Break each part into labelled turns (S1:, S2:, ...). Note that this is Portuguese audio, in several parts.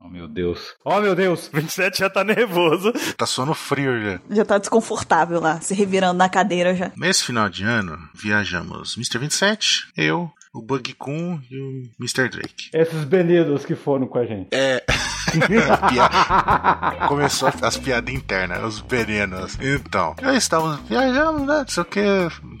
S1: Oh, meu Deus. Oh, meu Deus.
S2: 27 já tá nervoso.
S3: Tá suando frio já.
S4: Já tá desconfortável lá, se revirando na cadeira já.
S3: Nesse final de ano, viajamos Mr. 27, eu, o Bug Kun e o Mr. Drake.
S1: Esses benidos que foram com a gente.
S3: É. As pia- Começou as piadas internas, os venenos. Então, já estávamos viajando, né? Não sei o que.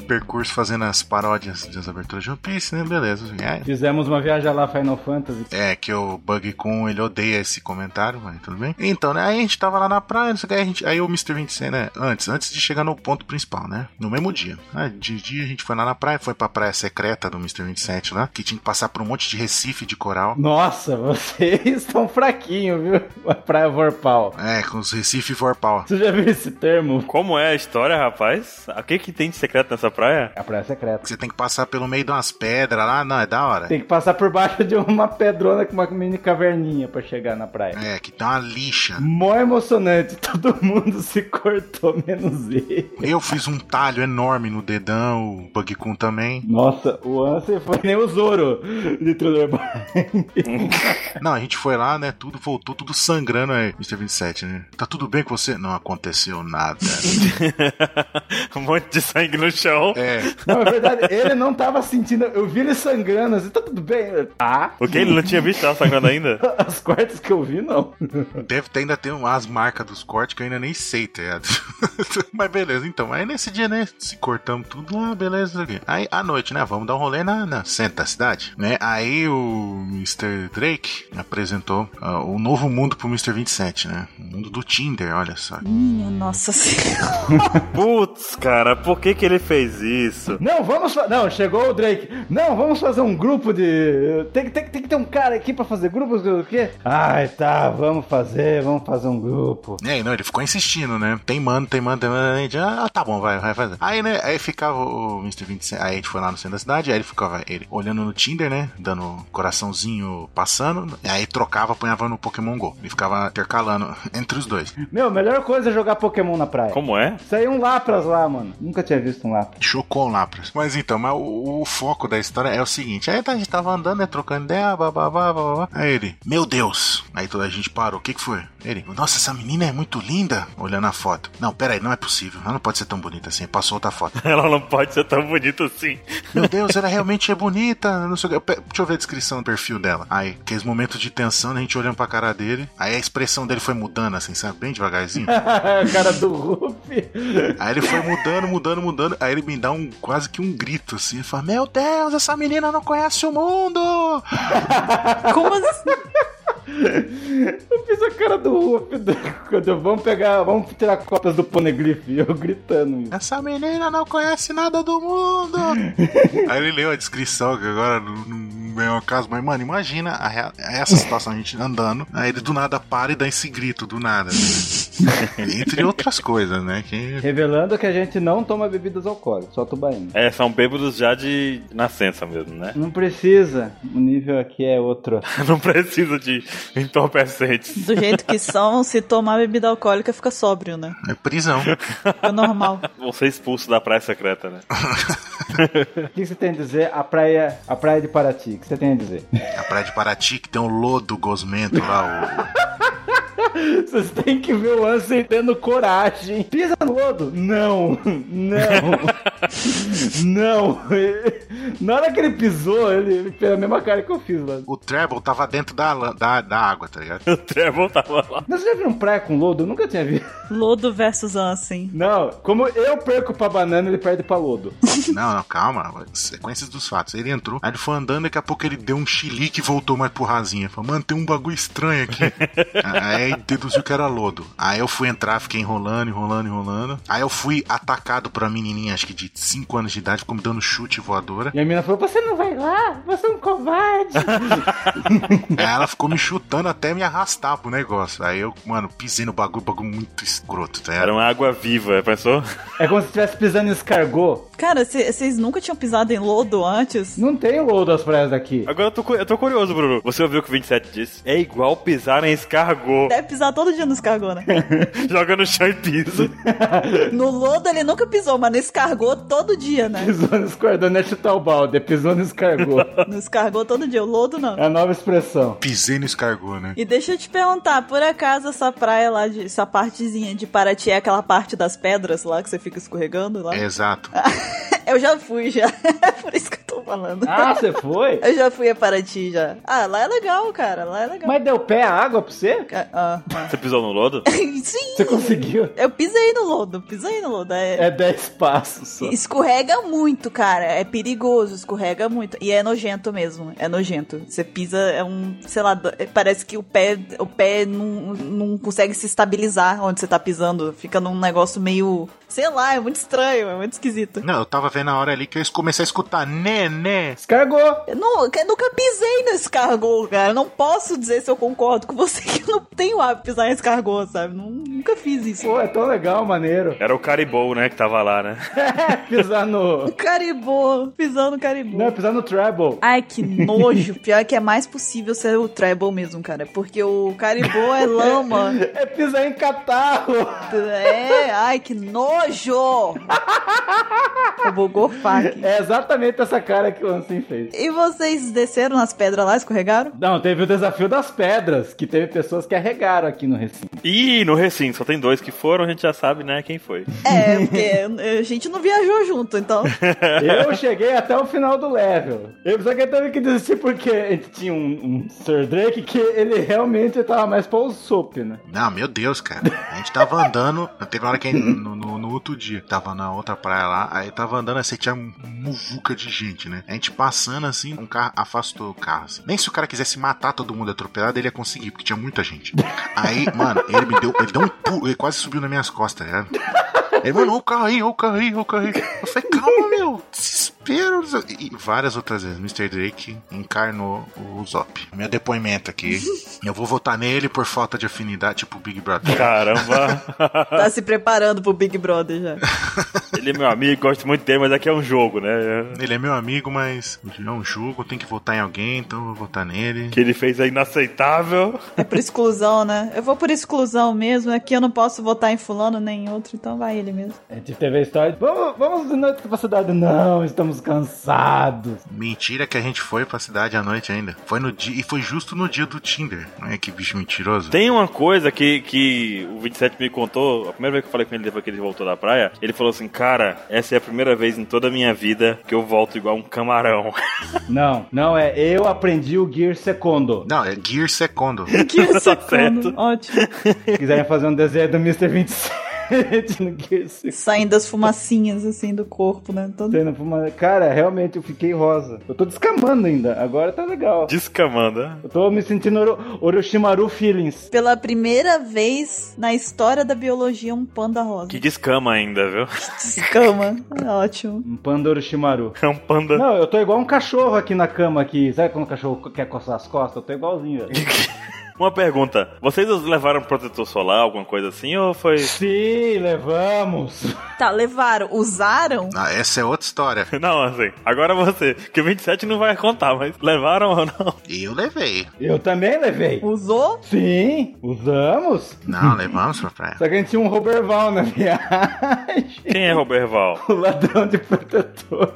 S3: Percurso fazendo as paródias das aberturas de One Piece, né? Beleza. assim, é.
S1: Fizemos uma viagem lá Final Fantasy.
S3: É, que o Bug Kun, ele odeia esse comentário, mas tudo bem. Então, né, aí a gente tava lá na praia, não sei o que, aí, a gente, aí o Mr. 27, né, antes, antes de chegar no ponto principal, né, no mesmo dia. Aí, de dia a gente foi lá na praia, foi pra praia secreta do Mr. 27 lá, que tinha que passar por um monte de recife de coral.
S1: Nossa, vocês estão fraquinhos, viu? A praia Vorpal.
S3: É, com os recife vorpal.
S1: Você já viu esse termo?
S2: Como é a história, rapaz? O que que tem de secreto nessa praia?
S1: É a praia secreta.
S3: Você tem que passar pelo meio de umas pedras lá, não, é da hora.
S1: Tem que passar por baixo de uma pedrona com uma mini caverninha pra chegar na praia.
S3: É, que tem uma lixa.
S1: Mó emocionante, todo mundo se cortou, menos ele.
S3: Eu fiz um talho enorme no dedão, o Bug Kun também.
S1: Nossa, o Ansem foi nem o Zoro de Thriller Bark.
S3: Não, a gente foi lá, né? Tudo voltou, tudo sangrando aí, Mr. 27, né? Tá tudo bem com você? Não aconteceu nada.
S2: um monte de sangue no chão.
S3: é,
S1: Não, é verdade, ele não tava sentindo. Eu vi ele sangrando, assim, tá tudo bem? Ah,
S2: O que? Ele não tinha visto ela sangrando ainda?
S1: as cortes que eu vi, não.
S3: deve ter, ainda ter umas marcas dos cortes que eu ainda nem sei, tá ligado? Mas beleza, então. Aí nesse dia, né? Se cortamos tudo lá, beleza. não sei o quê. Aí à noite, né? Vamos dar um rolê na, na centro da cidade, né? Aí o Mr. Drake apresentou ah, o novo mundo pro Mr. 27, né? O mundo do Tinder, olha só.
S4: Minha nossa senhora.
S2: Putz, cara, por que que ele fez isso?
S1: Não, vamos fa- Não, chegou o Drake. Não, vamos fazer um grupo de. Tem, que- tem, que- tem que ter um cara aqui pra fazer grupos do quê? Ai, tá, vamos fazer, vamos fazer um grupo.
S3: É, não, ele ficou insistindo, né? Tem mano, tem mano, tem mano. A gente, ah, tá bom, vai, vai fazer. Aí, né, aí ficava o Mr. 27, aí a gente foi lá no centro da cidade, aí ele ficava ele olhando no Tinder, né? Dando coraçãozinho passando, aí trocava, apanhava no Pokémon GO. Ele ficava intercalando entre os dois.
S1: Meu, melhor coisa é jogar Pokémon na praia.
S2: Como é?
S1: Saiu um Lapras lá, mano. Nunca tinha visto um Lapras.
S3: Chocou o Lapras. Mas então, mas o, o foco da história é o seguinte: aí a gente tava andando, né? Trocando ideia, babá, babá, babá. Aí ele, meu Deus! Aí toda a gente parou. O que que foi? Ele, nossa, essa menina é muito linda. Olhando a foto. Não, pera aí, não é possível. Ela não pode ser tão bonita assim. Passou outra foto.
S2: Ela não pode ser tão bonita assim.
S3: Meu Deus, ela realmente é bonita. Não sei o que. Pe- Deixa eu ver a descrição do perfil dela. Aí, aqueles momentos de tensão, né, a gente olhando pra cara dele. Aí a expressão dele foi mudando, assim, sabe? Bem devagarzinho.
S1: cara do Ruffy.
S3: Aí ele foi mudando, mudando, mudando. Aí ele me dá um quase que um grito, assim. Ele fala: Meu Deus, essa menina não conhece o mundo!
S4: Como assim?
S1: Eu fiz a cara do Ruffy. do- Quando eu- vamos pegar, vamos tirar cópias do Poneglyph. Eu gritando isso.
S3: Essa menina não conhece nada do mundo! Aí ele leu a descrição, que agora não- não vem ao caso, mas, mano, imagina a rea- essa situação, a gente andando, aí ele do nada para e dá esse grito, do nada. né? Entre outras coisas, né? Que
S1: Revelando que a gente não toma bebidas alcoólicas, só tubaína.
S2: É, são bêbados já de nascença mesmo, né?
S1: Não precisa. O nível aqui é outro.
S2: Não precisa de entorpecentes.
S4: Do jeito que são, se tomar bebida alcoólica fica sóbrio, né?
S3: é prisão.
S4: É normal.
S2: Você expulso da praia secreta, né?
S1: O que você tem a dizer? A praia, a praia de Paraty. O que você tem a dizer?
S3: É A praia de Paraty, que tem um lodo gosmento lá,
S1: Vocês têm que ver o Ansem tendo coragem. Pisa no lodo. Não. Não. não. Na hora que ele pisou, ele fez a mesma cara que eu fiz, mano.
S3: o, o Treble tava dentro da, lã- da, da água, tá ligado?
S2: O Trevor tava lá.
S1: Mas Vocês já viram praia com lodo? Eu nunca tinha visto.
S4: Lodo versus assim. Ansem.
S1: Não, como eu perco pra banana, ele perde pra lodo.
S3: Não, não, calma. Sequências dos fatos. Ele entrou, aí ele foi andando, daqui a pouco ele deu um chilique e voltou mais pro rasinha. Falei, mano, tem um bagulho estranho aqui. aí ele deduziu que era lodo. Aí eu fui entrar, fiquei enrolando, enrolando, enrolando. Aí eu fui atacado por uma menininha, acho que de 5 anos de idade, ficou me dando chute voadora.
S1: E a menina falou: Você não vai lá? Você é um covarde.
S3: Aí ela ficou me chutando até me arrastar pro negócio. Aí eu, mano, pisei no
S2: um
S3: bagulho, bagulho muito escroto, tá ligado?
S2: Era uma água viva, pensou?
S1: é como se estivesse pisando em escargot.
S4: Cara, vocês nunca tinham pisado em lodo antes?
S1: Não tem lodo as praias daqui.
S2: Agora eu tô, cu- eu tô curioso, Bruno. Você ouviu o que o 27 disse? É igual pisar em escargot.
S4: Deve pisar todo dia no escargot, né?
S2: Joga no chão e pisa.
S4: No lodo ele nunca pisou, mas no escargot todo dia, né?
S1: Pisou no escorpião, não é chutar o balde, é pisou no escargot.
S4: No escargot todo dia, o lodo não.
S1: É a nova expressão.
S3: Pisei no escargot, né?
S4: E deixa eu te perguntar, por acaso essa praia lá, de, essa partezinha de Paraty é aquela parte das pedras lá que você fica escorregando lá?
S3: É, exato.
S4: Eu já fui, já. É por isso que eu tô falando.
S1: Ah, você foi?
S4: Eu já fui a Paraty, já. Ah, lá é legal, cara. Lá é legal.
S1: Mas deu pé a água pra você?
S4: Ah, ah.
S2: Você pisou no lodo?
S4: Sim!
S1: Você conseguiu?
S4: Eu pisei no lodo, pisei no lodo. É-
S1: É 10 passos só.
S4: Escorrega muito, cara. É perigoso, escorrega muito. E é nojento mesmo. É nojento. Você pisa, é um. Sei lá, do- é- parece que o pé, o pé não, não consegue se estabilizar onde você tá pisando. Fica num negócio meio. Sei lá, é muito estranho, é muito esquisito.
S3: Não, eu tava vendo a hora ali que eu comecei a escutar né, né.
S1: Escargou.
S4: Eu, nu- eu nunca pisei no escargot, cara. Eu Não posso dizer se eu concordo com você que eu não tenho hábito de pisar em escargot, sabe? Nu- Nunca fiz isso.
S1: Pô, é tão legal, maneiro. É
S2: Era o caribou, né, que tava lá, né?
S1: pisar no.
S4: Caribou, Um pisando caribou.
S1: Não, é pisar no treble.
S4: Ai, que nojo. Pior que é mais possível ser o tribal mesmo, cara. Porque o caribou é lama.
S1: É pisar em catarro.
S4: É, ai, que nojo. O bugou fac.
S1: É exatamente essa cara que o Ansem fez.
S4: E vocês desceram nas pedras lá, escorregaram?
S1: Não, teve o desafio das pedras, que teve pessoas que arregaram aqui no recinto.
S2: Ih, no recinto, só tem dois que foram, a gente já sabe, né, quem foi.
S4: É, porque a gente não viajou junto, então.
S1: Eu cheguei até o final do level. Eu só que eu teve que desistir porque a gente tinha um, um Sir Drake que ele realmente tava mais pra um sop, né?
S3: Não, meu Deus, cara. A gente tava andando. Teve uma hora que a gente, no, no- no outro dia, tava na outra praia lá. Aí tava andando assim, tinha um muvuca de gente, né? A gente passando assim, um carro afastou o carro. assim. Nem se o cara quisesse matar todo mundo atropelado, ele ia conseguir, porque tinha muita gente. Aí, mano, ele me deu. Ele deu um pulo, ele quase subiu nas minhas costas, né? Ele, mano, olha o carro aí, olha o carro aí, olha o carro aí. Eu falei, calma, meu, desespero. não sei o quê. E várias outras vezes, Mr. Drake encarnou o Zop. Meu depoimento aqui. Eu vou votar nele por falta de afinidade, tipo Big Brother.
S2: Caramba.
S4: Tá se preparando pro Big Brother já.
S2: Ele é meu amigo, gosto muito dele, mas aqui é um jogo, né?
S3: Ele é meu amigo, mas é um jogo, tem que votar em alguém, então eu vou votar nele.
S2: O que ele fez é inaceitável.
S4: É por exclusão, né? Eu vou por exclusão mesmo. Aqui eu não posso votar em fulano nem em outro, então vai ele mesmo.
S1: A gente teve a história. de, Vamos, vamos de noite pra cidade. Não, estamos cansados.
S3: Mentira que a gente foi pra cidade à noite ainda. Foi no dia, e foi justo no dia do Tinder. Olha que bicho mentiroso.
S2: Tem uma coisa que, que o 27 me contou, a primeira vez que eu falei com ele depois que ele voltou da praia, ele falou assim, cara, essa é a primeira vez em toda a minha vida que eu volto igual um camarão.
S1: Não, não é. Eu aprendi o Gear Secondo.
S3: Não, é Gear Secondo.
S4: Que
S2: Tá certo.
S4: sacano. Ótimo.
S1: Se quiserem fazer um desenho do Mr. 27 no Gear Secondo.
S4: Saindo as fumacinhas, assim, do corpo, né? Todo...
S1: Tendo fuma- Cara, realmente eu fiquei rosa. Eu tô descamando ainda. Agora tá legal.
S2: Descamanda.
S1: Eu tô me sentindo Oro... Orochimaru feelings.
S4: Pela primeira vez na história da biologia, um panda rosa.
S2: Que descama ainda, viu?
S4: Descama. É Ótimo.
S1: Um panda Orochimaru.
S2: É um panda.
S1: Não, eu tô igual um cachorro aqui na cama aqui. Sabe quando o cachorro co- quer coçar as costas? Eu tô igualzinho, velho.
S2: Uma pergunta, vocês levaram protetor solar, alguma coisa assim, ou foi...
S1: Sim, levamos.
S4: Tá, levaram. Usaram?
S3: Ah, essa é outra história.
S2: Não, assim, agora você, que o 27 não vai contar, mas levaram ou não?
S3: Eu levei.
S1: Eu também levei.
S4: Usou?
S1: Sim, usamos.
S3: Não, levamos pra praia.
S1: Só que a gente tinha um Roberval na viagem.
S2: Quem é Roberval?
S1: O ladrão de protetor.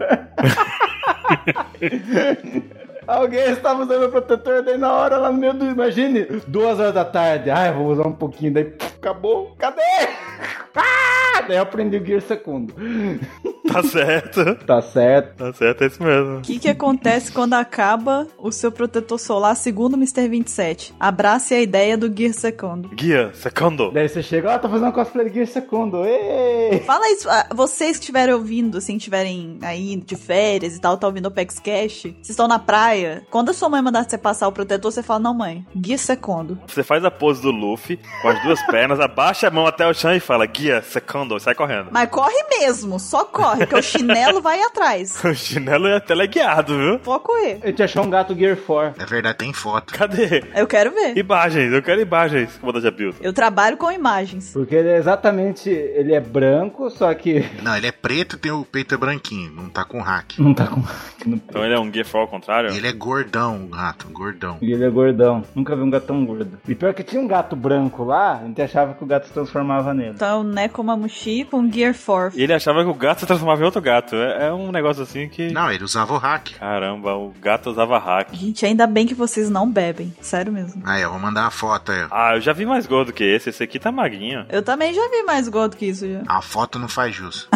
S1: Alguém estava usando o protetor, daí na hora lá no meio do. Imagine, duas horas da tarde. Ai, vou usar um pouquinho, daí pff, acabou. Cadê? Ah! Daí eu aprendi o Gear Segundo.
S2: Tá certo.
S1: Tá certo.
S2: Tá certo, é isso mesmo.
S4: O que, que acontece quando acaba o seu protetor solar, segundo o Mr. 27? Abrace a ideia do Gear Secondo.
S2: Guia, secando.
S1: Daí você chega, ó, tô fazendo um cosplay de Gear Segundo. Ei!
S4: Fala isso, ah, vocês que estiverem ouvindo, assim, estiverem aí de férias e tal, tá ouvindo o Pex Cash, vocês estão na praia, quando a sua mãe mandar você passar o protetor, você fala, não mãe, Gear Secondo.
S2: Você faz a pose do Luffy com as duas pernas, abaixa a mão até o chão e fala, guia, secando, sai correndo.
S4: Mas corre mesmo, só corre, que o chinelo vai atrás.
S2: O chinelo é teleguiado, viu?
S4: Pode correr.
S1: Eu te achou um gato Gear 4.
S3: É verdade, tem foto.
S2: Cadê?
S4: Eu quero ver.
S2: Imagens, eu quero imagens, comandante Abilton.
S4: Eu trabalho com imagens.
S1: Porque ele é exatamente. Ele é branco, só que.
S3: Não, ele é preto e tem o peito branquinho, não tá com hack.
S1: Não tá com.
S2: Então ele é um Gear ao contrário?
S3: E ele é gordão, o gato, gordão.
S1: E ele é gordão. Nunca vi um gato tão gordo. E pior que tinha um gato branco lá, a gente achava que o gato se transformava nele.
S4: Então, Nekomamushi com um Gear 4.
S2: E ele achava que o gato se transformava em outro gato. É, é um negócio assim que.
S3: Não, ele usava o hack.
S2: Caramba, o gato usava hack.
S4: Gente, ainda bem que vocês não bebem. Sério mesmo.
S3: Aí, eu vou mandar uma foto aí. ó.
S2: Ah, eu já vi mais gol do que esse. Esse aqui tá magrinho.
S4: Eu também já vi mais gordo que isso já.
S3: A foto não faz jus.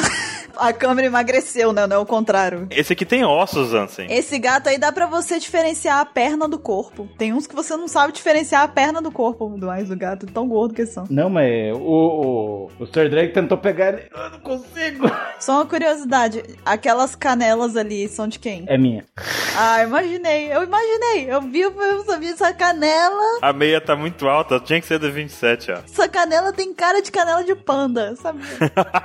S4: A câmera emagreceu, né? Não é o contrário.
S2: Esse aqui tem ossos, Ansem.
S4: Esse gato aí dá pra você diferenciar a perna do corpo. Tem uns que você não sabe diferenciar a perna do corpo do mais do gato, tão gordo que são.
S1: Não, mas o, o, o Sr. Drake tentou pegar ele. Eu não consigo.
S4: Só uma curiosidade, aquelas canelas ali são de quem?
S1: É minha.
S4: Ah, imaginei, eu imaginei. Eu vi, eu sabia essa canela.
S2: A meia tá muito alta, tinha que ser do 27, ó.
S4: Essa canela tem cara de canela de panda, sabe?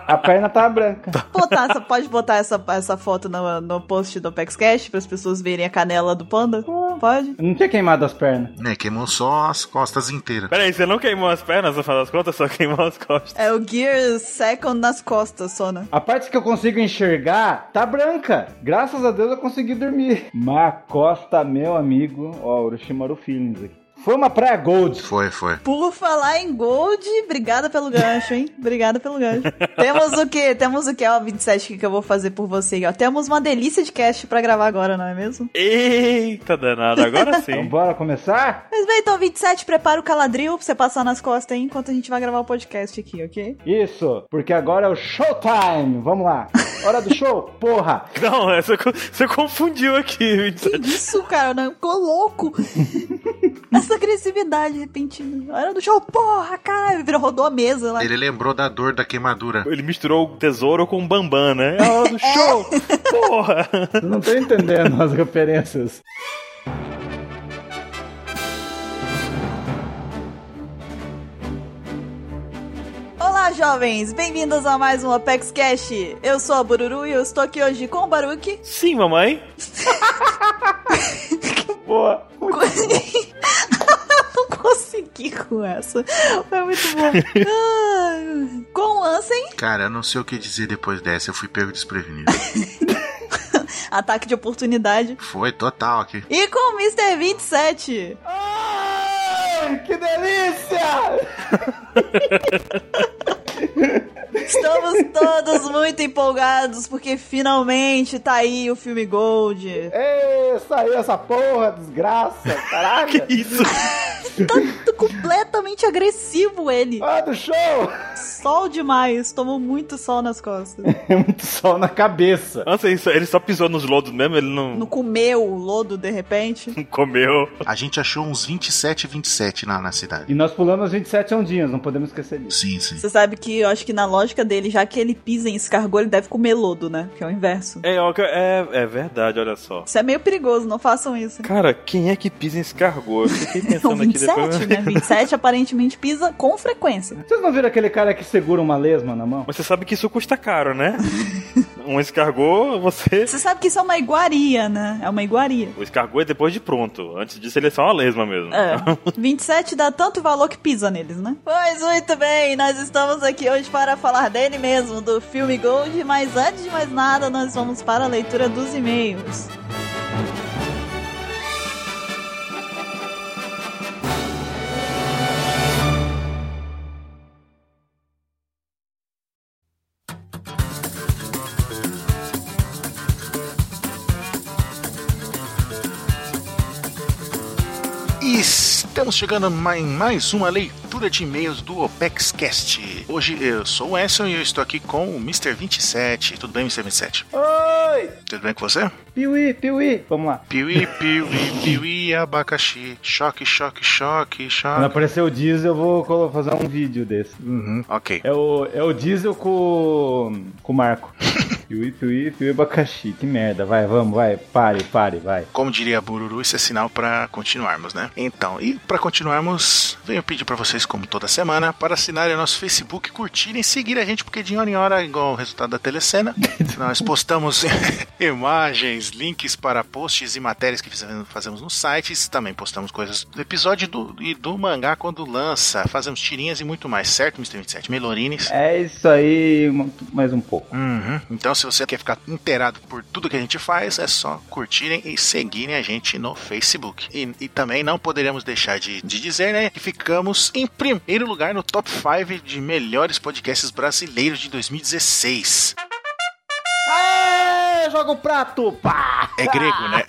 S1: A perna tá branca.
S4: Botar essa, pode botar essa, essa foto no, no post do Apex Cash para as pessoas verem a canela do panda? Pode?
S1: Não tinha queimado as pernas.
S3: né, queimou só as costas inteiras.
S2: Peraí, você não queimou as pernas, no final das contas, só queimou as costas.
S4: É o Gear Second nas costas, Sona.
S1: A parte que eu consigo enxergar tá branca. Graças a Deus eu consegui dormir. Macosta, meu amigo. Ó, Orochimaru Feelings aqui. Foi uma praia Gold.
S3: Foi, foi.
S4: Por falar em Gold, obrigada pelo gancho, hein? Obrigada pelo gancho. Temos o que? Temos o que, ó, 27 que eu vou fazer por você, ó. Temos uma delícia de cast pra gravar agora, não é mesmo?
S2: Eita danado, agora
S1: Então
S2: sim.
S1: bora começar?
S4: Mas bem, então, 27, prepara o caladril pra você passar nas costas aí enquanto a gente vai gravar o podcast aqui, ok?
S1: Isso, porque agora é o showtime. Vamos lá. Hora do show? Porra.
S2: Não, você, co- você confundiu aqui, 27.
S4: Que isso, cara? Não, ficou louco. Essa agressividade repentina. Hora do show, porra, caralho. Virou, rodou a mesa lá.
S3: Ele lembrou da dor da queimadura.
S2: Ele misturou o tesouro com o bambam, né? É a hora do show! Porra!
S1: Eu não tô entendendo as referências.
S4: Olá, jovens. Bem-vindos a mais um Apex Cash. Eu sou a Bururu e eu estou aqui hoje com o Baruque.
S2: Sim, mamãe.
S1: Boa.
S4: Não consegui com essa. Foi muito bom. Ah, com o Ansem,
S3: Cara, eu não sei o que dizer depois dessa. Eu fui pego desprevenido.
S4: ataque de oportunidade.
S3: Foi total aqui.
S4: E com o Mr. 27.
S1: Ai, que delícia!
S4: Estamos todos muito empolgados porque finalmente tá aí o filme Gold.
S1: Ei, saiu essa porra, desgraça. Caraca.
S2: Ah, Isso.
S4: Tá completamente agressivo ele.
S1: Hora do show.
S4: Sol demais, tomou muito sol nas costas.
S1: É muito sol na cabeça.
S2: Nossa, isso, ele só pisou nos lodos mesmo, ele não,
S4: Não comeu o lodo de repente.
S2: não comeu.
S3: A gente achou uns 27, 27 na, na cidade.
S1: E nós pulamos 27 ondinhas, não podemos esquecer disso.
S3: Sim, sim.
S4: Você sabe que eu acho que na lógica dele, já que ele pisa em escargot, ele deve comer lodo, né? Que é o inverso.
S2: É, ó, que- é, é verdade, olha só.
S4: Isso é meio perigoso, não façam isso.
S2: Cara, quem é que pisa em escargot? Eu fiquei
S4: São
S2: pensando aqui
S4: 27,
S2: depois.
S4: né? 27 aparentemente pisa com frequência.
S1: Vocês não viram aquele cara que segura uma lesma na mão?
S2: Mas você sabe que isso custa caro, né? um escargot, você.
S4: Você sabe que isso é uma iguaria, né? É uma iguaria.
S2: O escargot é depois de pronto. Antes disso, ele é só uma lesma mesmo.
S4: É. 27 dá tanto valor que pisa neles, né? Pois muito bem, nós estamos aqui hoje para falar dele mesmo, do filme Gold, mas antes de mais nada, nós vamos para a leitura dos e-mails.
S3: E estamos chegando ma- em mais uma leitura de e-mails do OpexCast. Hoje eu sou o Edson e eu estou aqui com o Mr. 27. Tudo bem, Mr. 27?
S1: Oi!
S3: Tudo bem com você?
S1: Piuí, piuí! Vamos lá.
S3: Piuí, piuí, piuí, abacaxi. Choque, choque, choque,
S1: Quando
S3: choque.
S1: aparecer o diesel, eu vou colo- fazer um vídeo desse.
S3: Uhum, ok.
S1: É o, é o diesel com, o- com o Marco. Yui, Tui, Tui, abacaxi. Que merda. Vai, vamos, vai. Pare, pare, vai.
S3: Como diria Bururu, isso é sinal para continuarmos, né? Então, e para continuarmos, venho pedir para vocês, como toda semana, para assinarem o nosso Facebook, curtirem, seguir a gente, porque de hora em hora, igual o resultado da telecena, nós postamos imagens, links para posts e matérias que fizemos- fazemos nos sites, também postamos coisas do episódio do, e do mangá quando lança, fazemos tirinhas e muito mais, certo, Mr. 27? Melorines?
S1: É isso aí, um- mais um pouco.
S3: Uhum. Então, se você quer ficar inteirado por tudo que a gente faz, é só curtirem e seguirem a gente no Facebook. E, e também não poderíamos deixar de, de dizer, né, que ficamos em primeiro lugar no top 5 de melhores podcasts brasileiros de 2016.
S1: Aê, joga o prato, pá!
S3: É grego, né?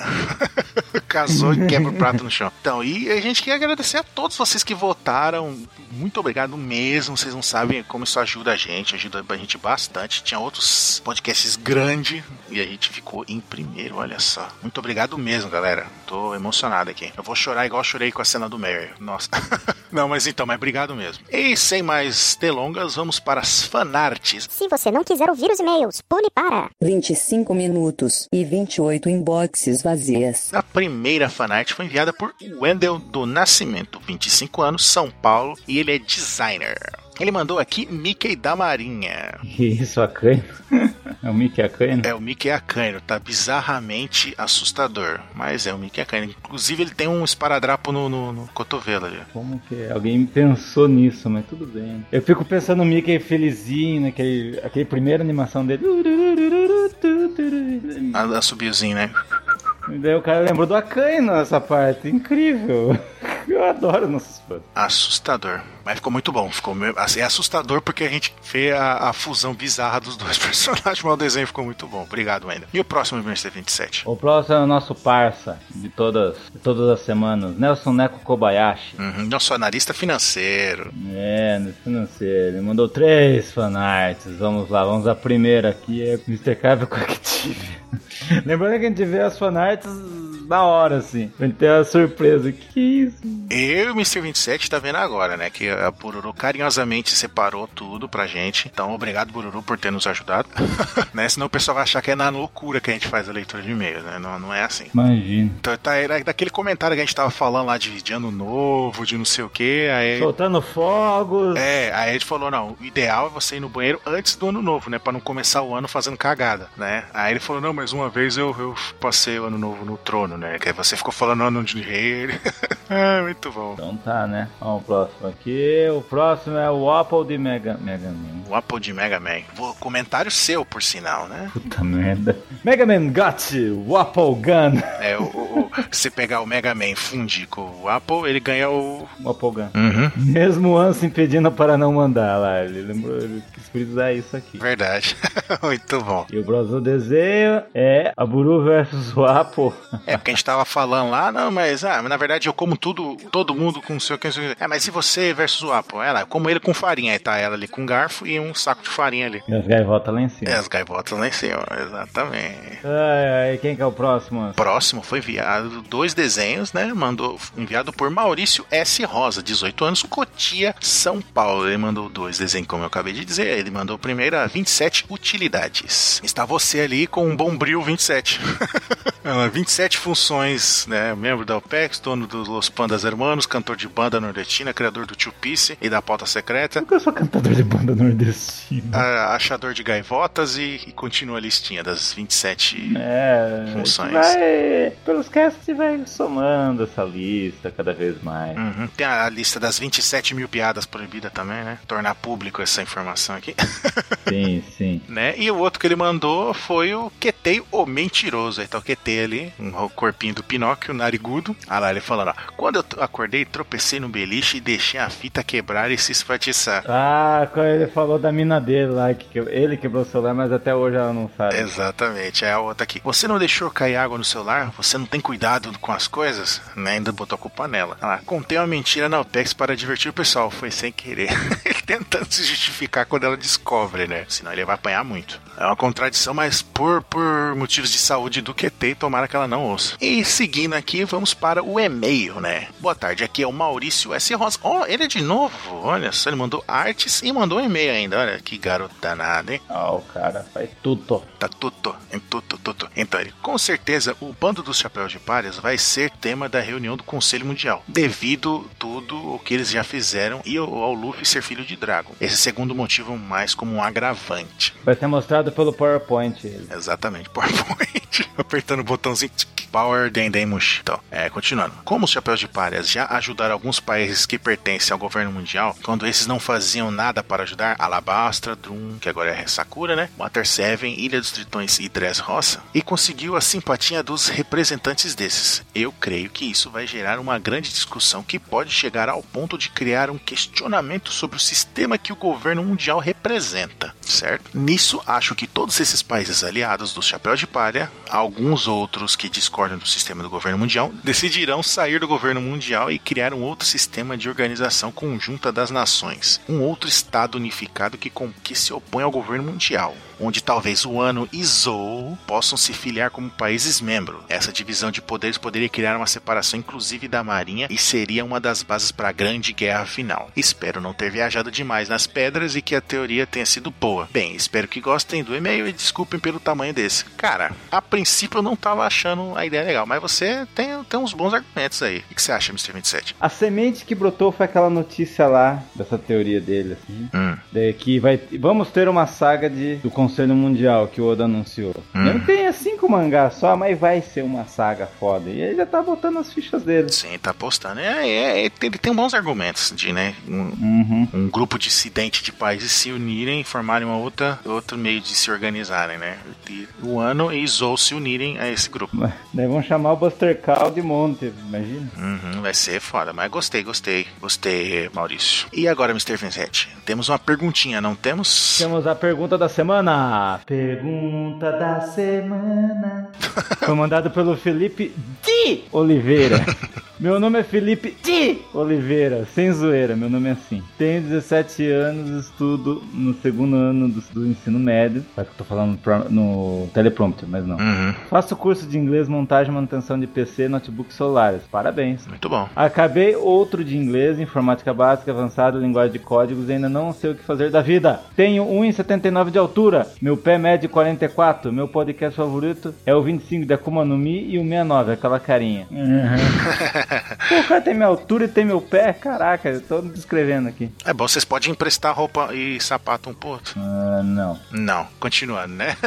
S3: Casou e quebra o prato no chão. Então, e a gente quer agradecer a todos vocês que votaram. Muito obrigado mesmo. Vocês não sabem como isso ajuda a gente, ajuda a gente bastante. Tinha outros podcasts grandes e a gente ficou em primeiro, olha só. Muito obrigado mesmo, galera. Tô emocionado aqui. Eu vou chorar igual eu chorei com a cena do Mary. Nossa. não, mas então, mas obrigado mesmo. E sem mais delongas, vamos para as fanarts.
S5: Se você não quiser ouvir os e-mails, pule para.
S6: 25 minutos e 28 inboxes vazias.
S3: A primeira fanart foi enviada por Wendel do Nascimento, 25 anos, São Paulo, e ele é designer. Ele mandou aqui Mickey da Marinha.
S1: Que isso, a cana? É o Mickey a cana?
S3: É o Mickey Acanho, tá bizarramente assustador, mas é o Mickey Acanho. Inclusive ele tem um esparadrapo no, no- no cotovelo ali.
S1: Como que é? Alguém pensou nisso, mas tudo bem. Eu fico pensando no Mickey felizinho, naquele aquele primeira animação dele.
S3: A, a subiozinho, né?
S1: E daí o cara lembrou do Akaino nessa parte. Incrível. Eu adoro nossos fãs.
S3: Assustador. Mas ficou muito bom. Ficou meio- assim, é assustador porque a gente vê a, a fusão bizarra dos dois personagens, mas o desenho ficou muito bom. Obrigado, Wendel. E o próximo, Mr. 27?
S1: O próximo é o nosso parça de todas, de todas as semanas, Nelson Neco Kobayashi.
S3: Uhum, nosso analista financeiro.
S1: É, no financeiro. Ele mandou três fanarts. Vamos lá, vamos à primeira aqui. É Mr. Cave Coactive. Lembrando que a gente vê as fanarts na hora, assim. A gente tem uma surpresa. Que isso?
S3: Eu e o Mr. 27 tá vendo agora, né? Que a Bururu carinhosamente separou tudo pra gente. Então, obrigado, Bururu, por ter nos ajudado. né? Senão o pessoal vai achar que é na loucura que a gente faz a leitura de e-mails, né? Não, não é assim.
S1: Imagina.
S3: Então, tá, era daquele comentário que a gente tava falando lá de, de ano novo, de não sei o que. Aí.
S1: Soltando fogos.
S3: É, aí a gente falou, não, o ideal é você ir no banheiro antes do ano novo, né? Pra não começar o ano fazendo cagada, né? Aí ele falou, não, mas uma vez eu, eu passei o ano novo no trono, né? Que aí você ficou falando ano de rei. é, muito bom.
S1: Então tá, né? Vamos pro próximo aqui. O próximo é o Apple de Mega, Mega Man.
S3: O Apple de Mega Man. Vou- comentário seu, por sinal, né?
S1: Puta merda. Mega Man Got o Apple Gun.
S3: É, o, o- o- se pegar o Mega Man e fundir com o Apple, ele ganha o.
S1: O Apple Gun.
S3: Uhum.
S1: Mesmo o Anson impedindo para não mandar lá. Ele lembrou, ele quis frisar isso aqui.
S3: Verdade. muito bom.
S1: E o próximo desenho é a Buru versus o Apple.
S3: É, porque a gente tava falando lá, não, mas ah, na verdade eu como tudo, todo mundo com o seu. com o seu- É, mas e você versus o Apple? Ela, eu como ele com farinha. Aí tá ela ali com um garfo e um saco de farinha ali.
S1: E as gaivotas lá em
S3: É,
S1: cima.
S3: as gaivotas lá em cima, exatamente.
S1: Ai, ai, quem que é o próximo? Anson?
S3: Próximo foi enviado dois desenhos, né? Mandou enviado por Maurício S. Rosa, 18 anos, Cotia, São Paulo. Ele mandou dois desenhos, como eu acabei de dizer. Ele mandou primeiro a 27 utilidades. Está você ali com um bombril 27. Ah, 27 funções, né? Membro da OPEX, dono dos Los Pandas Hermanos, cantor de banda nordestina, criador do Tio Piece e da pauta secreta.
S1: Nunca sou cantador de banda nordestina.
S3: a- Achador de gaivotas e, e continua a listinha das 27
S1: É, a gente
S3: Funções.
S1: vai, pelos casts você vai somando essa lista cada vez mais.
S3: Uhum. Tem a lista das 27 mil piadas proibidas também, né? Tornar público essa informação aqui.
S1: Sim, sim.
S3: né? E o outro que ele mandou foi o Ketei, o mentiroso. Aí tá o Ketei ali, um ro- corpinho do Pinóquio, narigudo. Ah lá, ele falando, ó. Quando eu t- acordei, tropecei no beliche e deixei a fita quebrar e se esfatiçar.
S1: Ah, quando ele falou da mina dele lá, que que- ele quebrou o celular, mas até hoje ela não sabe.
S3: Exatamente, é a outra aqui. Você não deixou cair água no celular? Você não tem cuidado com as coisas? Né? Ainda botou a culpa nela. Ah, lá, contei uma mentira na OPEX para divertir o pessoal. Foi sem querer. ele tentando se justificar quando ela descobre, né? Senão ele vai apanhar muito. É uma contradição, mas por, por motivos de saúde do QT, tomara que ela não ouça. E seguindo aqui, vamos para o e-mail, né? Boa tarde, aqui é o Maurício S. Rosa. Ó, ele é de novo. Olha só, ele mandou artes e mandou um e-mail ainda. Olha que garoto danado, hein?
S1: Ah, o cara faz tudo.
S3: Tá tudo, em tudo, tudo. Então, ele, com certeza, o bando dos chapéus de palhas vai ser tema da reunião do Conselho Mundial, devido tudo o que eles já fizeram e ao ao Luffy ser filho de Dragon. Esse é segundo motivo mais como um agravante.
S1: Vai ser mostrado pelo PowerPoint.
S3: Exatamente, PowerPoint. Apertando o botãozinho. tic, Power Dendemush. Então, é, continuando. Como os chapéus de palhas já ajudaram alguns países que pertencem ao governo mundial, quando esses não faziam nada para ajudar, Alabastra, Drum, que agora é Sakura, né? Water Seven, Ilha dos Tritões e Dressrosa, e conseguiu a simpatia dos representantes desses. Eu creio que isso vai gerar uma grande discussão que pode chegar ao ponto de criar um questionamento sobre o sistema que o governo mundial representa, certo? Nisso, acho que todos esses países aliados do Chapéu de Palha, alguns outros que discordam do sistema do governo mundial, decidirão sair do governo mundial e criar um outro sistema de organização conjunta das nações, um outro Estado unificado que, com, que se opõe ao governo mundial, onde talvez o ano e Zou possam se filiar como países membro. Essa divisão de poderes poderia criar uma separação, inclusive da Marinha, e seria uma das bases para a Grande Guerra Final. Espero não ter viajado demais nas pedras e que a teoria tenha sido boa. Bem, espero que gostem do e-mail e desculpem pelo tamanho desse. Cara, a princípio eu não tava achando a ideia legal, mas você tem, tem uns bons argumentos aí. O que você acha, Mr. 27?
S1: A semente que brotou foi aquela notícia lá, dessa teoria dele, assim.
S3: Hum.
S1: de que vai, vamos ter uma saga de, do Conselho Mundial que o Oda anunciou.
S3: Hum.
S1: Não tem é cinco mangás só, mas vai ser uma saga foda. E ele já tá botando as fichas dele.
S3: Sim, tá apostando. É, é, é, ele tem bons argumentos de, né? um-
S1: Uhum.
S3: um grupo dissidente de países se unirem e formarem uma outra, outro meio de se organizarem, né? E o ano e Zou se unirem a esse grupo.
S1: Daí vão chamar o Buster Call de monte, imagina.
S3: Uhum, vai ser foda, mas gostei, gostei, gostei, Maurício. E agora, Mr. Vincent, temos uma perguntinha, não temos?
S1: Temos a pergunta da semana. Pergunta da semana. Foi mandado pelo Felipe de Oliveira. Meu nome é Felipe de Oliveira, sem zoeira, meu nome é assim. Tenho 17 anos, estudo no segundo ano do, do ensino médio. Parece que eu tô falando pro- no teleprompter, mas não.
S3: Uhum,
S1: Faço curso de inglês, montagem e manutenção de PC, notebooks solares. Parabéns.
S3: muito bom.
S1: Acabei outro de inglês, informática básica, avançada, linguagem de códigos e ainda não sei o que fazer da vida. Tenho 1,79 de altura, meu pé mede 44, meu podcast favorito é o 25 da Kuma no Mi e o 69, aquela carinha. Pô, o cara tem minha altura e tem meu pé? Caraca, eu tô me descrevendo aqui.
S3: É bom, vocês podem emprestar roupa e sapato um pro outro?
S1: Ah, não.
S3: Não, continuando, né?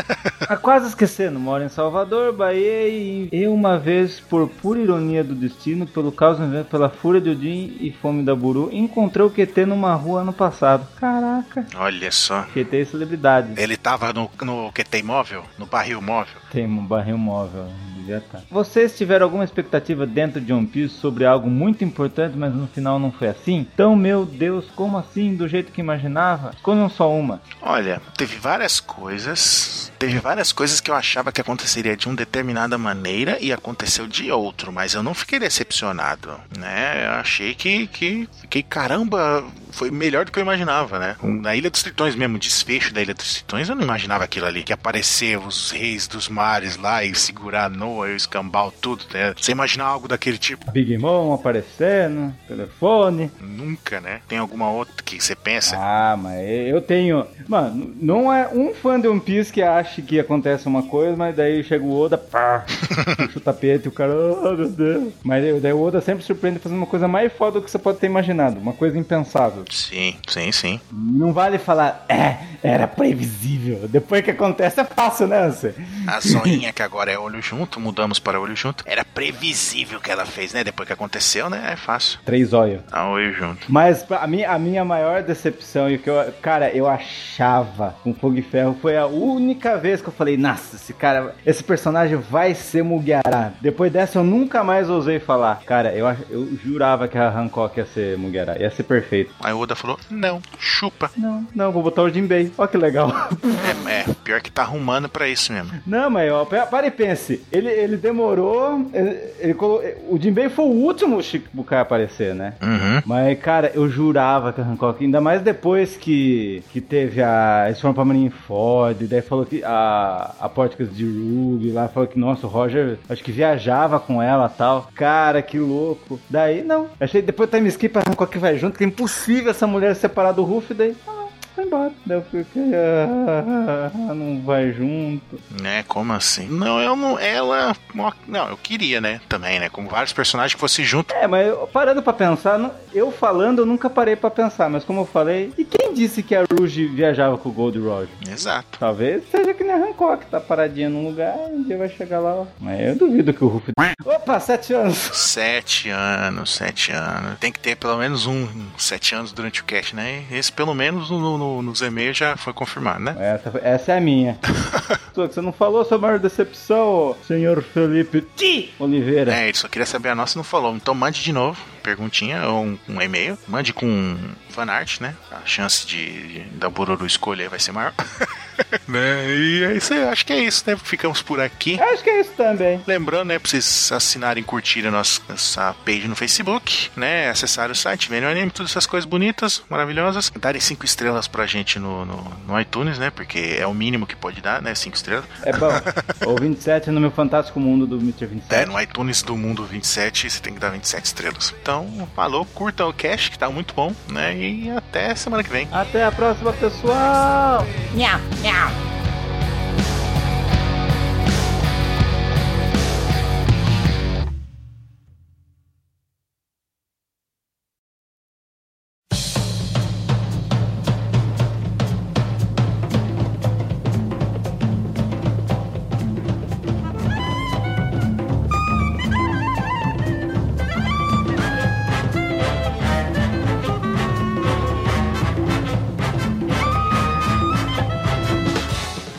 S1: Ah, quase esquecendo, moro em Salvador, Bahia e eu uma vez, por pura ironia do destino, pelo caos do evento, pela fúria de Odin e fome da Buru, encontrei o QT numa rua ano passado. Caraca.
S3: Olha só.
S1: QT é celebridade.
S3: Ele tava no, no QT móvel? No barril móvel?
S1: Tem um barril móvel. devia tá. Vocês tiveram alguma expectativa dentro de One Piece sobre algo muito importante, mas no final não foi assim? Então, meu Deus, como assim? Do jeito que imaginava? Escolham só uma.
S3: Olha, teve várias coisas. Teve várias coisas que eu achava que aconteceria de uma determinada maneira e aconteceu de outro, mas eu não fiquei decepcionado, né? Eu achei que, que fiquei, caramba, foi melhor do que eu imaginava, né? Na Ilha dos Tritões mesmo, o desfecho da Ilha dos Tritões, eu não imaginava aquilo ali. Que aparecer os reis dos mares lá e segurar a Noa e o escambau, tudo, né? Você imaginar algo daquele tipo?
S1: Big Mom aparecendo, telefone.
S3: Nunca, né? Tem alguma outra que você pensa?
S1: Ah, mas eu tenho. Mano, não é um fã de One Piece que acha que acontece uma coisa, mas daí chega o Oda, pá, puxa o tapete, o cara, oh, meu Deus. Mas eu- daí o Oda sempre surpreende fazendo uma coisa mais foda do que você pode ter imaginado, uma coisa impensável.
S3: Sim, sim, sim.
S1: Não vale falar, é, era previsível. Depois que acontece é fácil, né, você?
S3: A zoinha que agora é olho junto, mudamos para olho junto. Era previsível que ela fez, né? Depois que aconteceu, né? É fácil.
S1: Três olhos.
S3: Ah, olho junto.
S1: Mas pra- a minha, a minha maior decepção e o que eu, cara, eu achava com Fogo e Ferro foi a única vez que eu falei, nossa, esse cara, esse personagem vai ser Mugiará. Depois dessa eu nunca mais ousei falar. Cara, eu, ach- eu jurava que a Hancock ia ser Mugiará, ia ser perfeito.
S3: Aí o Oda falou: não, chupa.
S1: Não, não, vou botar o Jinbei. Olha que legal.
S3: É, é, pior que tá arrumando pra isso mesmo.
S1: Não, mas ó, pa- para e pense. Ele, ele demorou. Ele, ele colo- O Jim Bay foi o último Shikibukai a aparecer, né?
S3: Uhum.
S1: Mas, cara, eu jurava que a Hancock, ainda mais depois que, que teve a. Eles foram pra Marineford, daí falou que a, a Porticas de Ruby lá falou que, nossa, o Roger acho que viajava com ela tal. Cara, que louco. Daí, não. Achei que depois do time skip a Hancock vai junto, que é impossível essa mulher se separar do Ruff, daí. ah, Foi embora. Daí eu fiquei. Ah, não vai junto.
S3: Né, como assim? Não, eu não. Ela. Não, eu queria, né? Também, né? Com vários personagens que fosse junto.
S1: É, mas eu- parando pra pensar, não- eu falando, eu nunca parei pra pensar, mas como eu falei, e quem disse que a Rouge viajava com o Gold Roger?
S3: Exato.
S1: Talvez seja que nem a Hancock, tá paradinha num lugar e um dia vai chegar lá, ó. Mas eu duvido que o Ruff. Opa, sete anos!
S3: Sete anos, sete anos. Tem que ter pelo menos um, um sete anos durante o cast, né? Esse pelo menos no, no- nos e-mails já foi confirmado, né?
S1: Essa, foi- essa é a minha. Sua que você não falou sua maior decepção, ô, senhor Felipe T. Oliveira.
S3: É, ele só queria saber a nossa e não falou. Então mande de novo, perguntinha ou um, um e-mail. Mande com fanart, né? A chance de, de- da Bururu escolher vai ser maior. né? E é isso aí, eu acho que é isso, né? Ficamos por aqui.
S1: Acho que é isso também.
S3: Lembrando, né, pra vocês assinarem e curtirem a nossa, nossa page no Facebook, né? Acessarem o site, verem o anime, todas essas coisas bonitas, maravilhosas. Darem cinco estrelas pra gente no, no, no iTunes, né? Porque é o mínimo que pode dar, né? Cinco estrelas.
S1: É bom. Ou 27 no meu fantástico mundo do Mr.
S3: É,
S1: 27.
S3: no iTunes do Mundo 27 você tem que dar 27 estrelas. Então, falou, curtam o cast que tá muito bom, né? E até semana que vem.
S1: Até a próxima, pessoal!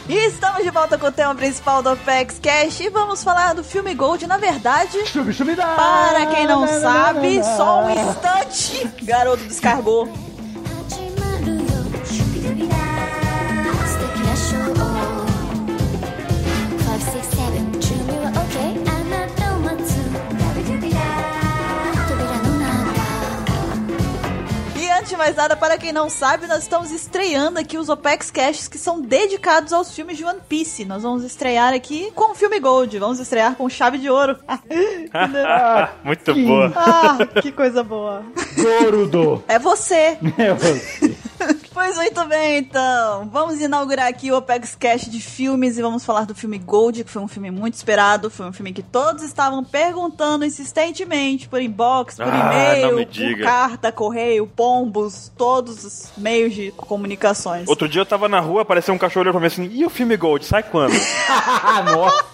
S4: E estamos de volta com o tema principal do Apex Cash e vamos falar do filme Gold. Na verdade,
S1: Chubi, chubi, dá.
S4: para quem não
S1: Dá, dá,
S4: sabe,
S1: dá, dá.
S4: só um instante, garoto descargou.
S5: 始まるよシュビルビラ素敵なショー567準備は OK あなたを待つ扉の中
S4: E antes de mais nada, para quem não sabe, nós estamos estreando aqui os Opex Casts que são dedicados aos filmes de One Piece. Nós vamos estrear aqui com o filme Gold, vamos estrear com chave de ouro.
S1: Ah,
S2: Muito boa.
S4: ah, que coisa boa.
S1: Gorudo!
S4: É você.
S1: Meu Deus.
S4: Pois muito bem, então. Vamos inaugurar aqui o Opex Cash de filmes e vamos falar do filme Gold, que foi um filme muito esperado, foi um filme que todos estavam perguntando insistentemente por inbox, por
S2: Ah, não me
S4: e-mail, por
S2: diga.
S4: carta, correio, pombos, todos os meios de comunicações.
S2: Outro dia eu tava na rua, apareceu um cachorro olhando pra mim assim, e o filme Gold, sai quando?
S1: Ah, nossa!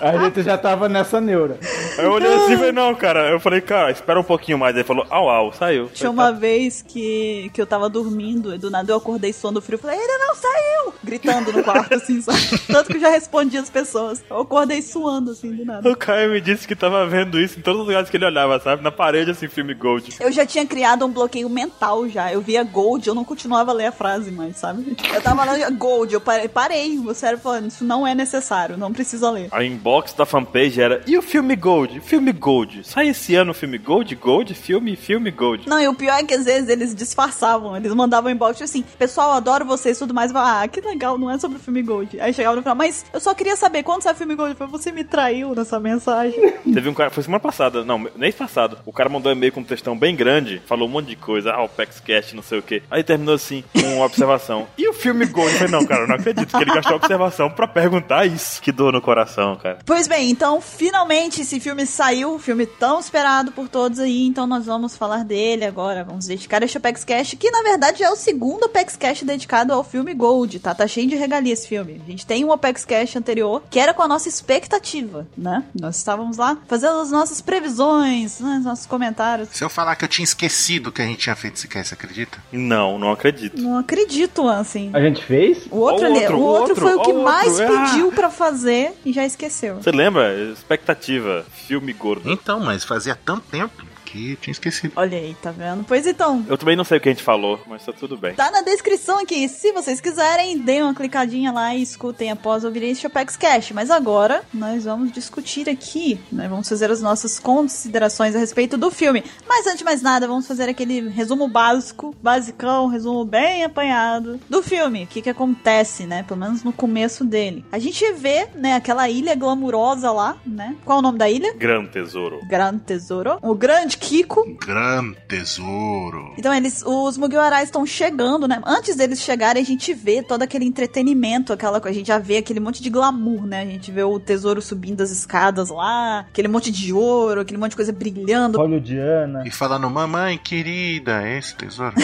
S1: A gente já tava nessa neura.
S2: Aí eu olhei assim e falei, não, cara. Eu falei, cara, espera um pouquinho mais. Ele falou, au, au, saiu.
S4: Tinha
S2: Eu
S4: uma
S2: falei,
S4: vez que, que eu tava dormindo e do nada eu acordei sono frio e falei, ainda não saiu! Gritando no quarto, assim, sabe? Tanto que eu já respondi as pessoas. Eu acordei suando, assim, do
S2: "Tá."
S4: nada.
S2: O Caio me disse que tava vendo isso em todos os lugares que ele olhava, sabe? Na parede, assim, filme Gold.
S4: Eu já tinha criado um bloqueio mental já. Eu via Gold, eu não continuava a ler a frase mais, sabe? Eu tava lá, Gold, eu parei, parei. Meu cérebro falando, isso não é necessário, não precisa ler.
S2: A inbox da fanpage era, e o filme Gold? Filme Gold. Sai esse ano o filme Gold, Gold, filme, filme Gold.
S4: Não, e o pior é que às vezes eles disfarçavam, eles mandavam inbox tipo assim, pessoal, adoro vocês e tudo mais. Eu falava, ah, que legal, não é sobre o filme Gold. Aí chegava no final, mas eu só queria saber quando sai o filme Gold. Eu falei, você me traiu nessa mensagem.
S2: Teve um cara, foi semana passada, não, mês passado. O cara mandou um e-mail com um textão bem grande, falou um monte de coisa, ah, o PaxCast, não sei o quê. Aí terminou assim, com uma observação. E o filme Gold? Eu falei, não, cara, eu não acredito que ele gastou a observação pra perguntar isso. Que dor no coração, cara.
S4: pois bem, então finalmente esse filme saiu, um filme tão esperado por todos aí, então nós vamos falar dele agora. Vamos dedicar este Apex Cash, que na verdade é o segundo Apex Cash dedicado ao filme Gold, tá? Tá cheio de regalia esse filme. A gente tem um Apex Cash anterior, que era com a nossa expectativa, né? Nós estávamos lá fazendo as nossas previsões, né, os nossos comentários.
S3: Se eu falar que eu tinha esquecido que a gente tinha feito esse cast, você acredita?
S2: Não, não acredito.
S4: Não acredito, assim.
S1: A gente fez?
S4: O outro,
S2: Ó o
S4: ali,
S2: outro,
S4: o
S2: ó o
S4: outro,
S2: outro,
S4: foi
S2: ó
S4: o que
S2: o outro,
S4: mais
S2: é.
S4: pediu pra fazer e já esqueceu.
S2: Você lembra? Expectativa. Filme gordo.
S3: Então, mas fazia tanto tempo aqui, tinha esquecido.
S4: Olha aí, tá vendo? Pois então,
S2: Eu também não sei o que a gente falou, mas tá tudo bem.
S4: Tá na descrição aqui. Se vocês quiserem, deem uma clicadinha lá e escutem após ouvir este Apex Cash. Mas agora nós vamos discutir aqui, né? Vamos fazer as nossas considerações a respeito do filme. Mas antes de mais nada, vamos fazer aquele resumo básico, basicão, resumo bem apanhado do filme. O que que acontece, né? Pelo menos no começo dele. A gente vê, né, aquela ilha glamurosa lá, né? Qual é o nome da ilha?
S2: Grande tesouro.
S4: Grande Tesouro. O Grande Kiko.
S3: Um Gran tesouro.
S4: Então eles, os Mugiwarais estão chegando, né? Antes deles chegarem, a gente vê todo aquele entretenimento, aquela coisa, a gente já vê aquele monte de glamour, né? A gente vê o tesouro subindo as escadas lá, aquele monte de ouro, aquele monte de coisa brilhando.
S1: Hollywoodiana.
S3: E falando, mamãe querida, é esse tesouro?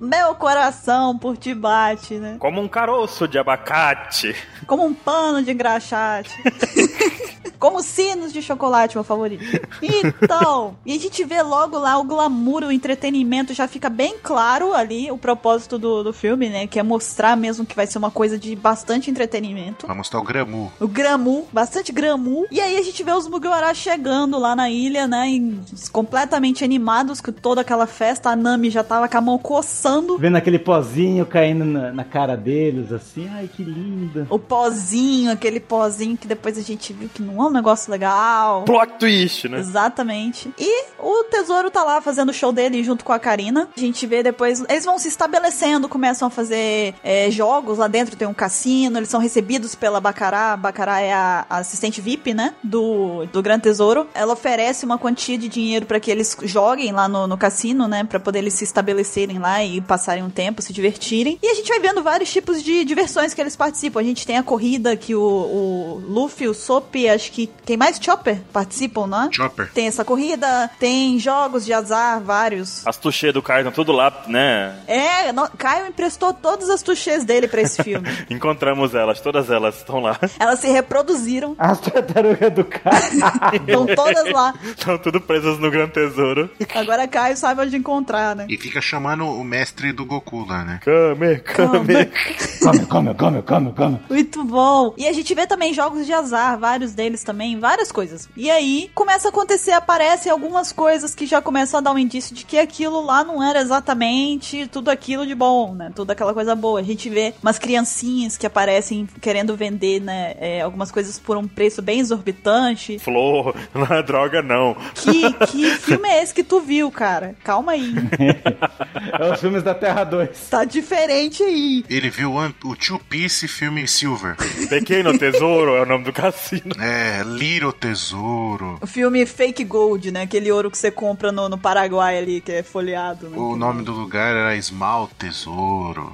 S4: Meu coração por ti bate, né?
S2: Como um caroço de abacate.
S4: Como um pano de engraxate. Como sinos de chocolate, meu favorito. Então, e a gente vê logo lá o glamour, o entretenimento, já fica bem claro ali o propósito do, do filme, né? Que é mostrar mesmo que vai ser uma coisa de bastante entretenimento.
S3: Vamos mostrar o gramu.
S4: O Gramu, bastante Gramu. E aí a gente vê os Mugiwara chegando lá na ilha, né? em- completamente animados com toda aquela festa. A Nami já tava com a mão coçando.
S1: Vendo aquele pozinho caindo na, na cara deles, assim, ai que linda.
S4: O pozinho, aquele pozinho que depois a gente viu que não é um negócio legal.
S2: Plot twist, né?
S4: Exatamente. E o tesouro tá lá fazendo o show dele junto com a Karina. A gente vê depois. Eles vão se estabelecendo, começam a fazer é, jogos lá dentro, tem um cassino, eles são recebidos pela Bacará. Bacará é a, a assistente VIP, né? Do, do Gran Tesouro. Ela oferece uma quantia de dinheiro pra que eles joguem lá no, no cassino, né? Pra poder eles se estabelecerem lá e passarem um tempo, se divertirem. E a gente vai vendo vários tipos de diversões que eles participam. A gente tem a corrida que o, o Luffy, o Sop, acho que quem mais Chopper participam, não é?
S3: Chopper.
S4: Tem essa corrida, tem jogos de azar, vários.
S2: As tuchês do Caio estão tudo lá, né?
S4: É, no- Caio emprestou todas as touchés dele pra esse filme.
S2: Encontramos elas, todas elas estão lá.
S4: Elas se reproduziram,
S1: As tartarugas do cara.
S4: estão todas lá.
S2: Estão tudo presas no grande tesouro.
S4: Agora Caio sabe onde encontrar, né?
S3: E fica chamando o mestre do Goku lá, né?
S2: Kame, kame.
S1: come, come, come, come, come.
S4: Muito bom. E a gente vê também jogos de azar, vários deles também, várias coisas. E aí começa a acontecer, aparecem algumas coisas que já começam a dar um indício de que aquilo lá não era exatamente tudo aquilo de bom, né? Tudo aquela coisa boa. A gente vê umas criancinhas que aparecem querendo vender, né? é, algumas coisas por um preço bem exorbitante.
S2: Flor, não é droga não.
S4: Que, que filme é esse que tu viu, cara? Calma aí.
S1: É os filmes da Terra 2.
S4: Tá diferente aí.
S3: Ele viu an- o Two Piece filme Silver.
S2: Pequeno tesouro é o nome do cassino.
S3: É, Little Tesouro.
S4: O filme Fake Gold, né? Aquele ouro que você compra no, no Paraguai ali, que é folheado. né?
S3: O nome do lugar era Esmal Tesouro.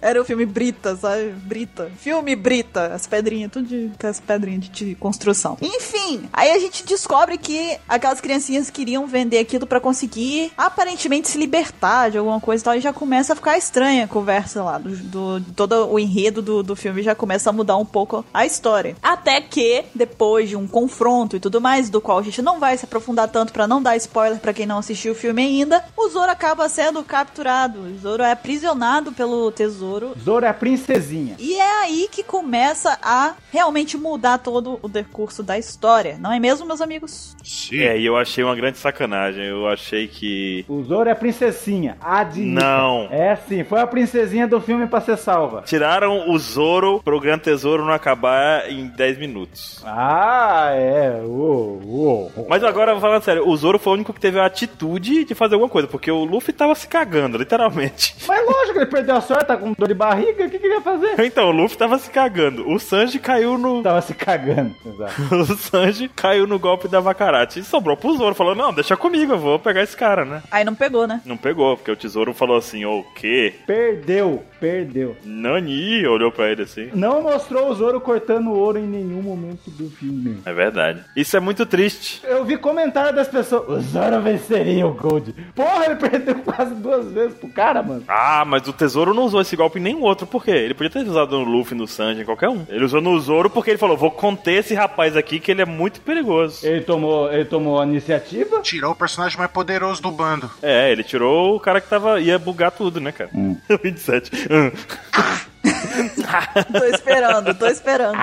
S4: Era o filme Brita, sabe? Brita. Filme Brita. As pedrinhas, tudo de, com as pedrinhas de, de construção. Enfim, aí a gente descobre que aquelas criancinhas queriam vender aquilo pra conseguir aparentemente se libertar de alguma coisa e tal. E já começa a ficar estranha a conversa lá. Do, do- todo o enredo do, do filme já começa a mudar um pouco a história. Até que, depois de um confronto e tudo mais, do qual a gente não vai se aprofundar tanto pra não dar spoiler pra quem não assistiu o filme ainda, o Zoro acaba sendo capturado. O Zoro é aprisionado pelo tesouro
S1: Zoro é a princesinha.
S4: e é aí que começa a realmente mudar todo o decurso da história, não é mesmo, meus amigos?
S3: Sim.
S2: É, e eu achei uma grande sacanagem. Eu achei que.
S1: O Zoro é a princesinha. Admita.
S2: Não.
S1: É sim, foi a princesinha do filme pra ser salva.
S2: Tiraram o Zoro pro Gran Tesouro não acabar em 10 minutos.
S1: Ah, é. Uou, uou.
S2: Mas agora, falando sério, o Zoro foi o único que teve a atitude de fazer alguma coisa, porque o Luffy tava se cagando, literalmente.
S1: Mas lógico, ele perdeu a sorte, tá com dor de barriga, o que, que ele ia fazer?
S2: Então, o Luffy tava se cagando. O Sanji caiu no.
S1: Tava se cagando. Exato.
S2: O Sanji caiu no golpe da Vacarate. E sobrou pro Zoro. Falou: Não, deixa comigo, eu vou pegar esse cara, né?
S4: Aí não pegou, né?
S2: Não pegou, porque o tesouro falou assim: O quê?
S1: Perdeu, perdeu.
S2: Nani olhou pra ele assim.
S1: Não mostrou o Zoro cortando ouro em nenhum momento do filme.
S2: É verdade. Isso é muito triste.
S1: Eu vi comentário das pessoas, o Zoro venceria o Gold. Porra, ele perdeu quase duas vezes pro cara, mano.
S2: Ah, mas o tesouro não usou esse golpe em nenhum outro. Por quê? Ele podia ter usado no Luffy, no Sanji, em qualquer um. Ele usou no Zoro porque ele falou: Vou conter esse rapaz aqui que ele é muito perigoso.
S1: Ele tomou, ele tomou a iniciativa.
S3: Tirou o personagem mais poderoso do bando.
S2: É, ele tirou o cara que tava. ia bugar tudo, né, cara? 27. Hum.
S4: Tô esperando, tô esperando.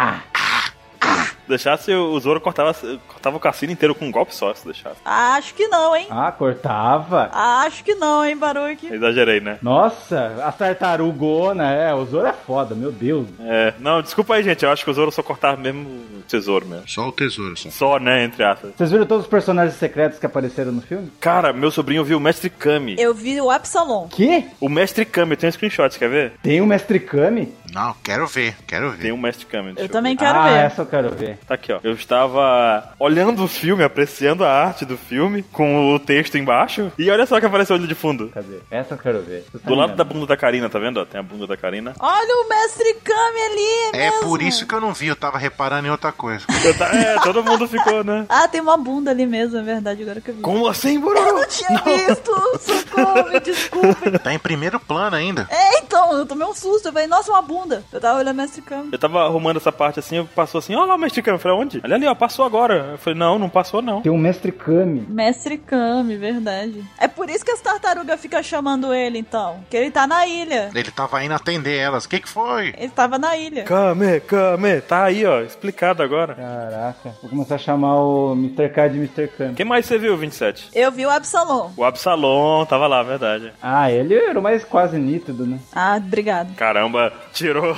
S2: Deixasse o o Zoro cortava, cortava Cortava o cassino inteiro com um golpe só, se deixasse.
S4: Acho que não, hein?
S1: Ah, cortava.
S4: Acho que não, hein, Baruque?
S2: Exagerei, né?
S1: Nossa, a tartarugona, é, o Zoro é foda, meu Deus.
S2: É, não, desculpa aí, gente. Eu acho que o Zoro só cortava mesmo o tesouro mesmo.
S3: Só o tesouro, só.
S2: Só, né, entre aspas.
S1: Vocês viram todos os personagens secretos que apareceram no filme?
S2: Cara, meu sobrinho viu o Mestre Kami.
S4: Eu vi o Absalom.
S1: Que?
S2: O Mestre Kami, eu tenho um screenshot, quer ver?
S1: Tem o Mestre Kami?
S3: Não, quero ver, quero ver.
S2: Tem um Mestre Kami. deixa
S4: Eu também
S2: ver.
S4: quero
S1: ah,
S4: ver.
S1: essa eu quero ver.
S2: Tá aqui, ó. Eu estava olhando o filme, apreciando a arte do filme, com o texto embaixo. E olha só que apareceu ali de fundo.
S1: Cadê? Essa eu quero ver. tá Vocês
S2: Do
S1: tão
S2: lado da
S1: vendo?
S2: bunda da Karina, tá vendo? ó? Tem a bunda da Karina.
S4: Olha o Mestre Kami ali,
S3: É
S4: mesmo.
S3: por isso que eu não vi, eu tava reparando em outra coisa.
S2: Eu tá- É, todo mundo ficou, né?
S4: Ah, tem uma bunda ali mesmo, é verdade, agora que eu vi.
S2: Como assim,
S4: Eu
S2: Bururu?
S4: não tinha visto, socorro, me desculpem.
S3: Tá em primeiro plano ainda.
S4: É, então, eu tomei um susto, eu falei, nossa, uma bunda. Eu tava olhando o Mestre Kami.
S2: Eu tava arrumando essa parte assim, eu passou assim, ó lá o Mestre Kami. Eu falei, onde? Olha ali, ó, passou agora. Eu falei, não, não passou não.
S1: Tem um Mestre Kami.
S4: Mestre Kami, verdade. É por isso que as tartarugas ficam chamando ele, então. Que ele tá na ilha.
S3: Ele tava indo atender elas. O que, que foi?
S4: Ele tava na ilha.
S2: Kame, Kame, tá aí, ó, explicado agora.
S1: Caraca, vou começar a chamar o Mr. K de Mr. Kami.
S2: Quem mais você viu, 27?
S4: Eu vi o Absalom.
S2: O Absalom tava lá, verdade.
S1: Ah, ele era o mais quase nítido, né?
S4: Ah, obrigado.
S2: Caramba, tirou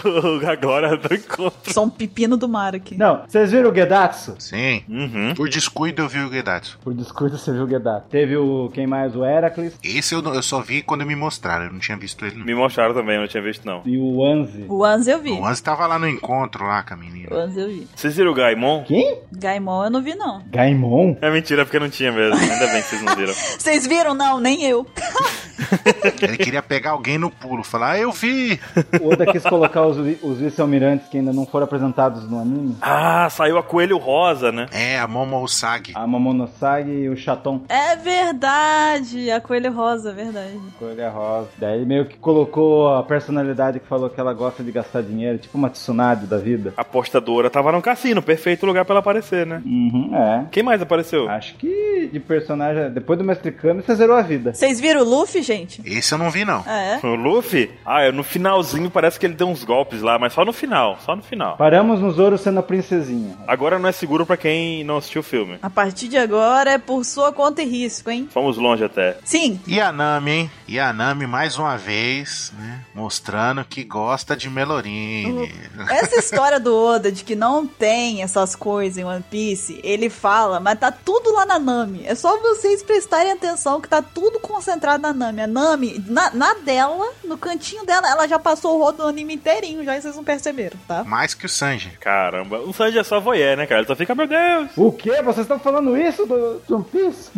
S2: a glória do encontro.
S4: Sou um pepino do mar aqui.
S1: Não, vocês viram o Gedatsu?
S3: Sim.
S2: Uhum.
S3: Por descuido eu vi o Gedatsu.
S1: Por descuido você viu o Gedatsu. Teve o, quem mais? O Heracles
S3: Esse eu, não- eu só vi quando me mostraram, eu não tinha visto ele. não.
S2: Me mostraram também, eu não tinha visto não.
S1: e o Anzi.
S4: O Anze eu vi.
S3: O Anzi tava lá no encontro lá com a
S4: O
S3: menina.
S4: Anze eu vi.
S2: Vocês viram o Gaimon?
S1: Quem?
S4: Gaimon eu não vi, não.
S1: Gaimon?
S2: É mentira, porque não tinha mesmo. Ainda bem que vocês não viram.
S4: Vocês viram? Não, nem eu.
S3: Ele queria pegar alguém no pulo, falar, ah, eu vi!
S1: O Oda quis colocar os, vi- os vice-almirantes que ainda não foram apresentados no anime.
S2: Ah, saiu a Coelho Rosa, né?
S3: É, a Momo Sag.
S1: A Mamonosagi e o Chaton
S4: É verdade. A Coelho Rosa, é verdade.
S1: Cor rosa. Daí meio que colocou a personalidade que falou que ela gosta de gastar dinheiro, tipo uma tsunade da vida.
S2: A apostadora tava no cassino, perfeito lugar pra ela aparecer, né?
S1: Uhum, é.
S2: Quem mais apareceu?
S1: Acho que de personagem. Depois do Mestre Kami, você zerou a vida.
S4: Vocês viram o Luffy, gente?
S3: Esse eu não vi, não.
S4: É.
S2: O Luffy? Ah, é, no finalzinho parece que ele deu uns golpes lá, mas só no final, só no final.
S1: Paramos no Zoro sendo a princesinha.
S2: Agora não é seguro pra quem não assistiu o filme.
S4: A partir de agora é por sua conta e risco, hein?
S2: Fomos longe até.
S4: Sim.
S3: E a Nami, hein? E a Nami, mais uma vez, né? Mostrando que gosta de Melorine.
S4: Essa história do Oda de que não tem essas coisas em One Piece, ele fala, mas tá tudo lá na Nami. É só vocês prestarem atenção que tá tudo concentrado na Nami. A Nami, na, na dela, no cantinho dela, ela já passou o rodo do anime inteirinho, já e vocês não perceberam, tá?
S3: Mais que o Sanji.
S2: Caramba, o Sanji é só voyeur, né, cara? Ele só fica, meu Deus!
S1: O quê? Vocês estão falando isso do de One Piece?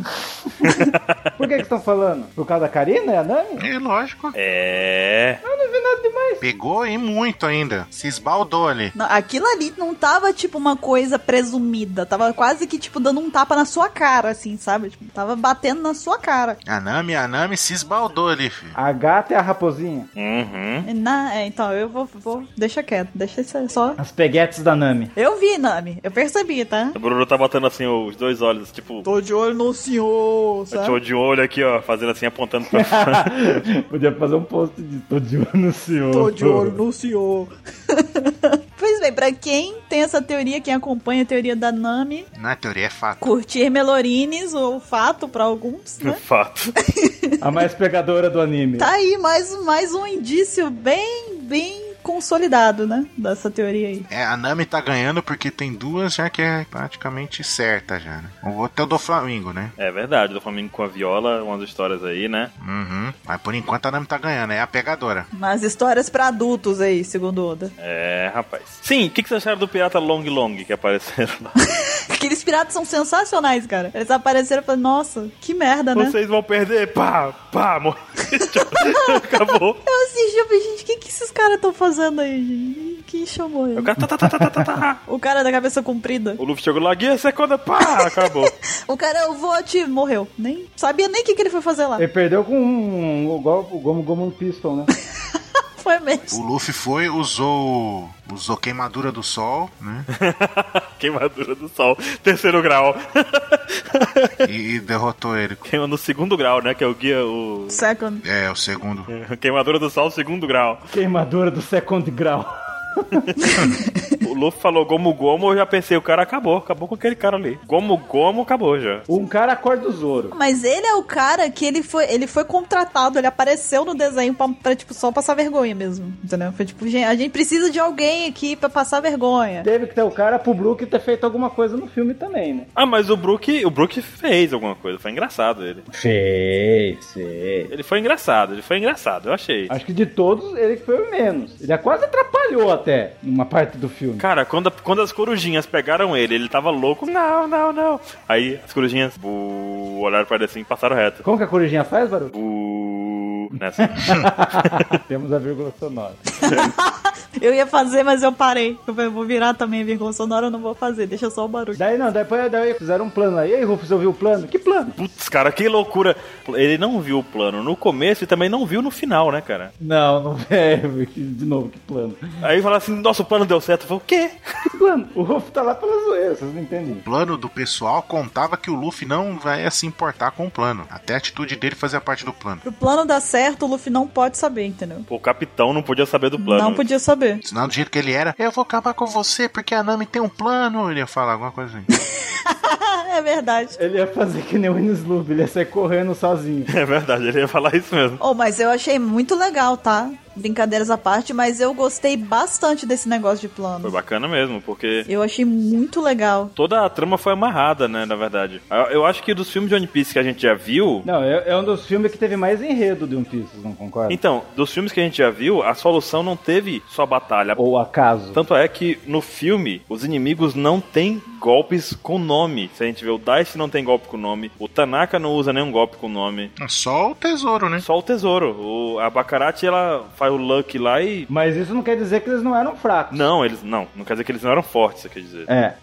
S1: Por que que estão falando? Por causa da Karina e a Nami?
S3: É lógico.
S2: É.
S1: Não vi nada demais.
S3: Pegou e muito ainda. Se esbaldou ali.
S4: Não, aquilo ali não tava, tipo, uma coisa presumida. Tava quase que, tipo, dando um tapa na sua cara, assim, sabe? Tipo, tava batendo na sua cara.
S3: A Nami, a Nami se esbaldou ali, filho.
S1: A gata e a raposinha.
S2: Uhum.
S4: E Na, é, então, eu vou, vou... Deixa quieto, deixa isso aí só...
S1: As peguetes da Nami.
S4: Eu vi, Nami. Eu percebi, tá?
S2: O Bruno tá botando assim os dois olhos, tipo,
S4: Tô de olho no senhor,
S2: tô de olho aqui, ó, fazendo assim, apontando pra
S1: Podia fazer um post de tô de olho no senhor.
S4: no senhor. pois bem, pra quem tem essa teoria, quem acompanha a teoria da Nami,
S3: Na teoria é fato.
S4: curtir Melorines ou fato pra alguns,
S2: no
S4: né?
S2: fato.
S1: A mais pegadora do anime.
S4: Tá aí mais, mais um indício bem, bem consolidado, né? Dessa teoria aí.
S3: É, a Nami tá ganhando porque tem duas já que é praticamente certa já, né? O outro é o do Flamengo, né?
S2: É verdade, do Flamengo com a viola, umas histórias aí, né?
S3: Uhum. Mas por enquanto a Nami tá ganhando, é a pegadora.
S4: Mas histórias pra adultos aí, segundo Oda.
S2: É, rapaz. Sim, o que, que vocês acharam do pirata Long Long que apareceram lá?
S4: Aqueles piratas são sensacionais, cara. Eles apareceram e falaram, nossa, que merda, né?
S2: Vocês vão perder, pá, pá, morreu. Acabou.
S4: Eu assisti, eu falei, gente, o que, que esses caras estão fazendo aí, gente? Quem chamou ele?
S2: O cara tá, tá, tá, tá, tá, tá, tá.
S4: O cara da cabeça comprida.
S2: O Luffy chegou lá, guia, secunda, pá, acabou.
S4: O cara, eu vou te. Morreu. Nem sabia nem o que, que ele foi fazer lá.
S1: Ele perdeu com um, o gol- o Gomu Gomu Pistol, né?
S4: Foi mesmo.
S3: O Luffy foi, usou. Usou queimadura do sol, né?
S2: Queimadura do sol, terceiro grau.
S3: E, e derrotou ele.
S2: Queima no segundo grau, né? Que é o guia, o.
S4: Second.
S3: É, o segundo.
S2: Queimadura do sol, segundo grau.
S1: Queimadura do second grau.
S2: O Luffy falou Gomu Gomu, eu já pensei, o cara acabou, acabou com aquele cara ali. Gomu Gomu acabou já.
S1: Um cara acorda o Zoro.
S4: Mas ele é o cara que ele foi, ele foi contratado, ele apareceu no desenho pra, pra, tipo, só passar vergonha mesmo. Entendeu? Foi tipo, gente, a gente precisa de alguém aqui pra passar vergonha.
S1: Teve que ter o cara pro Brook ter feito alguma coisa no filme também, né?
S2: Ah, mas o Brook, o Brook fez alguma coisa, foi engraçado ele.
S1: Fez, fez.
S2: Ele foi engraçado, ele foi engraçado, eu achei.
S1: Acho que de todos, ele que foi o menos. Ele quase atrapalhou até numa parte do filme.
S2: Cara, quando, quando as corujinhas pegaram ele, ele tava louco. Não, não, não. Aí as corujinhas bu, olharam pra ele assim e passaram reto.
S1: Como que a corujinha faz, barulho?
S2: Bu, né, assim. nessa.
S1: Temos a vírgula sonora.
S4: Eu ia fazer, mas eu parei. Eu falei, vou virar também a vírgula sonora, eu não vou fazer, deixa só o barulho.
S1: Daí não, depois daí fizeram um plano aí. E aí, Rufus, eu vi o plano? Que plano?
S2: Putz, cara, que loucura. Ele não viu o plano no começo e também não viu no final, né, cara?
S1: Não, não é. De novo, que plano?
S2: Aí fala assim, nossa, o plano deu certo. Eu falei, o quê?
S1: Que plano? O Rufus tá lá pela zoeira, vocês não entendem.
S3: O plano do pessoal contava que o Luffy não vai se importar com o plano. Até a atitude dele fazia parte do plano.
S4: Pro plano dar certo, o Luffy não pode saber, entendeu?
S2: Pô, o capitão não podia saber do plano.
S4: Não podia saber.
S3: Senão, do jeito que ele era, eu vou acabar com você porque a Nami tem um plano. Ele ia falar alguma coisa assim.
S4: é verdade.
S1: Ele ia fazer que nem o Inisloop, ele ia sair correndo sozinho.
S2: É verdade, ele ia falar isso mesmo.
S4: Oh, mas eu achei muito legal, tá? Brincadeiras à parte, mas eu gostei bastante desse negócio de plano.
S2: Foi bacana mesmo, porque
S4: Eu achei muito legal.
S2: toda a trama foi amarrada, né, na verdade. Eu, eu acho que dos filmes de One Piece que a gente já viu...
S1: Não, é, é um dos filmes que teve mais enredo de One Piece, vocês não concordam?
S2: Então, dos filmes que a gente já viu, a solução não teve só batalha.
S1: Ou acaso?
S2: Tanto é que no filme, os inimigos não têm golpes com nome. Se a gente vê o Dice não tem golpe com nome, o Tanaka não usa nenhum golpe com nome.
S3: Só o tesouro, né?
S2: Só o tesouro. O, a Baccarat, ela faz o Luck lá e.
S1: Mas isso não quer dizer que eles não eram fracos.
S2: Não, eles. Não, não quer dizer que eles não eram fortes, isso quer dizer.
S1: É.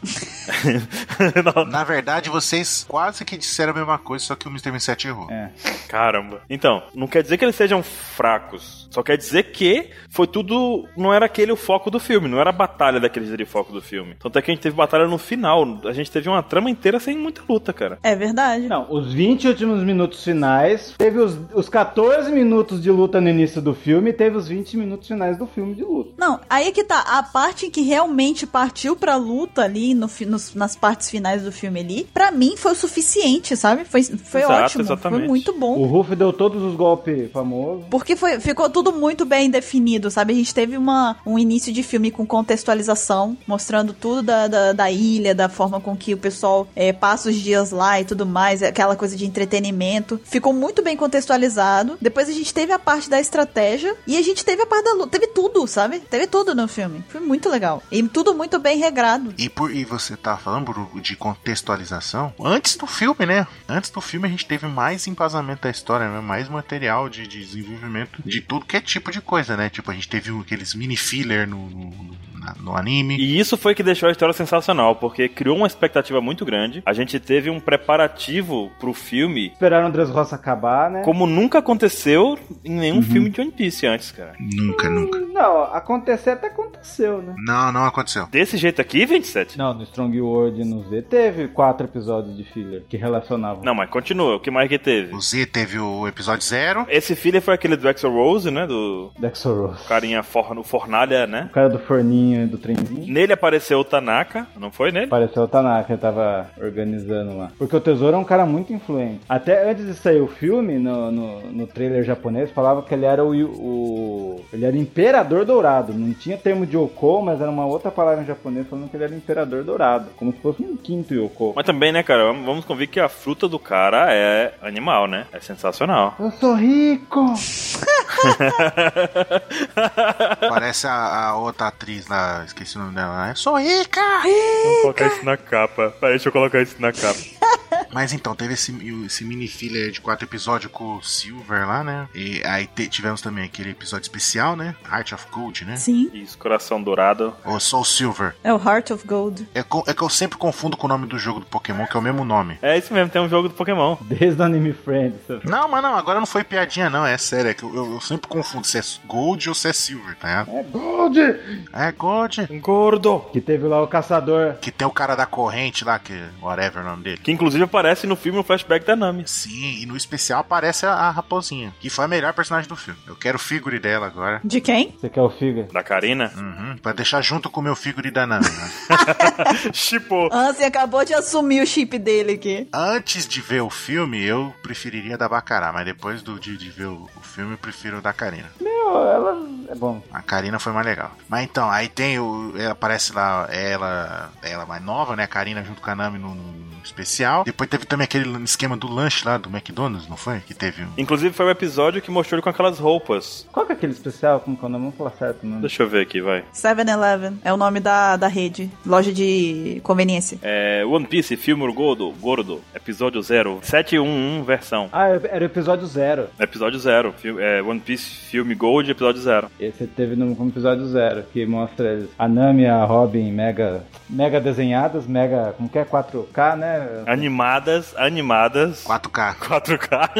S2: Não,
S3: Na verdade, vocês quase que disseram a mesma coisa, só que o Mr. 27 errou.
S1: É.
S2: Caramba. Então, não quer dizer que eles sejam fracos. Só quer dizer que foi tudo. Não era aquele o foco do filme, não era a batalha daquele seria o foco do filme. Tanto é que a gente teve batalha no final. A gente teve uma trama inteira sem muita luta, cara.
S4: É verdade.
S1: Não, os 20 últimos minutos finais, teve os, os 14 minutos de luta no início do filme e teve os 20 minutos finais do filme de luta.
S4: Não, aí que tá. A parte que realmente partiu pra luta ali, no, fi- nos- nas partes finais do filme ali, pra mim foi o suficiente, sabe? Foi, foi
S2: Exato,
S4: ótimo.
S2: exatamente.
S4: Foi muito bom.
S1: O Ruff deu todos os golpes famosos.
S4: Porque foi- ficou tudo muito bem definido, sabe? A gente teve uma, um início de filme com contextualização, mostrando tudo da, da, da ilha, da forma com que o pessoal eh, passa os dias lá e tudo mais, aquela coisa de entretenimento. Ficou muito bem contextualizado. Depois a gente teve a parte da estratégia e a gente teve a parte da luta. Teve tudo, sabe? Teve tudo no filme. Foi muito legal. E tudo muito bem regrado.
S3: E, por, e você tá falando, Bruno, de contextualização? Antes do filme, né? Antes do filme a gente teve mais embasamento da história, né? mais material de, de desenvolvimento de tudo que é tipo de coisa, né? Tipo, a gente teve aqueles mini filler no, no, no- na- no anime.
S2: E isso foi que deixou a história sensacional, porque criou uma expectativa muito grande. A gente teve um preparativo pro filme
S1: Esperaram o Andrés Roça acabar, né?
S2: como nunca aconteceu em nenhum filme de One Piece antes, cara.
S3: Nunca, nunca.
S1: Não, acontecer até aconteceu, né?
S3: Não, não aconteceu.
S2: Desse jeito aqui, 27? Não.
S1: Não, no Strong World e no Z teve quatro episódios de filler que relacionavam.
S2: mas continua. O que mais que teve?
S3: O Z teve o episódio zero.
S2: Esse filho foi aquele do Axel Rose, né? Do
S1: Dexter Rose.
S2: carinha forno, fornalha,
S1: O
S2: né?
S1: cara do forninho e do trenzinho.
S2: Nele apareceu o Tanaka, não foi nele?
S1: Apareceu o Tanaka, ele tava organizando lá. Porque o Tesouro é um cara muito influente. Até antes de sair o filme, no, no, no trailer japonês, falava que ele era o, o- Ele era Imperador Dourado. Não tinha termo de Yoko, mas era uma outra palavra em japonês falando que ele era Imperador Dourado. Como se fosse um quinto Yoko.
S2: Mas também, né, cara, vamos vamos convir que a fruta do cara é animal, né? É sensacional.
S1: Eu sou rico!
S3: Parece a, a outra atriz lá, esqueci o nome dela, né? Sou rica!
S2: Vou colocar isso na capa. Peraí, deixa eu colocar isso na capa.
S3: Mas então, teve esse, esse mini filler de quatro episódios com o Silver lá, né? E aí te- tivemos também aquele episódio especial, né? Heart of Gold, né?
S4: Sim.
S2: Isso, coração dourado.
S3: Ou Soul Silver.
S4: É o Heart of Gold.
S3: É, co- é que eu sempre confundo com o nome do jogo do Pokémon, que é o mesmo nome.
S2: É isso mesmo, tem um jogo do Pokémon.
S1: Desde o Anime Friends.
S3: Não, mas não, agora não foi piadinha, não. É sério, é que eu, eu- eu sempre confundo se é Gold ou se é Silver, tá ligado?
S1: É Gold!
S3: É Gold.
S2: Gordo!
S1: Que teve lá o caçador.
S3: Que tem o cara da corrente lá, que. Whatever é o nome dele.
S2: Que inclusive aparece no filme o flashback da Nami.
S3: Sim, e no especial aparece a, a raposinha, que foi a melhor personagem do filme. Eu quero o figure dela agora.
S4: De quem?
S1: Você quer o Figa?
S2: Da Karina?
S3: Uhum, pra deixar junto com o meu figure da Nami. né?
S2: Chipou.
S4: Ansem Ah, acabou de assumir o chip dele aqui.
S3: Antes de ver o filme, eu preferiria da Bacará, mas depois do, de, de ver o, o filme, eu prefiro o da Karina.
S1: Meu, ela é bom.
S3: A Karina foi mais legal. Mas então, aí tem o. ela Aparece lá ela, ela mais nova, né? A Karina junto com a Nami no, no- no especial. Depois teve também aquele esquema do lanche lá do McDonald's, não foi? Que teve um.
S2: Inclusive foi o episódio que mostrou ele com aquelas roupas.
S1: Qual que é aquele especial? Como que é o nome? Vamos falar certo, mano.
S2: Deixa eu ver aqui, vai.
S4: 7-Eleven é o nome da, da rede, loja de conveniência.
S2: É, One Piece, filme gordo, gordo, episódio 0, 711 versão.
S1: Ah, era o episódio zero.
S2: Episódio 0, é, One Piece, filme gold, episódio 0.
S1: Esse teve no como episódio zero, que mostra eles- a Nami e a Robin mega, mega desenhadas, mega, como que é? 4K, né?
S2: Animadas, animadas,
S3: 4K.
S2: 4K.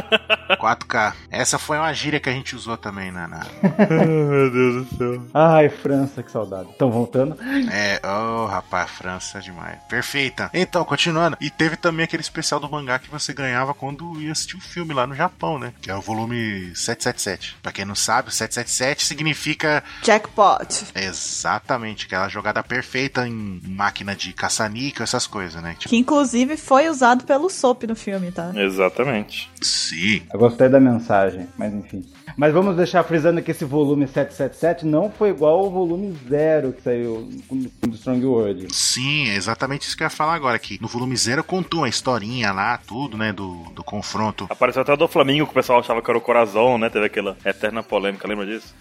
S3: 4K. Essa foi uma gíria que a gente usou também na. na-
S2: Meu Deus do céu.
S1: Ai, França, que saudade. Estão voltando.
S3: É, oh rapaz, França é demais. Perfeita. Então, continuando. E teve também aquele especial do mangá que você ganhava quando ia assistir o filme lá no Japão, né? Que é o volume 777. Pra quem não sabe, o 777 significa
S4: Jackpot.
S3: exatamente aquela jogada perfeita em máquina de caça-níquel, essas coisas, né? Tipo,
S4: Que inclusive foi usado pelo Soap no filme, tá?
S2: Exatamente.
S3: sim.
S1: Eu gostei da mensagem, mas enfim. Mas vamos deixar frisando que esse volume 777 não foi igual ao volume zero que saiu do Strong World.
S3: Sim, é exatamente isso que eu ia falar agora aqui. No volume zero contou a historinha lá, tudo, né? Do, do confronto
S2: Apareceu até o do Flamengo que o pessoal achava que era o coração, né? Teve aquela eterna polêmica, lembra disso?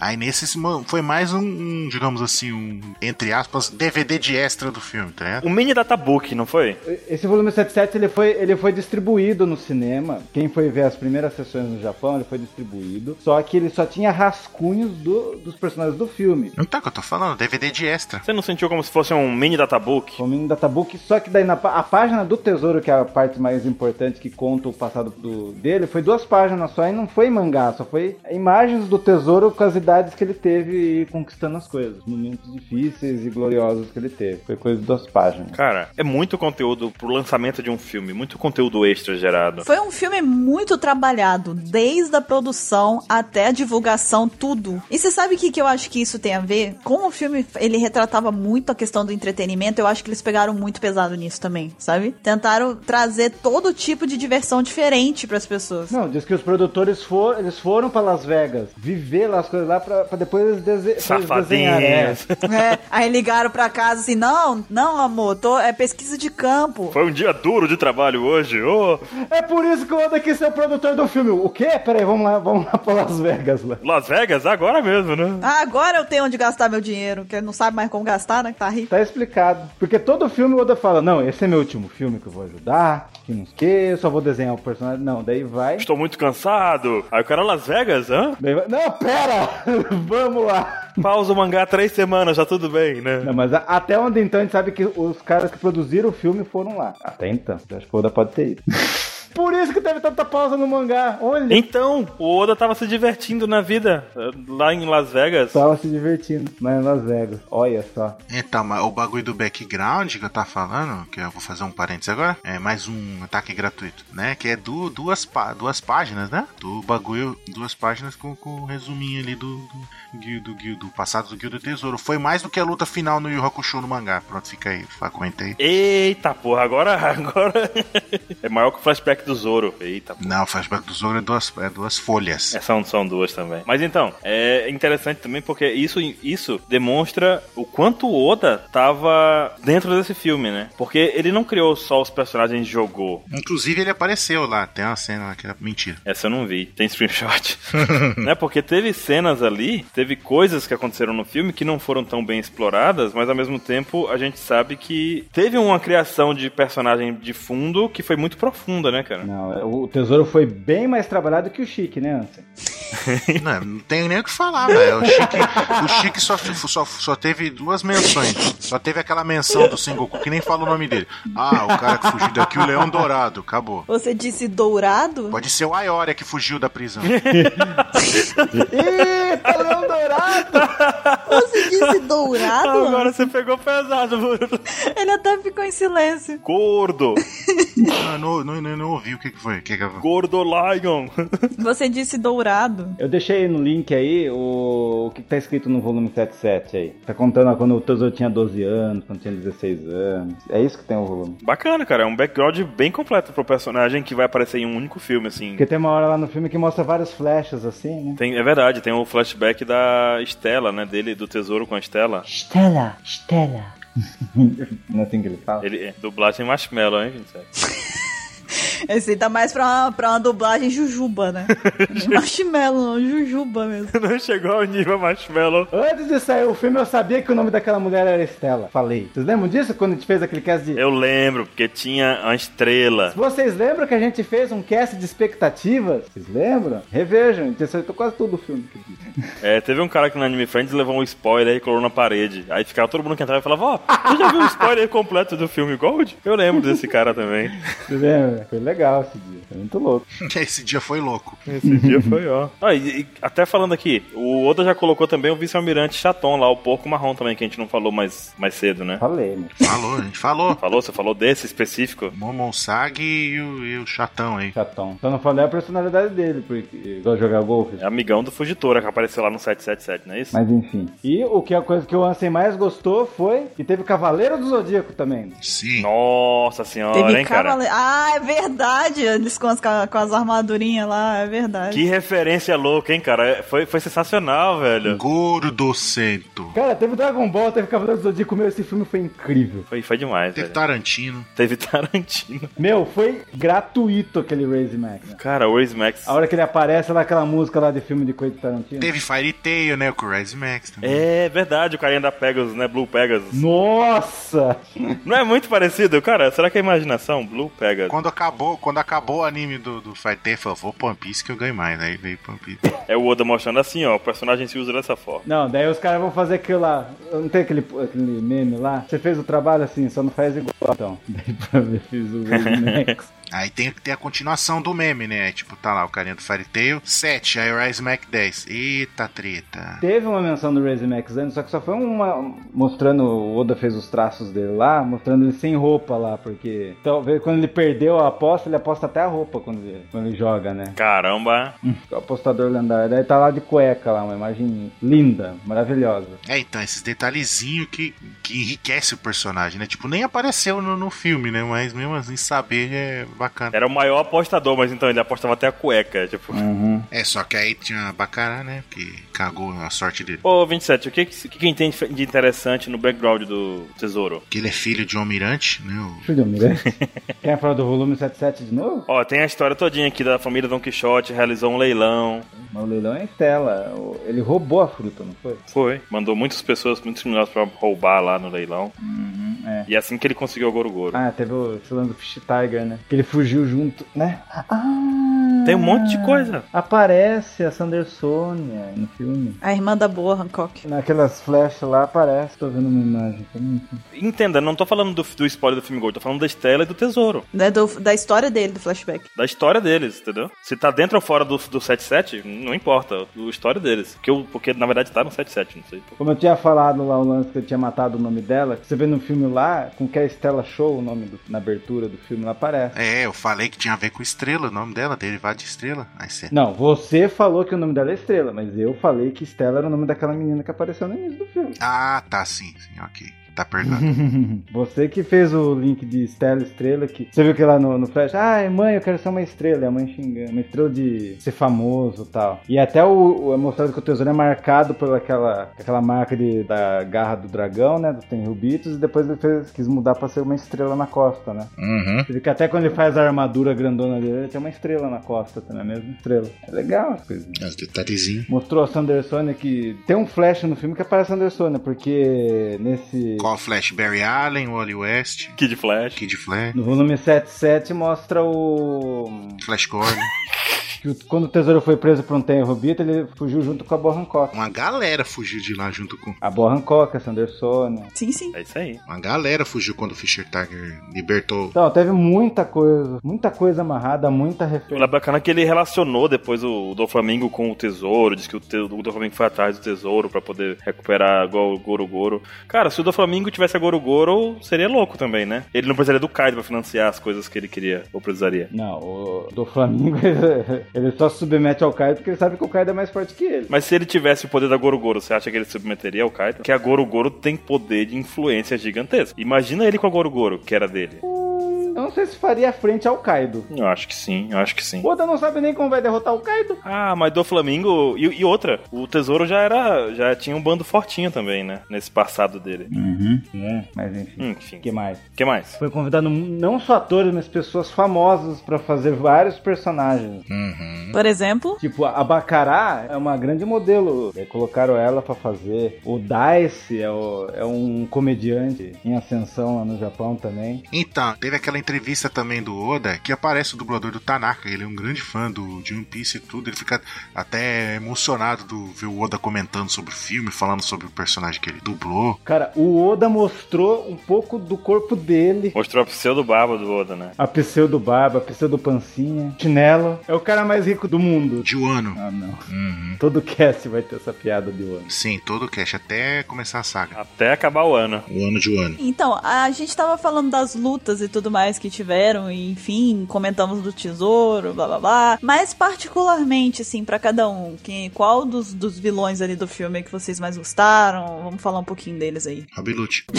S3: Aí nesse esse mo- foi mais um, um, digamos assim, um, entre aspas, DVD de extra do filme, tá ligado?
S2: O mini databook, não foi?
S1: Esse volume 77 ele foi, ele foi distribuído no cinema. Quem foi ver as primeiras sessões no Japão, ele foi distribuído. Só que ele só tinha rascunhos do- dos personagens do filme.
S3: Não tá o que eu tô falando, DVD de extra.
S2: Você não sentiu como se fosse um mini databook?
S1: Foi um databook, só que daí na pá- a página do tesouro, que é a parte mais importante que conta o passado do- dele, foi duas páginas só e não foi mangá, só foi imagens do tesouro com as idades que ele teve e conquistando as coisas, momentos difíceis e gloriosos que ele teve. Foi coisa de duas páginas.
S2: Cara, é muito conteúdo pro lançamento de um filme, muito conteúdo extra gerado.
S4: Foi um filme muito trabalhado, desde a produção até a divulgação, tudo. E você sabe o que, que eu acho que isso tem a ver? Como o filme ele retratava muito a questão do entretenimento, eu acho que eles pegaram muito pesado nisso também, sabe? Tentaram trazer todo tipo de diversão diferente pras pessoas.
S1: Não, diz que os produtores foram, eles foram pra Las Vegas viver lá as coisas lá pra, pra depois eles, dese pra eles desenharem. é.
S2: Safadinhas.
S4: É, aí ligaram pra casa assim: não, não, amor, tô, é pesquisa de campo.
S2: Foi um dia duro de trabalho hoje. Ô,
S1: É por isso que eu ando aqui ser o produtor do filme. O quê? Peraí, vamos lá, vamos lá pra Las Vegas lá.
S2: Las Vegas agora mesmo, né?
S4: Ah, agora eu tenho onde gastar meu dinheiro, que não sabe mais como gastar, né? que Tá rico.
S1: Tá explicado. Porque todo filme o Oda fala: não, esse é meu último filme que eu vou ajudar, que não sei o quê, eu só vou desenhar o personagem. Não, daí vai.
S2: Estou muito cansado. Aí o cara Las Vegas, hã?
S1: Daí vai não, pera! Vamos lá!
S2: Pausa o mangá três semanas, já tudo bem, né?
S1: Não, mas a- até onde então a gente sabe que os caras que produziram o filme foram lá. Até então. Eu acho que o Oda pode ter ido. Por isso que teve tanta pausa no mangá. Olha.
S2: Então, o Oda tava se divertindo na vida eh, lá em Las Vegas.
S1: Tava se divertindo, mas em Las Vegas. Olha só.
S3: Então, mas o bagulho do background que eu tava falando, que eu vou fazer um parênteses agora, é mais um ataque gratuito, né? Que é du duas, pá- duas páginas, né? Do bagulho, duas páginas com, com o resuminho ali do, do, guio- do, guio- do passado do Guild do Tesouro. Foi mais do que a luta final no Yu Hakusho no mangá. Pronto, fica aí, fa- comentei.
S2: Eita porra, agora. agora... é maior que o flashback do Zoro. Eita porra.
S3: Não, o flashback do Zoro é duas, é duas folhas.
S2: É, são, são duas também. Mas então, é interessante também porque isso, isso demonstra o quanto o Oda tava dentro desse filme, né? Porque ele não criou só os personagens e jogou.
S3: Inclusive ele apareceu lá, tem uma cena lá que era mentira.
S2: Essa eu não vi. Tem screenshot. né? Porque teve cenas ali, teve coisas que aconteceram no filme que não foram tão bem exploradas, mas ao mesmo tempo a gente sabe que teve uma criação de personagem de fundo que foi muito profunda, né, cara?
S1: Não, o tesouro foi bem mais trabalhado que o Chique, né, Ansem?
S3: Não, não tem nem o que falar, velho. O Chique, o Chique só, só, só teve duas menções. Só teve aquela menção do Sengoku que nem fala o nome dele. Ah, o cara que fugiu daqui, o Leão Dourado. Acabou.
S4: Você disse dourado?
S3: Pode ser o Ayoria que fugiu da prisão.
S1: Eita, Leão Dourado!
S4: Você disse dourado?
S2: Agora você pegou pesado, Bruno.
S4: Ele até ficou em silêncio.
S2: Gordo.
S3: Ah, não, não, não, não ouvi o que, que foi. O que que eu-
S2: Gordo Lion.
S4: Você disse dourado.
S1: Eu deixei no link aí o, o que tá escrito no volume 77 aí. Tá contando quando o Tesouro tinha 12 anos, quando tinha 16 anos. É isso que tem o volume.
S2: Bacana, cara. É um background bem completo pro personagem que vai aparecer em um único filme, assim.
S1: Porque tem uma hora lá no filme que mostra vários flashes assim, né?
S2: Tem- é verdade, tem o flashback da Estela, né? Dele, do tesouro com a Estela.
S1: Stella, Stella. Não é assim que ele fala?
S2: Ele é dublagem marshmallow, hein, gente?
S4: Esse tá mais pra uma, pra uma dublagem jujuba, né? Nem Marshmallow, não, jujuba mesmo.
S2: Não chegou ao nível marshmallow.
S1: Antes de sair o filme, eu sabia que o nome daquela mulher era Estela. Falei. Vocês lembram disso quando a gente fez aquele cast de.
S2: Eu lembro, porque tinha a estrela.
S1: Vocês lembram que a gente fez um cast de expectativas? Vocês lembram? Revejam, a gente acertou quase todo o filme. que eu vi.
S2: É, teve um cara que no Anime Friends levou um spoiler e colou na parede. Aí ficava todo mundo que entrava e falava, ó, você já viu o spoiler completo do filme Gold? Eu lembro desse cara também.
S1: Vocês lembram? Foi legal esse dia. Foi muito louco.
S3: Esse dia foi louco.
S2: Esse dia foi, ó. Ah, e, e até falando aqui, o Oda já colocou também o vice-almirante Chaton lá, o porco marrom também, que a gente não falou mais, mais cedo, né?
S1: Falei, mano.
S3: Falou, a gente falou.
S2: Falou? Você falou desse específico?
S3: Momonsag e o, e o chatão aí.
S1: Chatão. Só Então, não falei a personalidade dele, porque ele gosta de jogar golfe.
S2: É amigão do Fugitora, que apareceu lá no 777, não é isso?
S1: Mas enfim. E o que a coisa que o Ansem mais gostou foi que teve Cavaleiro do Zodíaco também.
S3: Sim.
S2: Nossa senhora,
S4: Teve
S2: hein, cara?
S4: cavale- Ah, é verdade. Eles com as, ca- com as armadurinhas lá, é verdade.
S2: Que referência louca, hein, cara? É, Foi, foi sensacional, velho.
S3: Gordo Cento.
S1: Cara, teve Dragon Ball, teve Cavaleiro do Zodíaco, meu, esse filme foi incrível.
S2: Foi, foi demais,
S3: Teve
S2: velho.
S3: Tarantino.
S2: Teve Tarantino.
S1: Meu, foi gratuito aquele Raise Mac. né?
S2: Cara, o Wiz Max.
S1: A hora que ele aparece lá, aquela música lá de filme de Coelho de Tarantino.
S3: Teve Fire Tail, né? Com o Rise Max também.
S2: É verdade, o carinha da Pegasus, né? Blue Pegasus.
S1: Nossa!
S2: Não é muito parecido, cara? Será que é imaginação? Blue Pegasus.
S3: Quando acabou, quando acabou o anime do, do Fire Tail, eu falei, vou pro One Piece que eu ganho mais. Aí veio pro One Piece.
S2: É o Oda mostrando assim, ó. O personagem se usa dessa forma.
S1: Não, daí os caras vão fazer aquilo lá. Não tem aquele, aquele meme lá? Você fez o trabalho assim, só não faz igual. Então, daí pra ver, fiz o Raise Mac.
S3: Aí tem que ter a continuação do meme, né? Aí, tipo, tá lá o carinha do Fire Tail, 7, aí o Rise Mac 10. Eita treta.
S1: Teve uma menção do Raise Max antes, só que só foi uma. Mostrando, o Oda fez os traços dele lá, mostrando ele sem roupa lá, porque. Talvez quando ele perdeu a aposta, ele aposta até a roupa quando ele, quando ele joga, né?
S2: Caramba.
S1: O apostador lendário. Daí tá lá de cueca lá, uma imagem linda, maravilhosa.
S3: É, então, esses detalhezinhos que, que enriquece o personagem, né? Tipo, nem apareceu no, no filme, né? Mas mesmo assim, saber é bacana.
S2: Era o maior apostador, mas então ele apostava até a cueca, tipo.
S3: É, só que aí tinha Bacará, né? Que cagou a sorte dele.
S2: Ô, 27, o que que, o que que tem de interessante no background do tesouro?
S3: Que ele é filho de um almirante, né? O-
S1: Filho do Mirante. Quer falar é do volume 77 de novo?
S2: Ó, tem a história todinha aqui da família Don Quixote, realizou um leilão.
S1: Mas o leilão é Estela. o- Ele roubou a fruta, não foi?
S2: Foi. Mandou muitas pessoas, muitos milhões pra roubar lá no leilão.
S1: é.
S2: E assim que ele conseguiu o Goro Goro.
S1: Ah, teve o esse lance do Fish Tiger, né? Que ele fugiu junto, né? Ah!
S2: Tem um monte de coisa.
S1: Aparece a Sandersonia no filme.
S4: A irmã da boa, Hancock.
S1: Naquelas flechas lá aparece, tô vendo uma imagem. Tá muito-
S2: Entenda, não tô falando do, do spoiler do filme Gold, tô falando da Estela e do Tesouro.
S4: Né, do- da história dele, do flashback.
S2: Da história deles, entendeu? Se tá dentro ou fora do, do 77, não importa. A história deles. Porque, eu- porque na verdade tá no 77, não sei.
S1: Como eu tinha falado lá o lance que eu tinha matado o nome dela, você vê no filme lá, com que a Estela Show, o nome do- na abertura do filme, lá aparece.
S3: É, eu falei que tinha a ver com estrela, o nome dela, derivado de estrela. Aí você.
S1: Não, você falou que o nome dela é Estrela, mas eu falei que Estela era o nome daquela menina que apareceu no início do filme.
S3: Ah, tá, sim, sim, ok. Tá perdoado.
S1: Uhum. Você que fez o link de Estela Estrela que você viu que lá no, no Flash, ai mãe, eu quero ser uma estrela, e a mãe xingando, uma estrela de ser famoso e tal. E até o, o é mostrado que o tesouro é marcado por aquela, aquela marca de, da garra do dragão, né? Tem rubitos, e depois ele fez- quis mudar pra ser uma estrela na costa, né?
S3: uhum.
S1: Você vê que até quando ele faz a armadura grandona dele, ele tem uma estrela na costa, também, a mesma estrela. É legal as coisas.
S3: É, os detalhezinhos.
S1: Mostrou a Sandersonia que tem um flash no filme que aparece a Sandersonia, porque nesse
S3: Qual Flash? Barry Allen, Wally West,
S2: Kid Flash.
S3: Kid Flash,
S1: No volume 77 mostra o.
S3: Flash Gordon.
S1: que o- quando o tesouro foi preso por um tempo Rubito, ele fugiu junto com a Boa Hancock.
S3: Uma galera fugiu de lá junto com.
S1: A Boa Hancock, a Sanderson. né?
S4: Sim, sim.
S2: É isso aí.
S3: Uma galera fugiu quando o Fischer Tiger libertou.
S1: Então, teve muita coisa, muita coisa amarrada, muita
S2: O
S1: referência.
S2: bacana é que ele relacionou depois o do Flamengo com o tesouro, diz que o, te, o do Flamengo foi atrás do tesouro pra poder recuperar igual o Goro Goro. Cara, se o do Flamengo tivesse a Goro Goro, seria louco também, né? Ele não precisaria do Kaido pra financiar as coisas que ele queria ou precisaria.
S1: Não, o do Flamengo ele, ele só se submete ao Kaido porque ele sabe que o Kaido é mais forte que ele.
S2: Mas se ele tivesse o poder da Goro Goro, você acha que ele se submeteria ao Kaido? Que a Goro Goro tem poder de influência gigantesca. Imagina ele com a Goro Goro, que era dele.
S1: Eu não sei se faria frente ao Kaido.
S2: Eu acho que sim, eu acho que sim.
S1: O Oda não sabe nem como vai derrotar o Kaido.
S2: Ah, mas do Flamengo e, e outra, o Tesouro já era, já tinha um bando fortinho também, né? Nesse passado dele.
S1: Uhum. É, mas enfim.
S2: Enfim,
S1: O que
S2: Hum, que,
S1: mais?
S2: mais?
S1: Foi convidado não só atores, mas pessoas famosas pra fazer vários personagens.
S3: Uhum.
S4: Por exemplo,
S1: Tipo, a Bacará é uma grande modelo. Daí colocaram ela pra fazer. O Dice é, o- é um comediante em ascensão lá no Japão também.
S3: Então, teve aquela entrevista também do Oda que aparece o dublador do Tanaka. Ele é um grande fã do, de One Piece e tudo. Ele fica até emocionado do ver o Oda comentando sobre o filme, falando sobre o personagem que ele dublou.
S1: Cara, o Oda mostrou um pouco do corpo dele.
S2: Mostrou a pseudo-barba do Oda, né?
S1: A pseudo barba, a pseudo pancinha, chinelo. É o cara mais rico do mundo.
S3: De Wano.
S1: Ah, não.
S3: Uhum.
S1: Todo cast vai ter essa piada de Oda.
S3: Sim, todo o cast, até começar a saga.
S2: Até acabar o ano.
S3: O ano de Wano.
S4: então, a gente tava falando das lutas e tudo mais que tiveram, e, enfim, comentamos do tesouro, blá blá blá. Mas particularmente, assim, pra cada um, quem, qual dos, dos vilões ali do filme é que vocês mais gostaram? Vamos falar um pouquinho deles aí.
S3: Rabilute.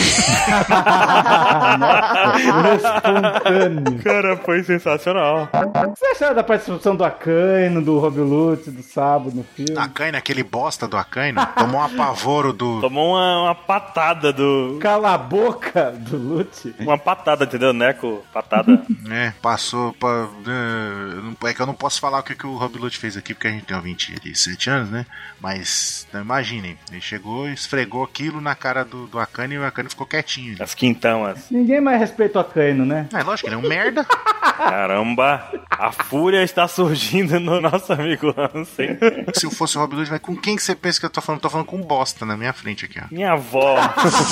S1: Espontâneo.
S2: Cara, foi sensacional.
S1: O que você acharam da participação do Akaino, do Rob Lute, do Sabo no filme?
S3: Akaina, aquele bosta do Akaina, tomou um apavoro do.
S2: Tomou uma, uma patada do.
S1: Cala a boca do Lute.
S2: Uma patada, entendeu? Neco, patada.
S3: né? Passou pra. eh, não- É que eu não posso falar o que, que o Rob Lute fez aqui, porque a gente tem ó, 27 anos, né? Mas então, imaginem, ele chegou e esfregou aquilo na cara do, do Akaina e o Akaina ficou quietinho.
S2: As quintamas.
S1: Ninguém mais respeita o Akaino, né?
S3: É lógico, ele é um merda.
S2: Caramba, a fúria está surgindo no nosso amigo Ansem.
S3: Se eu fosse o Rob Lute, vai com quem que você pensa que eu tô falando? Tô falando com um bosta na minha frente aqui, ó.
S2: Minha avó.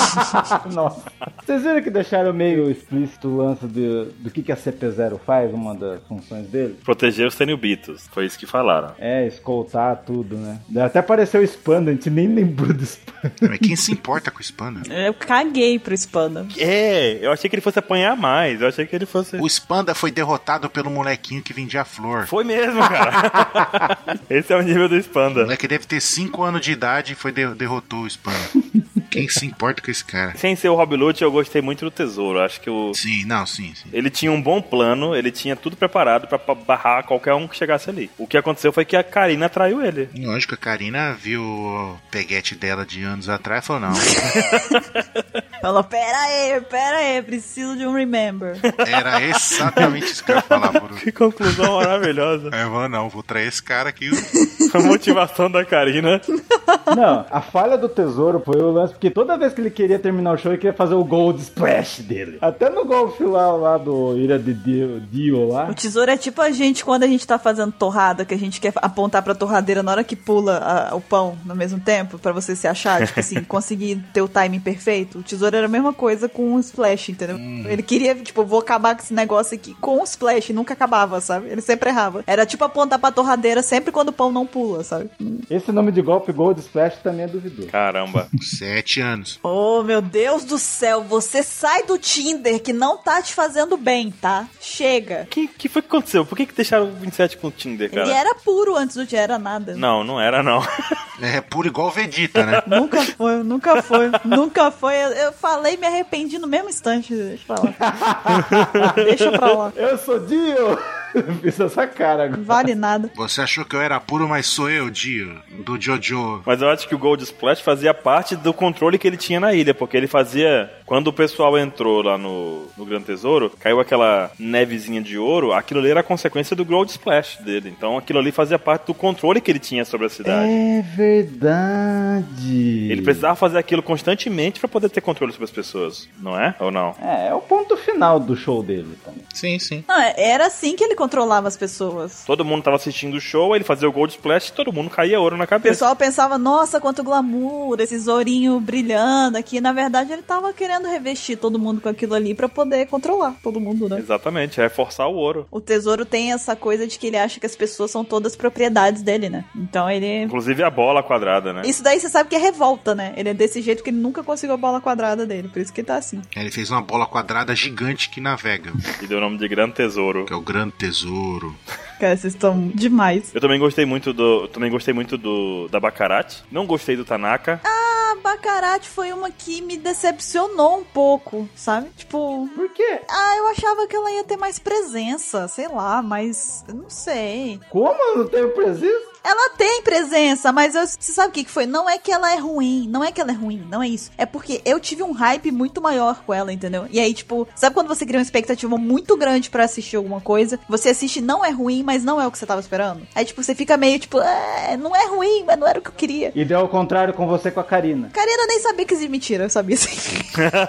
S1: Nossa. Vocês viram que deixaram meio explícito o lance do, do que, que a CP0 faz, uma das funções dele?
S2: Proteger os tenubitos. Foi isso que falaram.
S1: É, escoltar tudo, né? Até apareceu o Spanda, a gente nem lembrou do Spanda.
S3: Mas quem se importa com o Spanda?
S4: Eu caguei pro Spanda.
S2: É, eu achei que ele fosse apanhar mais. Eu achei que ele fosse.
S3: O Spanda foi derrotado pelo molequinho que vendia flor.
S2: Foi mesmo, cara. Esse é o nível do
S3: O
S2: Spanda.
S3: moleque deve ter 5 anos de idade e foi de- derrotou o Spanda. Quem se importa com esse cara?
S2: Sem ser o Rob Lute, eu gostei muito do tesouro. Acho que o.
S3: Sim, não, sim, sim.
S2: Ele tinha um bom plano, ele tinha tudo preparado pra pra barrar qualquer um que chegasse ali. O que aconteceu foi que a Karina atraiu ele.
S3: Lógico, a Karina viu o peguete dela de anos atrás e falou, não,
S4: Falou, pera aí, pera aí, preciso de um remember.
S3: era exatamente isso que eu ia falar, Bruno.
S2: Que conclusão maravilhosa.
S3: Aí eu falei, não, vou trair esse cara aqui.
S2: A motivação da Karina.
S1: Não, a falha do tesouro foi o lance, porque toda vez que ele queria terminar o show, ele queria fazer o Gold Splash dele. Até no golfe lá, lá do Ira de Dio, Dio lá.
S4: O tesouro é tipo a gente quando a gente tá fazendo torrada, que a gente quer apontar pra torradeira na hora que pula a- o pão no mesmo tempo, pra você se achar, tipo assim, conseguir ter o timing perfeito. O tesouro era a mesma coisa com o splash, entendeu? Ele queria, tipo, vou acabar com esse negócio aqui com o splash, nunca acabava, sabe? Ele sempre errava. Era tipo apontar pra torradeira sempre quando o pão não pula, sabe?
S1: Esse nome de golpe Gold Splash também é duvidoso.
S2: Caramba.
S3: Sete anos.
S4: Oh, meu Deus do céu, você sai do Tinder que não tá te fazendo bem, tá? Chega.
S2: O que, que foi que aconteceu? Por que, que deixaram o 27 com o Tinder,
S4: Ele é
S2: cara?
S4: era puro antes do Tinder, era nada.
S2: Não, não era, não.
S3: É puro igual o Vegeta, né?
S4: Nunca foi, nunca foi, nunca foi. Eu, eu falei e me arrependi no mesmo instante. Deixa pra lá. Deixa pra lá.
S1: Eu sou Dio! Fiz essa cara
S4: Não
S1: agora.
S4: vale nada.
S3: Você achou que eu era puro, mas sou eu, Dio, do Jojo.
S2: Mas eu acho que o Gold Splash fazia parte do controle que ele tinha na ilha, porque ele fazia. Quando o pessoal entrou lá no, no Grande Tesouro, caiu aquela nevezinha de ouro, aquilo ali era consequência do Gold Splash dele. Então aquilo ali fazia parte do controle que ele tinha sobre a cidade.
S1: É verdade.
S2: Ele precisava fazer aquilo constantemente pra poder ter controle sobre as pessoas, não é? Ou não?
S1: É, é o ponto final do show dele também.
S3: Sim, sim.
S4: Não, é- era assim que ele controlava as pessoas.
S2: Todo mundo tava assistindo o show, ele fazia o Gold Splash e todo mundo caía ouro na
S4: O
S2: cabeça.
S4: pessoal pensava, nossa, quanto glamour, esse tesourinho brilhando aqui. Na verdade, ele tava querendo revestir todo mundo com aquilo ali pra poder controlar todo mundo, né?
S2: Exatamente, é forçar o ouro.
S4: O tesouro tem essa coisa de que ele acha que as pessoas são todas propriedades dele, né? Então ele.
S2: Inclusive a bola quadrada, né?
S4: Isso daí você sabe que é revolta, né? Ele é desse jeito que ele nunca conseguiu a bola quadrada dele, por isso que ele tá assim.
S3: Ele fez uma bola quadrada gigante que navega,
S2: E deu o nome de Grande Tesouro.
S3: que é o grande tesouro.
S4: Cara, vocês estão demais.
S2: Eu também gostei muito do. eu Também gostei muito do. Da Baccarat. Não gostei do Tanaka.
S4: A Baccarat foi uma que me decepcionou um pouco, sabe? Tipo,
S1: Por quê?
S4: ah, eu achava que ela ia ter mais presença, sei lá, mas eu não sei.
S1: Como? Não teve presença?
S4: Ela tem presença, mas eu- você sabe o que que foi? Não é que ela é ruim, não é que ela é ruim, não é isso. É porque eu tive um hype muito maior com ela, entendeu? E aí, tipo, sabe quando você cria uma expectativa muito grande pra assistir alguma coisa? Você assiste, não é ruim, mas não é o que você tava esperando. Aí, tipo, você fica meio tipo, é, não é ruim, mas não era o que eu queria.
S1: E deu ao contrário com você com a Karina.
S4: Karina eu nem sabia que existia mentira, eu sabia sim.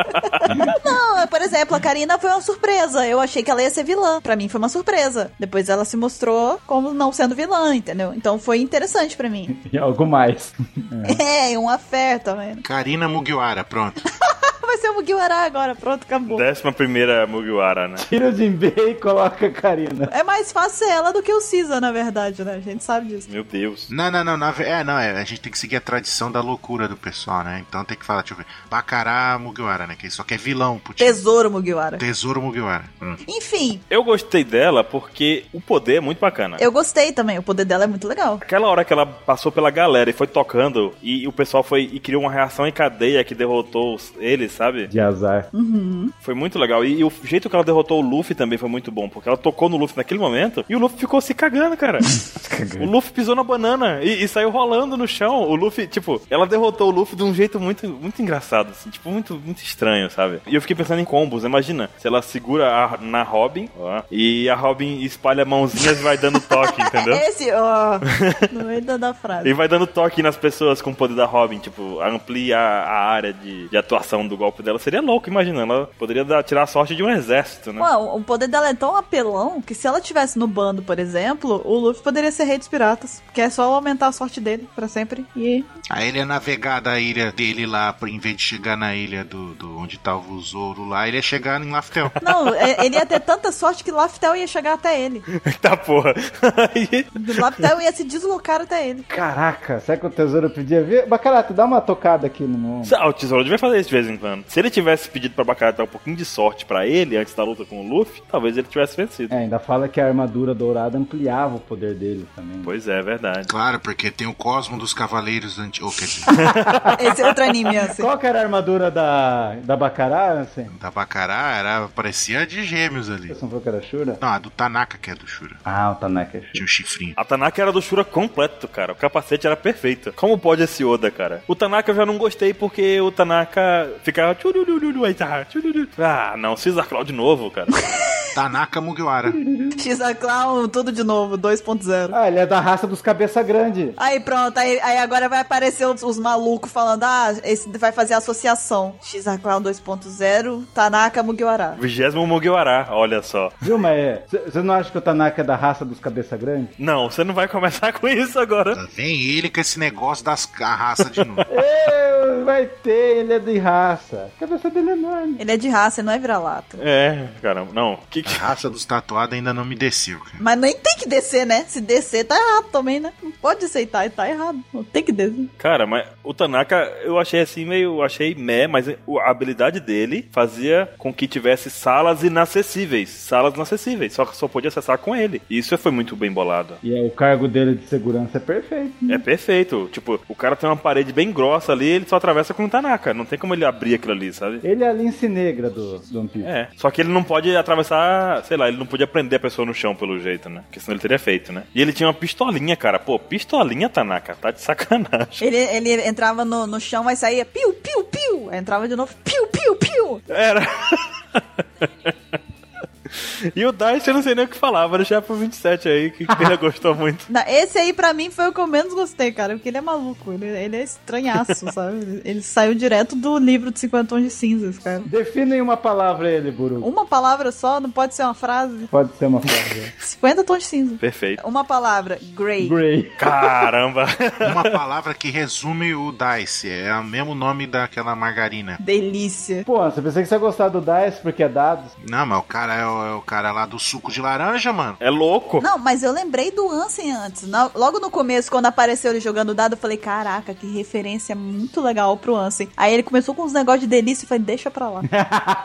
S4: não, por exemplo, a Karina foi uma surpresa. Eu achei que ela ia ser vilã. Pra mim foi uma surpresa. Depois ela se mostrou como não sendo vilã, entendeu? Então foi interessante pra mim.
S1: E algo mais.
S4: É, uma oferta, velho.
S3: Karina Mugiwara, pronto.
S4: Vai ser o Mugiwara agora, pronto, acabou.
S2: Décima primeira Mugiwara, né?
S1: Tira o Jinbei e coloca a Karina.
S4: É mais fácil ser ela do que o Cisa, na verdade, né? A gente sabe disso.
S2: Meu Deus.
S3: Não, não, não, na ve- é, não, é, a gente tem que seguir a tradição da loucura do pessoal, né? Então tem que falar, deixa eu ver, Bacará Mugiwara, né? Que ele só quer vilão pro time.
S4: Tesouro Mugiwara.
S3: Tesouro Mugiwara. Hum.
S4: Enfim,
S2: Eu gostei dela porque o poder é muito bacana.
S4: eu gostei também. O poder dela é muito legal.
S2: Aquela hora que ela passou pela galera e foi tocando, e o pessoal foi e criou uma reação em cadeia que derrotou os- eles, sabe?
S1: De azar. Hum,
S2: Foi muito legal. E, e o jeito que ela derrotou o Luffy também foi muito bom, porque ela tocou no Luffy naquele momento e o Luffy ficou se cagando, cara. o Luffy pisou na banana e, e saiu rolando no chão. O Luffy, tipo, ela derrotou o Luffy de um jeito muito, muito engraçado, assim, tipo, muito, muito estranho, sabe? E eu fiquei pensando em combos, né? imagina. Se ela segura a- na Robin ó, e a Robin espalha mãozinhas e vai dando toque, entendeu?
S4: É Esse, ó, no meio da- da frase.
S2: E vai dando toque nas pessoas com o poder da Robin, tipo, amplia a área de, de atuação do golpe dela. Seria louco, imagina. Ela poderia dar- tirar a sorte de um exército, né?
S4: Uau, o poder dela é tão apelão que se ela tivesse no bando, por exemplo, o Luffy poderia ser rei dos piratas, que é só aumentar a sorte dele pra sempre. E
S3: Aí ele ia navegar da ilha dele lá, pra- em vez de chegar na ilha do, do- onde tava o Zoro lá, ele ia chegar em Laftel.
S4: não, é- ele ia ter tanta sorte que Laftel ia chegar até ele.
S2: Eita porra. Aí,
S4: Laftel ia se deslocar até ele.
S1: Caraca, será que o tesouro pedia ver? Bacarato, dá uma tocada aqui no mundo.
S2: sa- o tesouro devia fazer isso de vez em quando. Se ele tivesse pedido pra Baccarat dar um pouquinho de sorte pra ele antes da luta com o Luffy, talvez ele tivesse vencido.
S1: É, ainda fala que a armadura dourada ampliava o poder dele também.
S2: Pois é, é verdade.
S3: Claro, porque tem o Cosmo dos Cavaleiros Anti... Ou, quer dizer,
S4: Esse é outro anime, assim.
S1: Qual que era a armadura da, da Bacará, assim?
S3: da Bacará, era, parecia de gêmeos ali.
S1: Você não falou que era Shura?
S3: Não, a do Tanaka que é do Shura.
S1: Ah, o Tanaka é
S3: Tinha
S1: Shura.
S3: um chifrinho.
S2: A Tanaka era do Shura completo, cara. O capacete era perfeito. Como pode esse Oda, cara? O Tanaka eu já não gostei porque o Tanaka ficava. tchururururu, aí tá, tchururu. Ah, não, Cesar Claw de novo, cara.
S3: Tanaka Mugiwara.
S4: X a ah, Clown, tudo de novo, 2.0.
S1: Ah, ele é da raça dos cabeça grande.
S4: Aí pronto, aí, aí agora vai aparecer os, os malucos falando: ah, esse vai fazer associação. X a Clown 2.0, Tanaka Mugiwara.
S2: Vigésimo Mugiwara, olha só.
S1: Viu, mas você não acha que o Tanaka é da raça dos cabeça grande?
S2: Não, você não vai começar com isso agora.
S3: Lá Vem ele com esse negócio das ca- raça de novo.
S1: É, vai ter, ele é de raça. A cabeça dele é enorme.
S4: Ele é de raça, ele não é vira-lata.
S2: É, caramba, não. Que que...
S3: A raça dos tatuados ainda não me desceu, cara.
S4: Mas nem tem que descer, né? Se descer, tá errado também, né? Não pode aceitar, tá errado. Não tem que descer.
S2: Cara, mas o Tanaka eu achei assim meio. Achei meh, mas o- a habilidade dele fazia com que tivesse salas inacessíveis. Salas inacessíveis, só que só podia acessar com ele. E isso foi muito bem bolado.
S1: E aí, o cargo dele de segurança é perfeito.
S2: É perfeito. Tipo, o cara tem uma parede bem grossa ali, ele só atravessa com o Tanaka. Não tem como ele abrir aquilo ali, sabe?
S1: Ele é a lince negra do, do One Piece.
S2: É. Só que ele não pode atravessar, sei lá, ele não podia prender a pessoa no chão pelo jeito, né? Porque senão ele teria feito, né? E ele tinha uma pistolinha, cara. Pô, pistolinha, Tanaka, tá de sacanagem.
S4: Ele, ele entrava no, no chão, mas saía piu, piu, piu. Aí entrava de novo, piu, piu, piu.
S2: Era. E o Dice, eu não sei nem o que falar, vou deixar pro 27 aí, que ele gostou muito.
S4: Não, esse aí pra mim foi o que eu menos gostei, cara, porque ele é maluco, ele, ele é estranhaço, sabe? Ele saiu direto do livro de 50 tons de cinzas, cara.
S1: Defina em uma palavra ele, Buru.
S4: Uma palavra só, não pode ser uma frase.
S1: Pode ser uma frase.
S4: 50 tons de cinza.
S2: Perfeito.
S4: Uma palavra, grey.
S1: Grey.
S2: Caramba!
S3: Uma palavra que resume o Dice. É o mesmo nome daquela margarina.
S4: Delícia.
S1: Pô, você pensei que você ia gostar do DICE porque é dados.
S3: Não, mas o cara é o, é o cara lá do suco de laranja, mano.
S2: É louco!
S4: Não, mas eu lembrei do Ansem antes. Na- logo no começo, quando apareceu ele jogando dado, eu falei, caraca, que referência muito legal pro Ansem. Aí ele começou com uns negócios de delícia e falei, deixa pra lá.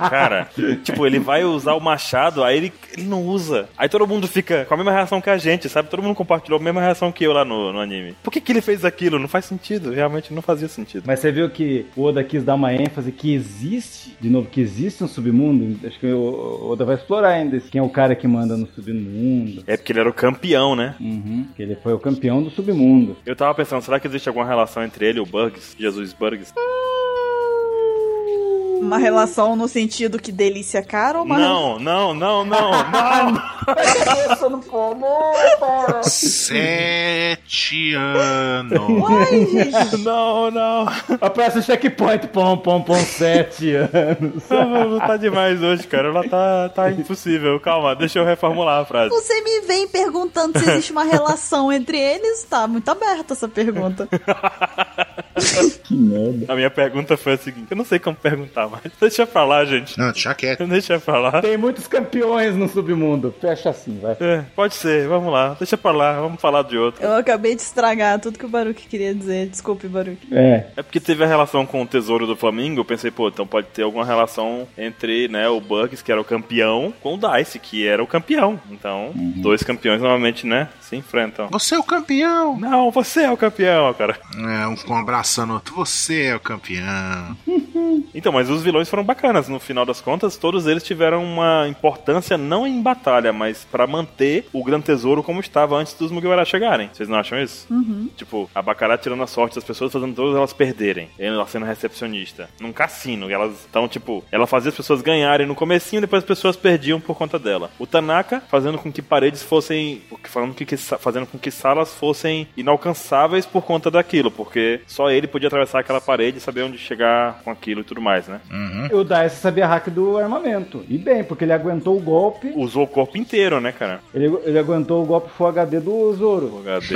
S2: Cara, tipo, ele vai usar o machado, aí ele, ele não usa. Aí todo mundo fica com a mesma reação que a gente, sabe? Todo mundo compartilhou a mesma reação que eu lá no, no anime. Por que, que ele fez aquilo? Não faz sentido, realmente não fazia sentido.
S1: Mas você viu que o Oda quis dar uma ênfase que existe, de novo, que existe um submundo. Acho que o Oda vai explorar ainda esse- quem é o cara que manda no submundo.
S2: É porque ele era o campeão, né?
S1: Uhum. Que ele foi o campeão do submundo.
S2: Eu tava pensando, será que existe alguma relação entre ele e o Bugs? Jesus Bugs?
S4: Uma relação no sentido que delícia é cara ou uma
S2: Não, não, não, não, não!
S4: né?
S3: Sete anos.
S4: Ai, gente.
S2: Não, não!
S1: Aparece o checkpoint, pom, pom, pom, sete anos.
S2: Não tá demais hoje, cara. Ela tá, tá impossível. Calma, deixa eu reformular a frase.
S4: Você me vem perguntando se existe uma relação entre eles? Tá muito aberta essa pergunta.
S1: Que merda.
S2: A minha pergunta foi a seguinte: eu não sei como perguntar, mas deixa pra lá, gente.
S3: Não, deixa quieto.
S2: Deixa pra lá.
S1: Tem muitos campeões no submundo. Fecha assim, vai.
S2: É, pode ser, vamos lá, deixa pra lá, vamos falar de outro.
S4: Eu acabei de estragar tudo que o Baruque queria dizer. Desculpe, Baruque.
S1: É.
S2: É porque teve a relação com o tesouro do Flamengo, eu pensei, pô, então pode ter alguma relação entre, né, o Bucks, que era o campeão, com o Dice, que era o campeão. Então, dois campeões normalmente, né, se enfrentam.
S3: Você é o campeão.
S2: Não, você é o campeão, cara.
S3: É, um ficou abraçando o outro. Você é o campeão.
S2: Então, mas os vilões foram bacanas. No final das contas, todos eles tiveram uma importância não em batalha, mas pra manter o Gran Tesouro como estava antes dos Mugiwara chegarem. Vocês não acham isso? Uhum. Tipo, a Bacará tirando a sorte das pessoas, fazendo todas elas perderem. Ela sendo recepcionista. Num cassino. E elas estão, tipo, ela fazia as pessoas ganharem no comecinho, depois as pessoas perdiam por conta dela. O Tanaka fazendo com que paredes fossem. Falando que, que, sa- fazendo com que salas fossem inalcançáveis por conta daquilo, porque só ele podia atravessar aquela parede e saber onde chegar com aquilo e tudo mais, né?
S1: O Dice sabia hack do armamento. E bem, porque ele aguentou o golpe.
S2: Usou o corpo inteiro, né, cara?
S1: Ele, ele aguentou o golpe Full HD do Zoro.
S2: O HD.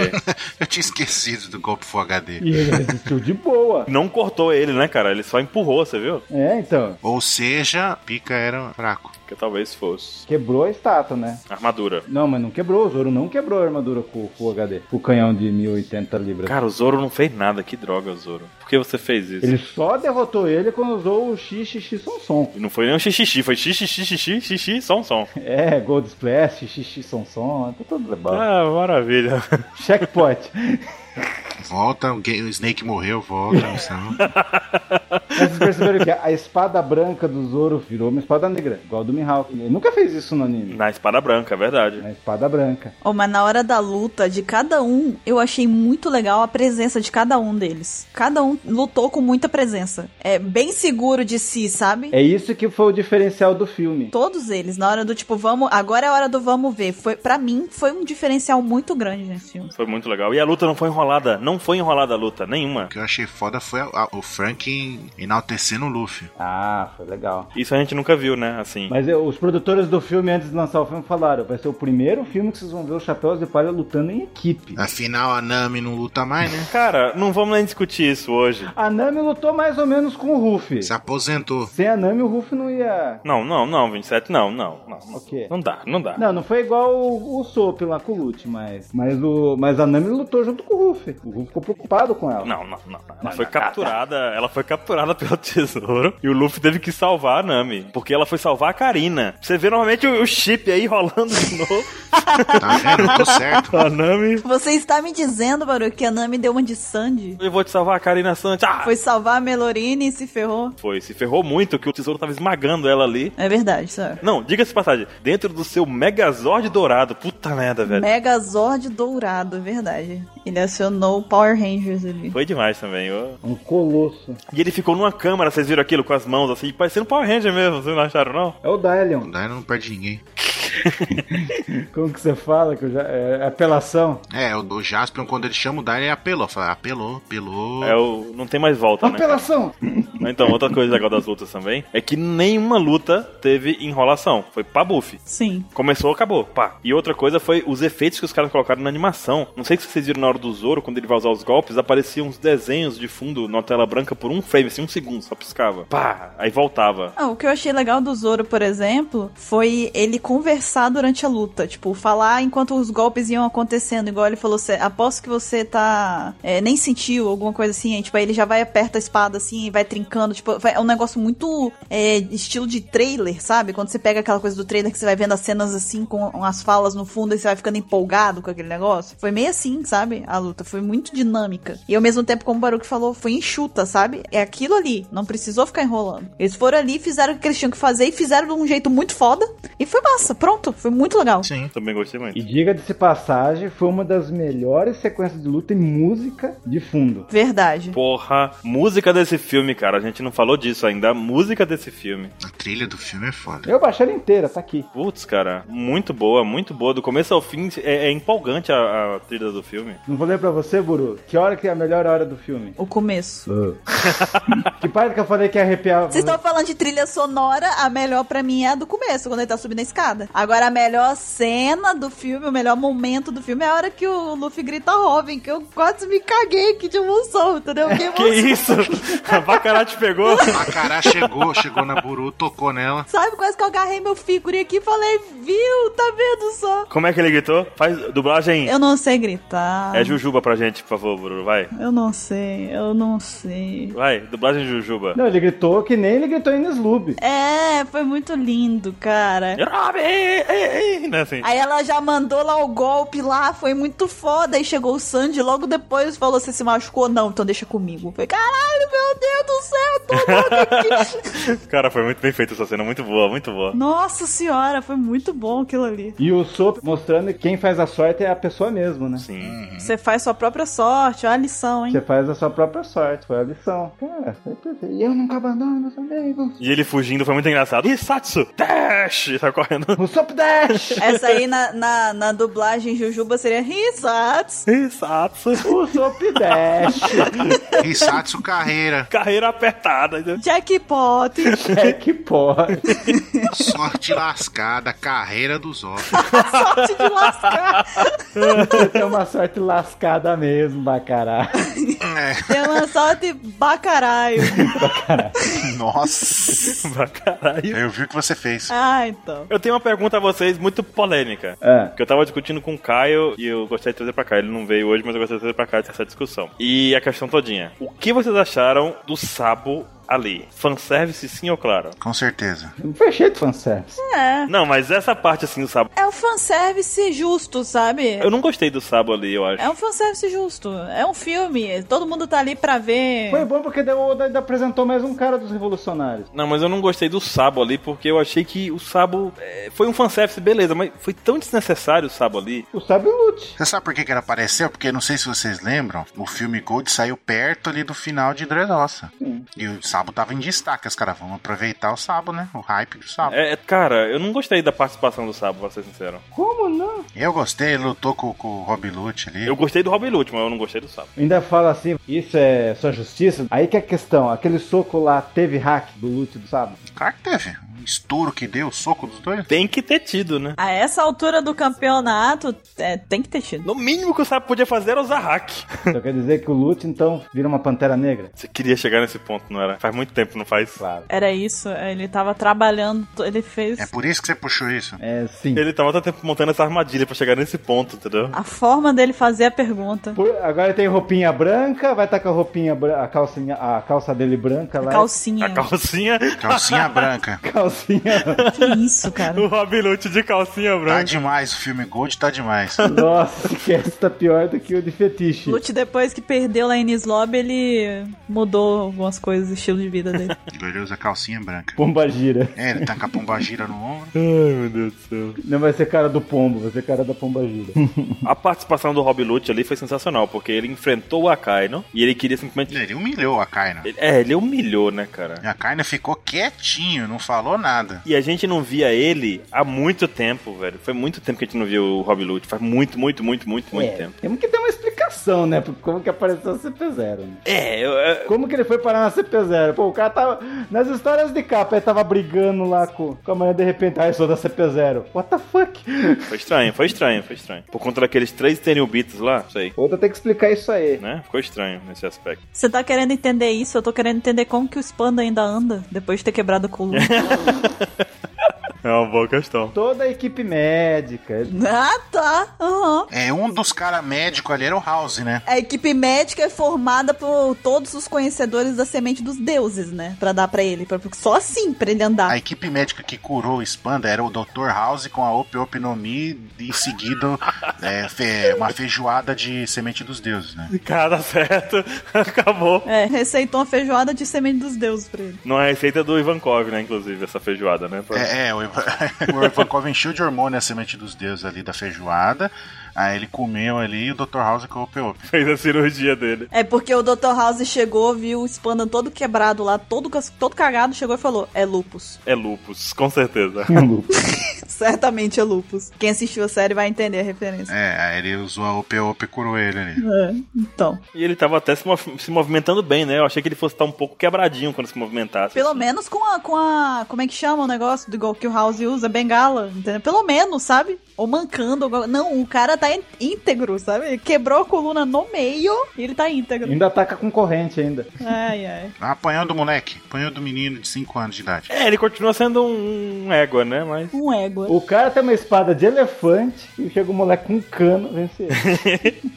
S3: Eu tinha esquecido do golpe Full HD.
S1: E ele resistiu de boa.
S2: Não cortou ele, né, cara? Ele só empurrou, você viu?
S1: É, então.
S3: Ou seja, pica era fraco.
S2: Que talvez fosse.
S1: Quebrou a estátua, né?
S2: Armadura.
S1: Não, mas não quebrou. O Zoro não quebrou a armadura com o Full HD. Com o canhão de 1080 libras.
S2: Cara, o Zoro não fez nada. Que droga, Zoro. Por que você fez isso?
S1: Ele só derrotou ele quando usou o xixi Sonson.
S2: Não foi nem um xixi, foi xixi, xixi, xixi, xixi, som, som.
S1: É, Gold Splash, xixi Sonson. Tá tudo bom.
S2: Ah, maravilha.
S1: Checkpoint.
S3: Volta, o Ga- o Snake morreu, volta. então. missão.
S1: Mas vocês perceberam que a espada branca do Zoro virou uma espada negra, igual a do Mihawk. Ele nunca fez isso no anime.
S2: Na espada branca, é verdade.
S1: Na espada branca.
S4: Oh, mas na hora da luta de cada um, eu achei muito legal a presença de cada um deles. Cada um lutou com muita presença. É bem seguro de si, sabe?
S1: É isso que foi o diferencial do filme.
S4: Todos eles, na hora do tipo, vamos. Agora é a hora do vamos ver. Foi, pra mim, foi um diferencial muito grande nesse filme.
S2: Foi muito legal. E a luta não foi enrolada. Não foi enrolada a luta, nenhuma.
S3: O que eu achei foda foi a- a- o Frank en- enaltecendo o Luffy.
S1: Ah, foi legal.
S2: Isso a gente nunca viu, né? Assim.
S1: Mas eu- os produtores do filme, antes de lançar o filme, falaram: vai ser o primeiro filme que vocês vão ver os Chapéus de Palha lutando em equipe.
S3: Afinal, a Nami não luta mais, né?
S2: Cara, não vamos nem discutir isso hoje.
S1: A Nami lutou mais ou menos com o Ruffy.
S3: Se aposentou.
S1: Sem a Nami, o Ruffy não ia.
S2: Não, não, não, 27, não, não, não. não.
S1: O quê?
S2: Não dá, não dá.
S1: Não, não foi igual o, o Soap lá com o Lute, mas. Mas, o, mas a Nami lutou junto com o Ruffy. O Ruffy ficou preocupado com ela.
S2: Não, não, não. Ela foi capturada, ela foi capturada pelo tesouro e o Luffy teve que salvar a Nami, porque ela foi salvar a Karina. Você vê normalmente o, o chip aí rolando de novo.
S3: Tá vendo? Eu Tô certo.
S2: a Nami,
S4: Você está me dizendo, Baru, que a Nami deu uma de Sandy?
S2: eu vou te salvar a Karina Santos. Ah! Foi.
S4: Foi salvar a Melorine e se ferrou?
S2: se ferrou muito que o tesouro tava esmagando ela ali.
S4: É verdade, sabe?
S2: Não, diga-se de passagem, dentro do seu Megazord dourado. Puta merda, velho.
S4: Megazord dourado, é verdade. Ele acionou o Power Rangers ali.
S2: Foi demais também. ô.
S1: Um colosso.
S2: E ele ficou numa câmera, vocês viram aquilo com as mãos assim, parecendo Power Ranger mesmo, vocês não acharam não?
S1: É o Dylion.
S3: Daí não perde ninguém.
S1: Como que você fala? Que eu já- é apelação.
S3: É, o, o Jaspion, quando ele chama o Dylan, ele apelou. Fala, apelou, apelou.
S2: É o... Não tem mais volta, né? cara?
S1: Apelação!
S2: Então, outra coisa legal das lutas também é que nenhuma luta teve enrolação. Foi pra buff.
S4: Sim.
S2: Começou, acabou, pá. E outra coisa foi os efeitos que os caras colocaram na animação. Não sei se vocês viram na hora do Zoro, quando ele vai usar os golpes, apareciam uns desenhos de fundo na tela branca por um frame, assim, um segundo, só piscava. Pá, aí voltava.
S4: Ah, o que eu achei legal do Zoro, por exemplo, foi ele conversar durante a luta. Tipo, falar enquanto os golpes iam acontecendo. Igual ele falou, "Cê- aposto que você tá. é, nem sentiu alguma coisa assim. Aí, tipo, aí ele já vai aperta a espada assim e vai trincando. Tipo, vai- é um negócio muito é, estilo de trailer, sabe? Quando você pega aquela coisa do trailer que você vai vendo as cenas assim com as falas no fundo e você vai ficando empolgado com aquele negócio. Foi meio assim, sabe? A luta foi muito dinâmica. E ao mesmo tempo, como o Baruch falou, foi enxuta, sabe? É aquilo ali. Não precisou ficar enrolando. Eles foram ali, fizeram o que eles tinham que fazer e fizeram de um jeito muito foda. E foi massa. Pronto. Foi muito legal.
S3: Sim.
S2: Também gostei muito.
S1: E diga-se passagem, foi uma das melhores sequências de luta em música de fundo.
S4: Verdade.
S2: Porra, música desse filme, cara. A gente não falou disso ainda. A música desse filme.
S3: A trilha do filme é foda.
S1: Eu baixei ela inteira, tá aqui.
S2: Putz, cara, muito boa, muito boa. Do começo ao fim, é, é empolgante a, a trilha do filme.
S1: Não vou ler pra você, Buru, que hora que é a melhor hora do filme?
S4: O começo.
S1: que parte que eu falei que ia arrepiar...
S4: Vocês estão falando de trilha sonora, a melhor pra mim é a do começo, quando ele tá subindo a escada. Agora, a melhor cena do filme, o melhor momento do filme é a hora que o Luffy grita Robin, que eu quase me caguei aqui de emoção, entendeu? Que
S2: Que
S4: emoção.
S2: isso? A Bacará te pegou?
S3: A cara chegou, chegou na Buru, tocou nela.
S4: Sabe, quase que eu agarrei meu figurinho aqui e falei, viu, tá vendo só?
S2: Como é que ele gritou? Faz dublagem.
S4: Eu não sei gritar.
S2: É Jujuba pra gente, por favor, Bruno. Vai.
S4: Eu não sei, eu não sei.
S2: Vai, dublagem Jujuba.
S1: Não, ele gritou que nem ele gritou em Sloob.
S4: É, foi muito lindo, cara.
S2: Robin! Né, assim.
S4: Aí ela já mandou lá o golpe lá, foi muito foda. Aí chegou o Sandy logo depois falou: Você se machucou? Não, então deixa comigo. Foi, caralho, meu Deus do céu, eu tô louca aqui.
S2: Cara, foi muito bem feita essa cena, muito boa, muito boa.
S4: Nossa senhora, foi muito bom aquilo ali.
S1: E o Sop mostrando que quem faz a sorte é a pessoa mesmo, né?
S2: Sim.
S4: Você faz sua própria sorte, olha a lição, hein?
S1: Você faz a sua própria sorte, foi a lição. Cara, foi perfeito. E eu nunca abandono meus amigos.
S2: E ele fugindo foi muito engraçado. Ih, Satsu! Dash! Tá correndo.
S1: O Sop Dash!
S4: Essa aí na, na, na dublagem Jujuba seria risados.
S2: Ih, Satsu!
S1: O Sop Dash!
S3: Hisatsu Carreira.
S2: Carreira apertada.
S4: Jackpot.
S1: é que pode.
S3: Sorte lascada, carreira dos ovos.
S4: sorte de lascar.
S1: Você tem uma sorte lascada mesmo, bacará.
S4: Tem uma sorte bacaraio.
S3: Nossa.
S2: Pra caralho.
S3: Eu vi o que você fez.
S4: Ah, então.
S2: Eu tenho uma pergunta a vocês muito polêmica.
S1: É.
S2: Que eu tava discutindo com o Caio e eu gostaria de trazer pra cá. Ele não veio hoje, mas eu gostaria de trazer pra cá essa discussão. E a questão todinha. O que vocês acharam do Sabo ali? Fanservice sim ou claro?
S3: Com certeza.
S1: Foi cheio de fanservice.
S4: É.
S2: Não, mas essa parte assim do Sabo.
S4: É o fanservice justo, sabe?
S2: Eu não gostei do Sabo ali, eu acho.
S4: É um fanservice justo. É um filme. Todo mundo tá ali pra ver.
S1: Foi bom porque deu, ainda apresentou mais um cara dos revolucionários.
S2: Não, mas eu não gostei do Sabo ali, porque eu achei que o Sabo eh, foi um fanservice, beleza, mas foi tão desnecessário o Sabo ali.
S1: O Sábio Lute.
S3: Você sabe por que, que ele apareceu? Porque não sei se vocês lembram, o filme Gold saiu perto ali do final de Dressrosa. E o Sabo tava em destaque. Os caras vão aproveitar o Sabo, né? O hype do Sabo.
S2: É, cara, eu não gostei da participação do Sabo, pra ser sincero.
S1: Como não?
S3: Eu gostei, ele lutou com, com o Rob Lute ali.
S2: Eu gostei do Robin Lute, mas eu não gostei do Sabo.
S1: Ainda fala assim, isso é só justiça? Aí que é a questão, aquele soco lá teve hack do Lute do Sábio?
S3: Claro que teve. Um estouro que deu, o soco dos dois.
S2: Tem que ter tido, né?
S4: A essa altura do campeonato, é, tem que ter tido.
S2: No mínimo que o Sabo podia fazer era usar hack.
S1: Então quer dizer que o Lute então vira uma pantera negra?
S2: Você queria chegar nesse ponto, não era? Faz muito tempo, não faz?
S1: Claro.
S4: Era isso. Ele tava trabalhando. Ele fez.
S3: É por isso que você puxou isso.
S1: É sim.
S2: Ele tava tanto tempo montando essa armadilha pra chegar nesse ponto, entendeu?
S4: A forma dele fazer a pergunta.
S1: Por- agora tem roupinha branca, vai estar com a roupinha branca, a calcinha, a calça dele branca lá.
S4: Calcinha.
S2: A calcinha,
S3: é Calcinha branca. Tá
S1: Calcinha.
S4: Que isso, cara?
S2: o Robin Lute de calcinha
S3: Tá
S2: branca.
S3: demais, o filme Gold tá demais.
S1: Nossa, que essa tá pior do que o de fetiche.
S4: Lute, depois que perdeu lá em Nislob, ele mudou algumas coisas, o estilo de vida dele.
S3: Ele usa é calcinha branca.
S1: Pomba gira.
S3: É, ele tá com a pomba gira no ombro.
S2: Ai, meu Deus do céu.
S1: Não vai ser cara do pombo, vai ser cara da pomba gira.
S2: A participação do Rob Lute ali foi sensacional, porque ele enfrentou o Akaino e ele queria simplesmente.
S3: Ele humilhou a Kaina.
S2: Ele- é, ele humilhou, né, cara?
S3: E a Kaina ficou quietinho, não falou nada.
S2: E a gente não via ele há muito tempo, velho. Foi muito tempo que a gente não via o Rob Lute. Faz muito, muito, muito, muito, muito
S1: É,
S2: tempo.
S1: Temos que ter uma explicação, né? Por como que apareceu a CP0. né?
S2: É, eu, eu-
S1: Como que ele foi parar na CP0? Pô, o cara tava. Nas histórias de capa, ele tava brigando lá com, com a mulher, de repente, ah, eu sou da CP0. What the fuck?
S2: foi estranho, foi estranho, foi estranho. Por conta daqueles três Tenilbitos lá, sei.
S1: Outra tem que explicar isso aí.
S2: Né? Ficou estranho nesse aspecto.
S4: Você tá querendo entender isso? Eu tô querendo entender como que o Spanda ainda anda depois de ter quebrado o coluna.
S2: É uma boa questão.
S1: Toda a equipe médica.
S4: ah, tá. Aham.
S3: É, um dos caras médicos ali era o House, né?
S4: A equipe médica é formada por todos os conhecedores da semente dos deuses, né? Pra dar pra ele. pra- Só assim pra ele andar.
S3: A equipe médica que curou o Spanda era o Dr. House com a opiopinomia e em seguida é, fe- uma feijoada de semente dos deuses, né?
S2: Cara, tá certo. Acabou.
S4: É, receitou uma feijoada de semente dos deuses pra ele.
S2: Não é a receita do Ivankov, né? Inclusive, essa feijoada, né? Pra-
S3: É, é, o Ivan- o Ivankov encheu de hormônio a semente dos deuses ali da feijoada. Aí ele comeu ali e o Dr. House com o opiope.
S2: Fez a cirurgia dele.
S4: É porque o Dr. House chegou, viu o Spanda todo quebrado lá, todo, cas- todo cagado, chegou e falou: é lupus.
S2: É lupus, com certeza.
S4: Certamente é lupus. Quem assistiu a série vai entender a referência.
S3: É, aí ele usou a opiope e curou ele ali.
S4: É, então.
S2: E ele tava até se, mov- se movimentando bem, né? Eu achei que ele fosse estar um pouco quebradinho quando se movimentasse.
S4: Pelo
S2: assim.
S4: menos com a, com a. Como é que chama o negócio do igual que o House usa? Bengala, entendeu? Pelo menos, sabe? Ou mancando. Ou... Não, o cara tá in- íntegro, sabe? Ele Quebrou a coluna no meio e ele tá íntegro.
S1: Ainda ataca com corrente ainda.
S4: Ai, ai.
S3: Apanhou Ah, do moleque, apanhou do menino de 5 anos de idade.
S2: É, ele continua sendo um, um égua, né? Mas.
S4: Um égua.
S1: O cara tem uma espada de elefante e chega o moleque com um cano, vence ele.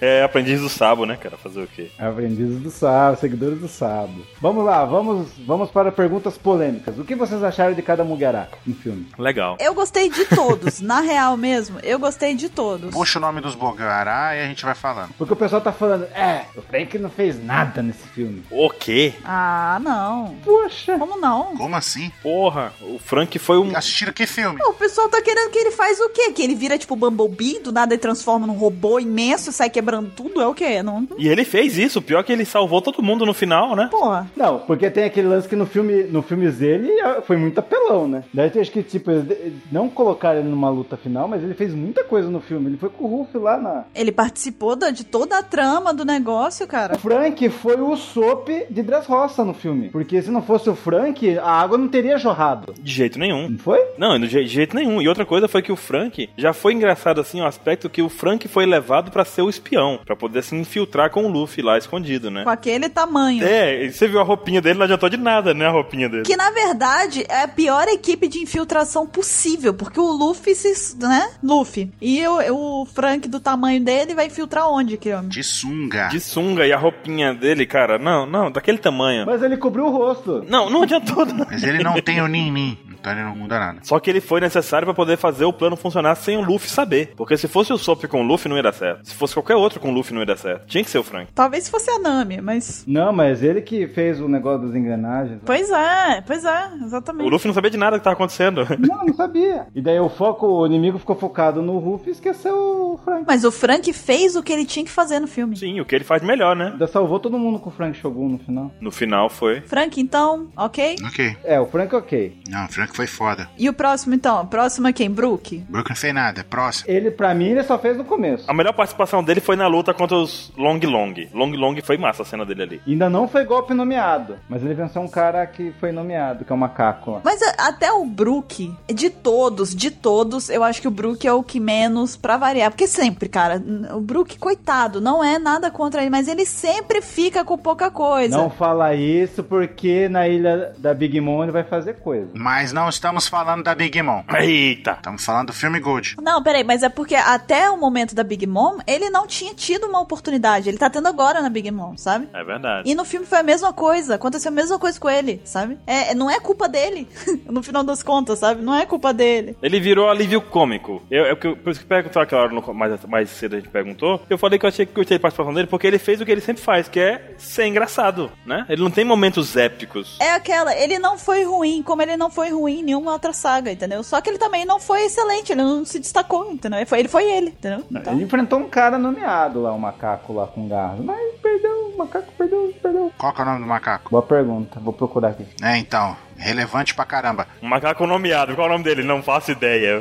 S2: é aprendiz do sabo, né, cara? Fazer o quê?
S1: Aprendizes do sábado, seguidores do sábado. Vamos lá, vamos, vamos para perguntas polêmicas. O que vocês acharam de cada Mugaraca no filme?
S2: Legal.
S4: Eu gostei de todos, na real mesmo, eu gostei de todos.
S3: Puxa o nome dos Bogará e a gente vai falando.
S1: Porque o pessoal tá falando, é, o Frank não fez nada nesse filme.
S2: O quê?
S4: Ah, não.
S1: Poxa,
S4: Como não?
S3: Como assim?
S2: Porra, o Frank foi um.
S3: Assistiram que filme?
S4: O pessoal tá querendo que ele faz o quê? Que ele vira tipo Bumblebee, do nada ele transforma num robô imenso e sai quebrando tudo? É o quê? Não...
S2: E ele fez isso. O pior é que ele salvou todo mundo no final, né?
S4: Porra.
S1: Não, porque tem aquele lance que no filme, no filmes dele ah, foi muito apelão, né? Daí tem acho que, tipo, eles não colocaram ele numa luta final, mas ele fez muita coisa no filme. Ele foi com o Ruff lá na.
S4: Ele participou da- de toda a trama do negócio,
S1: O
S4: cara.
S1: Frank foi o Soap de Dressrosa no filme. Porque se não fosse o Frank, a água não teria jorrado.
S2: De jeito nenhum.
S1: Não foi?
S2: Não, de je- de jeito nenhum. E outra coisa foi que o Frank já foi engraçado assim o aspecto que o Frank foi levado pra ser o espião, Pra poder se infiltrar com o Luffy lá escondido, né?
S4: Com aquele tamanho.
S2: É, e você viu a roupinha dele, não adiantou de nada, né? A roupinha dele.
S4: Que na verdade é a pior equipe de infiltração possível, porque o Luffy se. né? Luffy. E o, o Frank do tamanho dele vai infiltrar onde, Kirame?
S3: De sunga.
S2: De sunga e a roupinha dele, cara. Não, não, daquele tamanho.
S1: Mas ele cobriu o rosto.
S2: Não, não adiantou. Não.
S3: Mas ele não tem o Nin-Nin, então ele não muda nada.
S2: Só que ele foi necessário pra poder fazer o plano funcionar sem o Luffy saber. Porque se fosse o Sop com o Luffy, não ia dar certo. Se fosse qualquer outro com o Luffy, não ia dar certo. Tinha que ser o Frank.
S4: Talvez fosse a Nami, mas.
S1: Não, mas ele que fez o negócio das engrenagens.
S4: Pois é, pois é,
S2: O
S4: exatamente.
S2: Luffy não sabia de nada que tava acontecendo.
S1: Não, não sabia. E daí o foco, o inimigo ficou focado no Ruff e esqueceu o Frank.
S4: Mas o Frank fez o que ele tinha que fazer no filme.
S2: Sim, o que ele faz melhor, né?
S1: Ainda salvou todo mundo com o Frank Shogun no final.
S2: No final foi.
S4: Frank, então, ok?
S3: Ok.
S1: É, o Frank ok.
S3: Não, o Frank foi foda.
S4: E o próximo, então? Próximo é quem? Brook?
S3: Brook não fez nada. é Próximo.
S1: Ele, pra mim, ele só fez no começo.
S2: A melhor participação dele foi na luta contra os Long Long. Long Long foi massa a cena dele ali.
S1: Ainda não foi golpe nomeado, mas ele venceu um cara que foi nomeado, que é o macaco lá.
S4: Mas a- até o Brook, de todos, de todos, eu acho que o Brook é o que menos pra variar. Porque sempre, cara, n- o Brook, coitado, não é nada contra ele, mas ele sempre fica com pouca coisa.
S1: Não fala isso porque na ilha da Big Mom ele vai fazer coisa.
S3: Mas não estamos falando da Big Mom.
S2: Eita!
S3: Estamos falando do filme Gold.
S4: Não, peraí, mas é porque até o momento da Big Mom, ele não tinha tido uma oportunidade. Ele tá tendo agora na Big Mom, sabe?
S2: É verdade.
S4: E no filme foi a mesma coisa, aconteceu a mesma coisa com ele, sabe? É, não é culpa dele, no final das contas, sabe? Não é culpa dele.
S2: Ele virou alívio cômico. Eu, é o que eu- por isso que perguntou aquela hora no- mais, mais cedo a gente perguntou. Eu falei que eu achei que gostei da participação dele, porque ele fez o que ele sempre faz, que é ser engraçado, né? Ele não tem momentos épicos.
S4: É aquela, ele não foi ruim, como ele não foi ruim em nenhuma outra saga, entendeu? Só que ele também não foi excelente, ele não se destacou, entendeu? Ele foi ele, foi ele entendeu? Então,
S1: Ele enfrentou um cara nomeado lá, um macaco lá com garra. Mas perdeu, o macaco perdeu, perdeu.
S3: Qual que é o nome do macaco?
S1: Boa pergunta, vou procurar aqui.
S3: É, então. Relevante pra caramba.
S2: Um macaco nomeado, qual é o nome dele? Não faço ideia.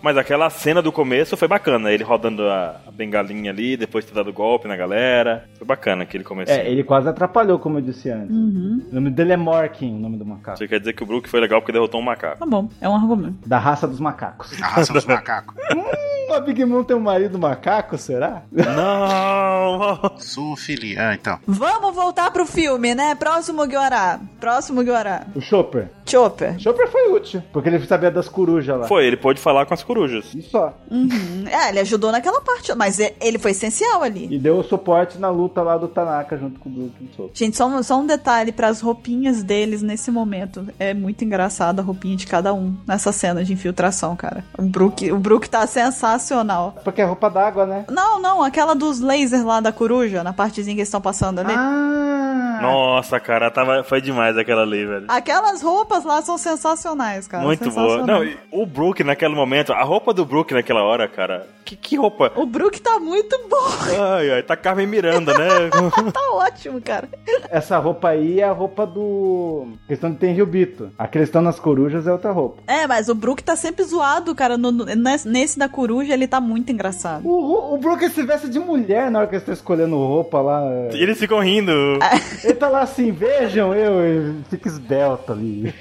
S2: Mas aquela cena do começo foi bacana. Ele rodando a a bengalinha ali, depois ter dado golpe na galera. Foi bacana aquele começo.
S1: É, ele quase atrapalhou, como eu disse antes. O nome dele é Morkin, o nome do macaco.
S2: Você quer dizer que o Brook foi legal porque derrotou um macaco.
S4: Tá bom, é um argumento.
S1: Da raça dos macacos.
S3: A raça dos macacos.
S1: Hum, a Big Mom tem um marido macaco, será?
S2: Não!
S3: Zoofilia. Ah, então.
S4: Vamos voltar pro filme, né? Próximo Guiorá. Próximo Guiorá.
S1: O Chopper.
S4: Chopper.
S1: Chopper foi útil, porque ele sabia das corujas lá.
S2: Foi, ele pôde falar com as corujas.
S1: E só.
S4: Uhum. É, ele ajudou naquela parte, mas e- ele foi essencial ali.
S1: E deu o suporte na luta lá do Tanaka junto com o Brook e o Chopper.
S4: Gente, só um, só um detalhe pras roupinhas deles nesse momento. É muito engraçada a roupinha de cada um nessa cena de infiltração, cara. O Brook, o Brook tá sensacional.
S1: Porque é roupa d'água, né?
S4: Não, não, aquela dos lasers lá da coruja, na partezinha que eles estão passando ali.
S1: Ah!
S2: Nossa, cara, tava, foi demais aquela ali, velho.
S4: Aquelas roupas lá são sensacionais, cara.
S2: Muito boa.
S4: sensacional.
S2: Não, e o Brook naquele momento, a roupa do Brook naquela hora, cara. Que, que roupa?
S4: O Brook tá muito bom.
S2: Ai, ai, tá Carmen Miranda, né?
S4: Tá ótimo, cara.
S1: Essa roupa aí é a roupa do. Questão de tem Bito. A questão nas corujas é outra roupa.
S4: É, mas o Brook tá sempre zoado, cara. No- no- nesse nesse da coruja, ele tá muito engraçado.
S1: O, Ru- o Brook se veste de mulher na hora que eles estão escolhendo roupa lá. é,
S2: E eles ficam rindo.
S1: Ele tá lá assim, vejam eu, ele fica esbelto ali.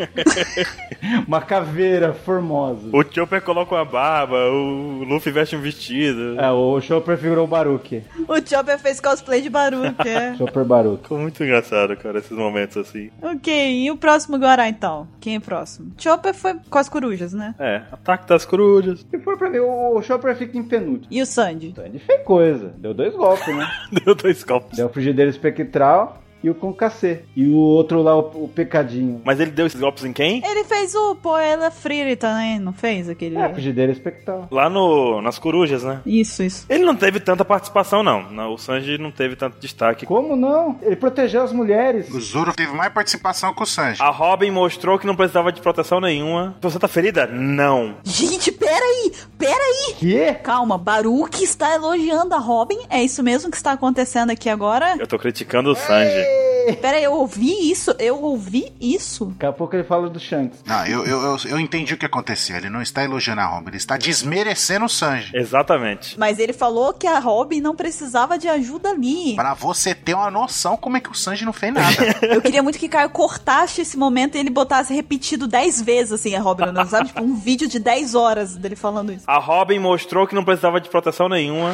S1: Uma caveira formosa.
S2: O Chopper coloca uma barba, o Luffy veste um vestido.
S1: É, o Chopper figurou o Baruque.
S4: O Chopper fez cosplay de Baruque, é.
S1: Chopper Baruque.
S2: Ficou muito engraçado, cara, esses momentos assim.
S4: ok, e o próximo Guará, então? Quem é próximo? Chopper foi com as corujas, né?
S2: É, ataque das corujas.
S1: Se for pra ver, o o Chopper fica em penúltimo.
S4: E o Sandy?
S1: Então ele fez coisa. Deu dois golpes, né?
S2: Deu dois copos.
S1: Deu o frigideiro espectral e o com cacê. E o outro lá, o, o pecadinho.
S2: Mas ele deu esses golpes em quem?
S4: Ele fez o Poela Frire também, não fez aquele?
S1: É, frigideiro espectral.
S2: Lá no, nas corujas, né?
S4: Isso, isso.
S2: Ele não teve tanta participação, não. Não, O Sanji não teve tanto destaque.
S1: Como não? Ele protegeu as mulheres.
S3: O Zoro teve mais participação que o Sanji.
S2: A Robin mostrou que não precisava de proteção nenhuma. Você tá ferida? Não.
S4: Gente, peraí! Peraí!
S1: Quê?
S4: Calma, Baruque está elogiando a Robin. É isso mesmo que está acontecendo aqui agora?
S2: Eu tô criticando o Sanji.
S4: Peraí, eu ouvi isso, eu ouvi isso.
S1: Daqui a pouco ele fala do Shanks.
S3: Não, eu, eu, eu, eu entendi o que aconteceu. Ele não está elogiando a Roma, ele está desmerecendo o Sanji.
S2: Exatamente.
S4: Mas ele falou que a Robin não precisava de ajuda ali.
S3: Pra você ter uma noção como é que o Sanji não fez nada.
S4: Eu queria muito que Caio cortasse esse momento e ele botasse repetido 10 vezes, assim, a Robin, não, sabe? Tipo, um vídeo de 10 horas dele falando isso.
S2: A Robin mostrou que não precisava de proteção nenhuma.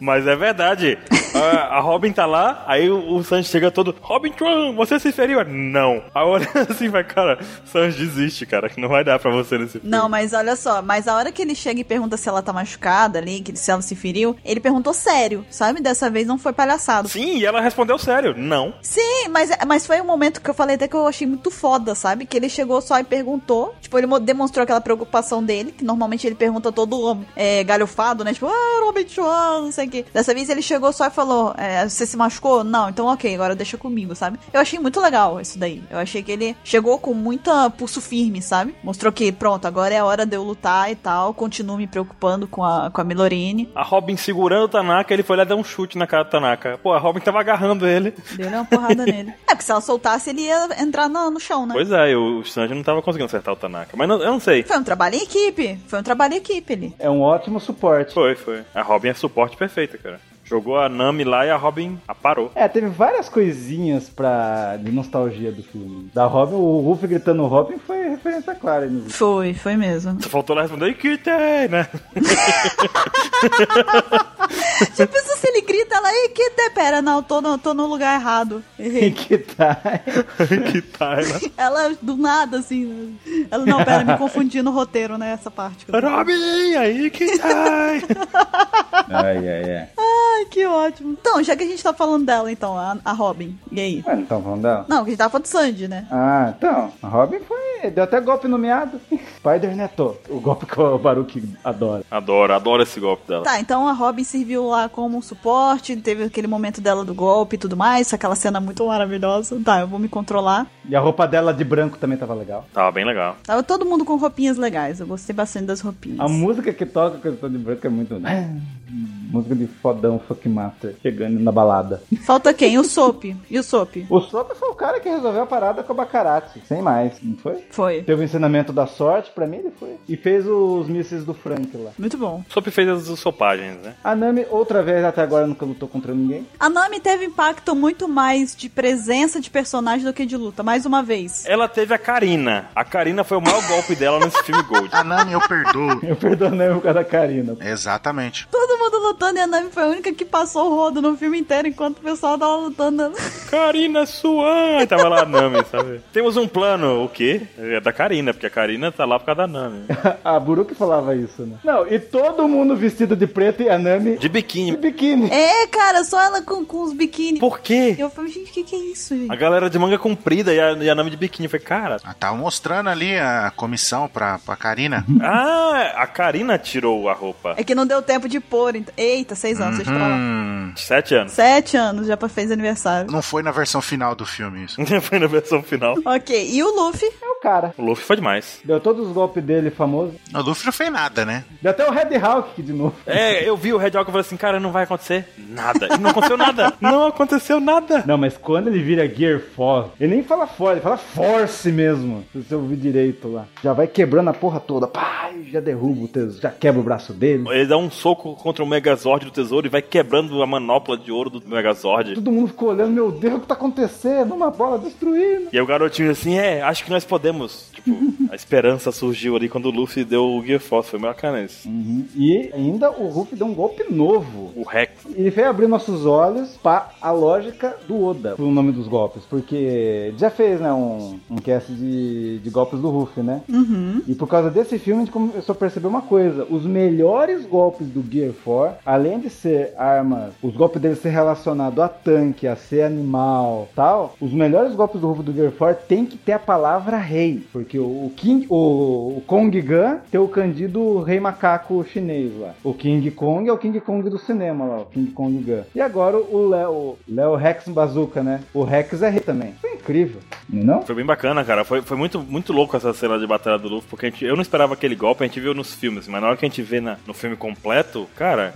S2: Mas é verdade. A, a Robin tá lá, aí o, o Sanji chega todo. Robin Tron, você se feriu? Não. Aí olha assim, vai, cara, Sanji desiste, cara, que não vai dar pra você nesse filme.
S4: Não, mas olha só, mas a hora que ele chega e pergunta se ela tá machucada ali, que se ela se feriu, ele perguntou sério, sabe? Dessa vez não foi palhaçado.
S2: Sim, e ela respondeu sério. Não.
S4: Sim, mas, mas foi um momento que eu falei até que eu achei muito foda, sabe? Que ele chegou só e perguntou. Tipo, ele mo- demonstrou aquela preocupação dele, que normalmente ele pergunta a todo homem é, galhofado, né? Tipo, ah, Robin Chuan, não sei o quê. Dessa vez ele chegou só e falou: é, Você se machucou? Não, então ok, agora deixa comigo, sabe? Eu achei muito legal isso daí. Eu achei que ele chegou com muita pulso firme, sabe? Mostrou que, pronto, agora é a hora de eu lutar e tal. Continuo me preocupando com a, com a Milorine.
S2: A Robin segurando o Tanaka, ele foi lá dar um chute na cara do Tanaka. Pô, a Robin tava agarrando ele.
S4: Deu uma porrada nele. É, porque se ela soltasse, ele ia entrar na- no chão, né?
S2: Pois é, o Sanji não tava conseguindo acertar o Tanaka. Mas não- eu não sei.
S4: Foi um trabalho em equipe. Foi um trabalho em equipe ali.
S1: É um ótimo suporte.
S2: Foi, foi. A Robin é suporte perfeita, cara. Jogou a Nami lá e a Robin aparou.
S1: É, teve várias coisinhas pra... de nostalgia do filme. Da Robin, o Ruff gritando Robin foi referência clara. aí no vídeo.
S4: Foi, foi mesmo.
S2: Só faltou ela responder, que tem, né?
S4: Já pensou Tipo se ele grita lá, ei, que te pera, não, tô no, tô no lugar errado. Errei.
S1: que tá?
S2: que tá, né?
S4: Ela, do nada, assim, né? ela, não, pera, me confundi no roteiro, né, essa parte.
S2: Robin, aí que tá.
S1: ai, ai, ai.
S4: Ai, que ótimo. Então, já que a gente tá falando dela, então, a, a Robin, e aí?
S1: Mas não estão falando dela?
S4: Não, que a gente tava falando do Sandy, né?
S1: então Ah, então, a Robin foi. Deu até golpe no meado. Spider Neto. O golpe que o Baruque adora.
S2: Adoro, adoro esse golpe dela.
S4: Tá, então a Robin serviu lá como um suporte, teve aquele momento dela do golpe e tudo mais, aquela cena muito maravilhosa. Tá, eu vou me controlar.
S1: E a roupa dela de branco também tava legal.
S2: Tava bem legal.
S4: Tava todo mundo com roupinhas legais, eu gostei bastante das roupinhas.
S2: Ah.
S1: A música que toca quando eu tô de branco é muito. Música de fodão, fuck master, chegando na balada.
S4: Falta quem? O Soap. E o Soap?
S1: O Sop foi o cara que resolveu a parada com a Bacarate, sem mais, não foi?
S4: Foi.
S1: Teve o ensinamento da sorte, pra mim ele foi. E fez os mísseis do Frank lá.
S4: Muito bom.
S2: Sop fez as sopagens, né?
S1: A Nami, outra vez, até agora nunca lutou contra ninguém.
S4: A Nami teve impacto muito mais de presença de personagem do que de luta, mais uma vez.
S2: Ela teve a Karina. A Karina foi o maior golpe dela nesse filme Gold.
S3: A Nami eu perdoo.
S1: Eu perdonei por causa da Karina.
S3: Exatamente.
S4: Todo mundo lutando e a Nami foi a única que passou o rodo no filme inteiro enquanto o pessoal tava lutando.
S2: Karina Suan! Tava lá a Nami, sabe? Temos um plano. O quê? É da Karina, porque a Karina tá lá por causa da Nami.
S1: A Buruki falava isso, né? Não, e todo mundo vestido de preto e a Nami
S2: De
S1: de
S2: biquíni.
S1: biquíni.
S4: é, cara, só ela com, com os biquíni.
S2: Por quê?
S4: Eu falei, gente, o que, que é isso, gente?
S2: A galera de manga comprida e a, e a Nami de biquíni. Eu falei, cara...
S3: Ah, Tava mostrando ali a comissão pra, pra Karina.
S2: Ah, a Karina tirou a roupa.
S4: É que não deu tempo de pôr. Então... Eita, seis anos, vocês estão lá.
S3: Hum,
S2: Sete anos.
S4: Sete anos, já pra- fez aniversário.
S3: não foi na versão final do filme isso.
S2: Foi na versão final.
S4: Ok, e o Luffy?
S1: É o cara.
S2: O Luffy foi demais.
S1: Deu todos os golpes dele famoso.
S3: O Luffy não fez nada, né?
S1: Deu até o Red Hawk aqui de novo.
S2: É, eu vi o Red Hawk e falei assim, cara, não vai acontecer nada. E não aconteceu nada. Não aconteceu nada.
S1: Não, mas quando ele vira Gear Force, ele nem fala Force, ele fala Force mesmo. Se você ouvir direito lá. Já vai quebrando a porra toda. Pá, já derruba o tesouro, já quebra o braço dele.
S2: Ele dá um soco contra o Megazord do tesouro e vai quebrando a manopla de ouro do Megazord.
S1: Todo mundo ficou olhando, meu Deus, o que tá acontecendo? Uma bola destruindo.
S2: E aí o garotinho assim, é, acho que nós podemos. Tipo, a esperança surgiu ali quando o Luffy deu o Gear Force. Foi bacana isso.
S1: E ainda o Ruff deu um golpe novo.
S2: O Rex.
S1: Ele fez abrir nossos olhos para a lógica do Oda, o nome dos golpes, porque ele já fez, né, um, um cast de, de golpes do Ruff, né?
S4: Uhum.
S1: E por causa desse filme a gente começou a perceber uma coisa: os melhores golpes do Gear 4, além de ser armas, os golpes dele ser relacionado a tanque, a ser animal, tal, os melhores golpes do Ruff do Gear 4 tem que ter a palavra rei, porque o, o King, o, o Kong Gun tem o candido rei macaco chinês lá. O King Kong é o King Kong do cinema lá, o King Kong Gun. E agora o Léo, Léo Rex Bazooka, né? O Rex é rei também. Foi incrível, não? é não?
S2: Foi bem bacana, cara. Foi, foi muito, muito louco essa cena de batalha do Luffy, porque a gente- eu não esperava aquele golpe, a gente viu nos filmes, mas na hora que a gente vê na- no filme completo, cara,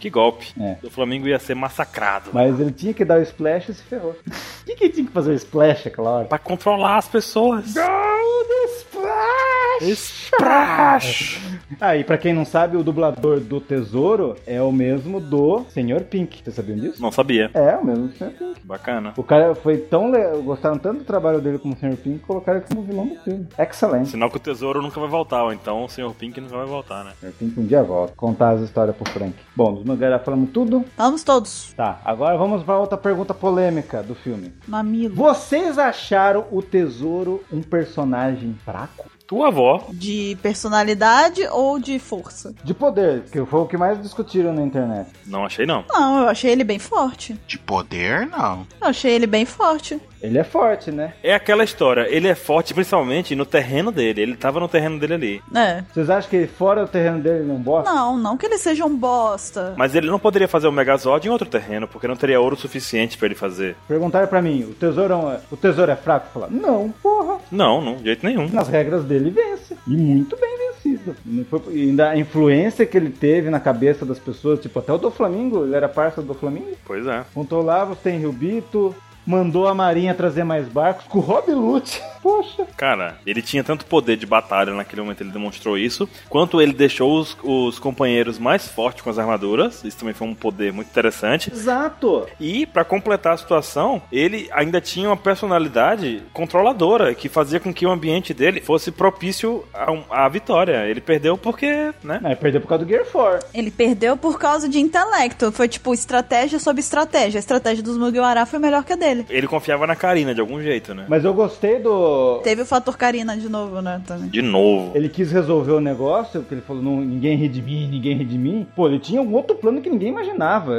S2: que golpe.
S1: É.
S2: O Flamengo ia ser massacrado.
S1: Mas ele tinha que dar o splash e se ferrou. O que, que ele tinha que fazer o splash é aquela hora?
S2: Pra controlar as pessoas.
S1: Go splash!
S2: Splash!
S1: Ah, e pra quem não sabe, o dublador do Tesouro é o mesmo do Senhor Pink. Vocês sabiam disso?
S2: Não sabia.
S1: É, o mesmo do Senhor Pink.
S2: Que bacana.
S1: O cara foi tão legal, gostaram tanto do trabalho dele como Senhor Pink, que colocaram ele como vilão do filme. Excelente.
S2: Sinal que o tesouro nunca vai voltar, ou então o Sr. Pink nunca vai voltar, né?
S1: Senhor Pink um dia volta. Contar as histórias pro Frank. Bom, dos mangá já falamos tudo.
S4: Vamos todos.
S1: Tá, agora vamos pra outra pergunta polêmica do filme.
S4: Mamilo.
S1: Vocês acharam o Tesouro um personagem fraco?
S2: Tua avó.
S4: De personalidade ou de força?
S1: De poder, que foi o que mais discutiram na internet.
S2: Não achei, não.
S4: Não, eu achei ele bem forte.
S3: De poder, não.
S4: Eu achei ele bem forte.
S1: Ele é forte, né?
S2: É aquela história. Ele é forte principalmente no terreno dele. Ele tava no terreno dele ali.
S4: É.
S1: Vocês acham que fora o terreno dele ele não bosta?
S4: Não, não que ele seja um bosta.
S2: Mas ele não poderia fazer o Megazord em outro terreno, porque não teria ouro suficiente pra ele fazer.
S1: Perguntaram pra mim, o tesouro, é um- o tesouro é fraco? Eu falei, não, porra.
S2: Não, não, de jeito nenhum.
S1: Nas regras dele vence. E muito bem vencido. Não foi- e ainda a influência que ele teve na cabeça das pessoas, tipo, até o do Flamengo, ele era parceiro do Flamengo.
S2: Pois é.
S1: Controlava tem Rio Bito, mandou a Marinha trazer mais barcos, com o Rob Lute. Poxa.
S2: Cara, ele tinha tanto poder de batalha naquele momento, ele demonstrou isso, quanto ele deixou os, os companheiros mais fortes com as armaduras. Isso também foi um poder muito interessante.
S1: Exato.
S2: E, pra completar a situação, ele ainda tinha uma personalidade controladora, que fazia com que o ambiente dele fosse propício a um- à vitória. Ele perdeu porque, né?
S1: Não, ele perdeu por causa do Gear 4.
S4: Ele perdeu por causa de intelecto. Foi tipo estratégia sobre estratégia. A estratégia dos Mugiwara foi melhor que a dele.
S2: Ele confiava na Karina de algum jeito, né?
S1: Mas eu gostei do...
S4: Teve o fator Karina de novo, né? Também.
S2: De novo.
S1: Ele quis resolver o negócio, porque ele falou, não, ninguém ri de mim, ninguém ri de mim. Pô, ele tinha um outro plano que ninguém imaginava.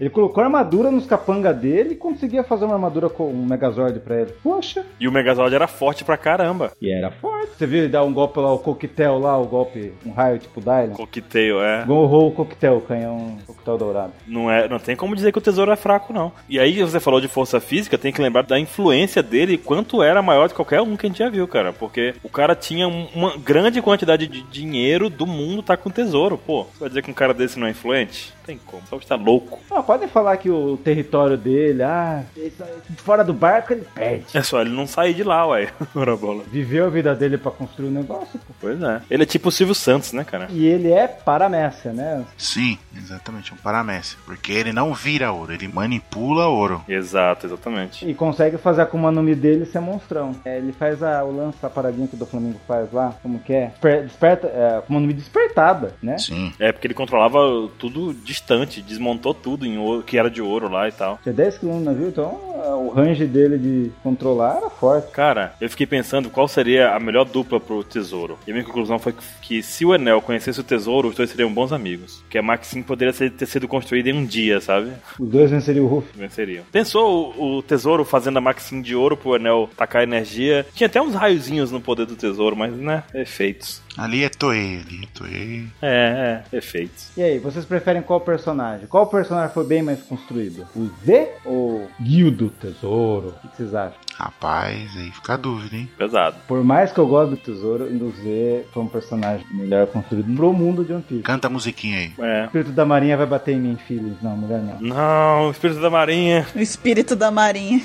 S1: Ele colocou armadura nos capanga dele e conseguia fazer uma armadura com um Megazord pra ele. Poxa.
S2: E o Megazord era forte pra caramba.
S1: E era forte. Você viu ele dar um golpe lá, o coquetel lá, o golpe, um raio tipo Dylan?
S2: Coqueteio, é.
S1: Gorrou o coquetel, o canhão, o coquetel dourado.
S2: Não, é. não tem como dizer que o tesouro é fraco, não. E aí você falou de força física tem que lembrar da influência dele e quanto era maior de qualquer um que a gente já viu, cara. Porque o cara tinha um- uma grande quantidade de dinheiro do mundo tá com tesouro. Pô, você vai dizer que um cara desse não é influente? Não Tem como, só está louco.
S1: Ah, podem falar que o território dele, ah, ele tá fora do barco ele perde.
S2: É só ele não sair de lá, ué. Ora bola.
S1: Viveu a vida dele pra construir o negócio, pô.
S2: Pois é. Ele é tipo o Silvio Santos, né, cara?
S1: E ele é paramécia, né?
S3: Sim, exatamente, um paramécia. Porque ele não vira ouro, ele manipula ouro.
S2: Exato, exatamente.
S1: E consegue fazer a Akuma no Mi dele ser monstrão. É, ele faz a, o lance da paradinha que o do Flamengo faz lá, como que é? Desper- desperta, é, Akuma no Mi despertada, né?
S3: Sim.
S2: É, porque ele controlava tudo distante, desmontou tudo em ouro, que era de ouro lá e tal.
S1: Tinha 10 km no navio, então é, o range dele de controlar era forte.
S2: Cara, eu fiquei pensando qual seria a melhor dupla pro tesouro. E a minha conclusão foi que, que se o Enel conhecesse o tesouro, os dois seriam bons amigos. Que a Maxim poderia ser- ter sido construída em um dia, sabe?
S1: Os dois venceriam o Ruff.
S2: Venceriam. Pensou o, o tesouro fazendo a Maxim de ouro pro Enel tacar energia. Tinha até uns raiozinhos no poder do tesouro, mas né, efeitos.
S3: Ali é Toei, ali é Toei.
S2: É, é, efeitos.
S1: E aí, vocês preferem qual personagem? Qual personagem foi bem mais construído? O Z ou Guildo Tesouro? O que vocês acham?
S3: Rapaz, aí fica a dúvida, hein?
S2: Pesado.
S1: Por mais que eu goste do Tesouro, o Z foi um personagem melhor construído pro mundo de One Piece.
S3: Canta a musiquinha aí.
S2: É.
S1: O espírito da Marinha vai bater em mim, filhos. Não, melhor não.
S2: Não, espírito da marinha.
S4: O espírito da marinha.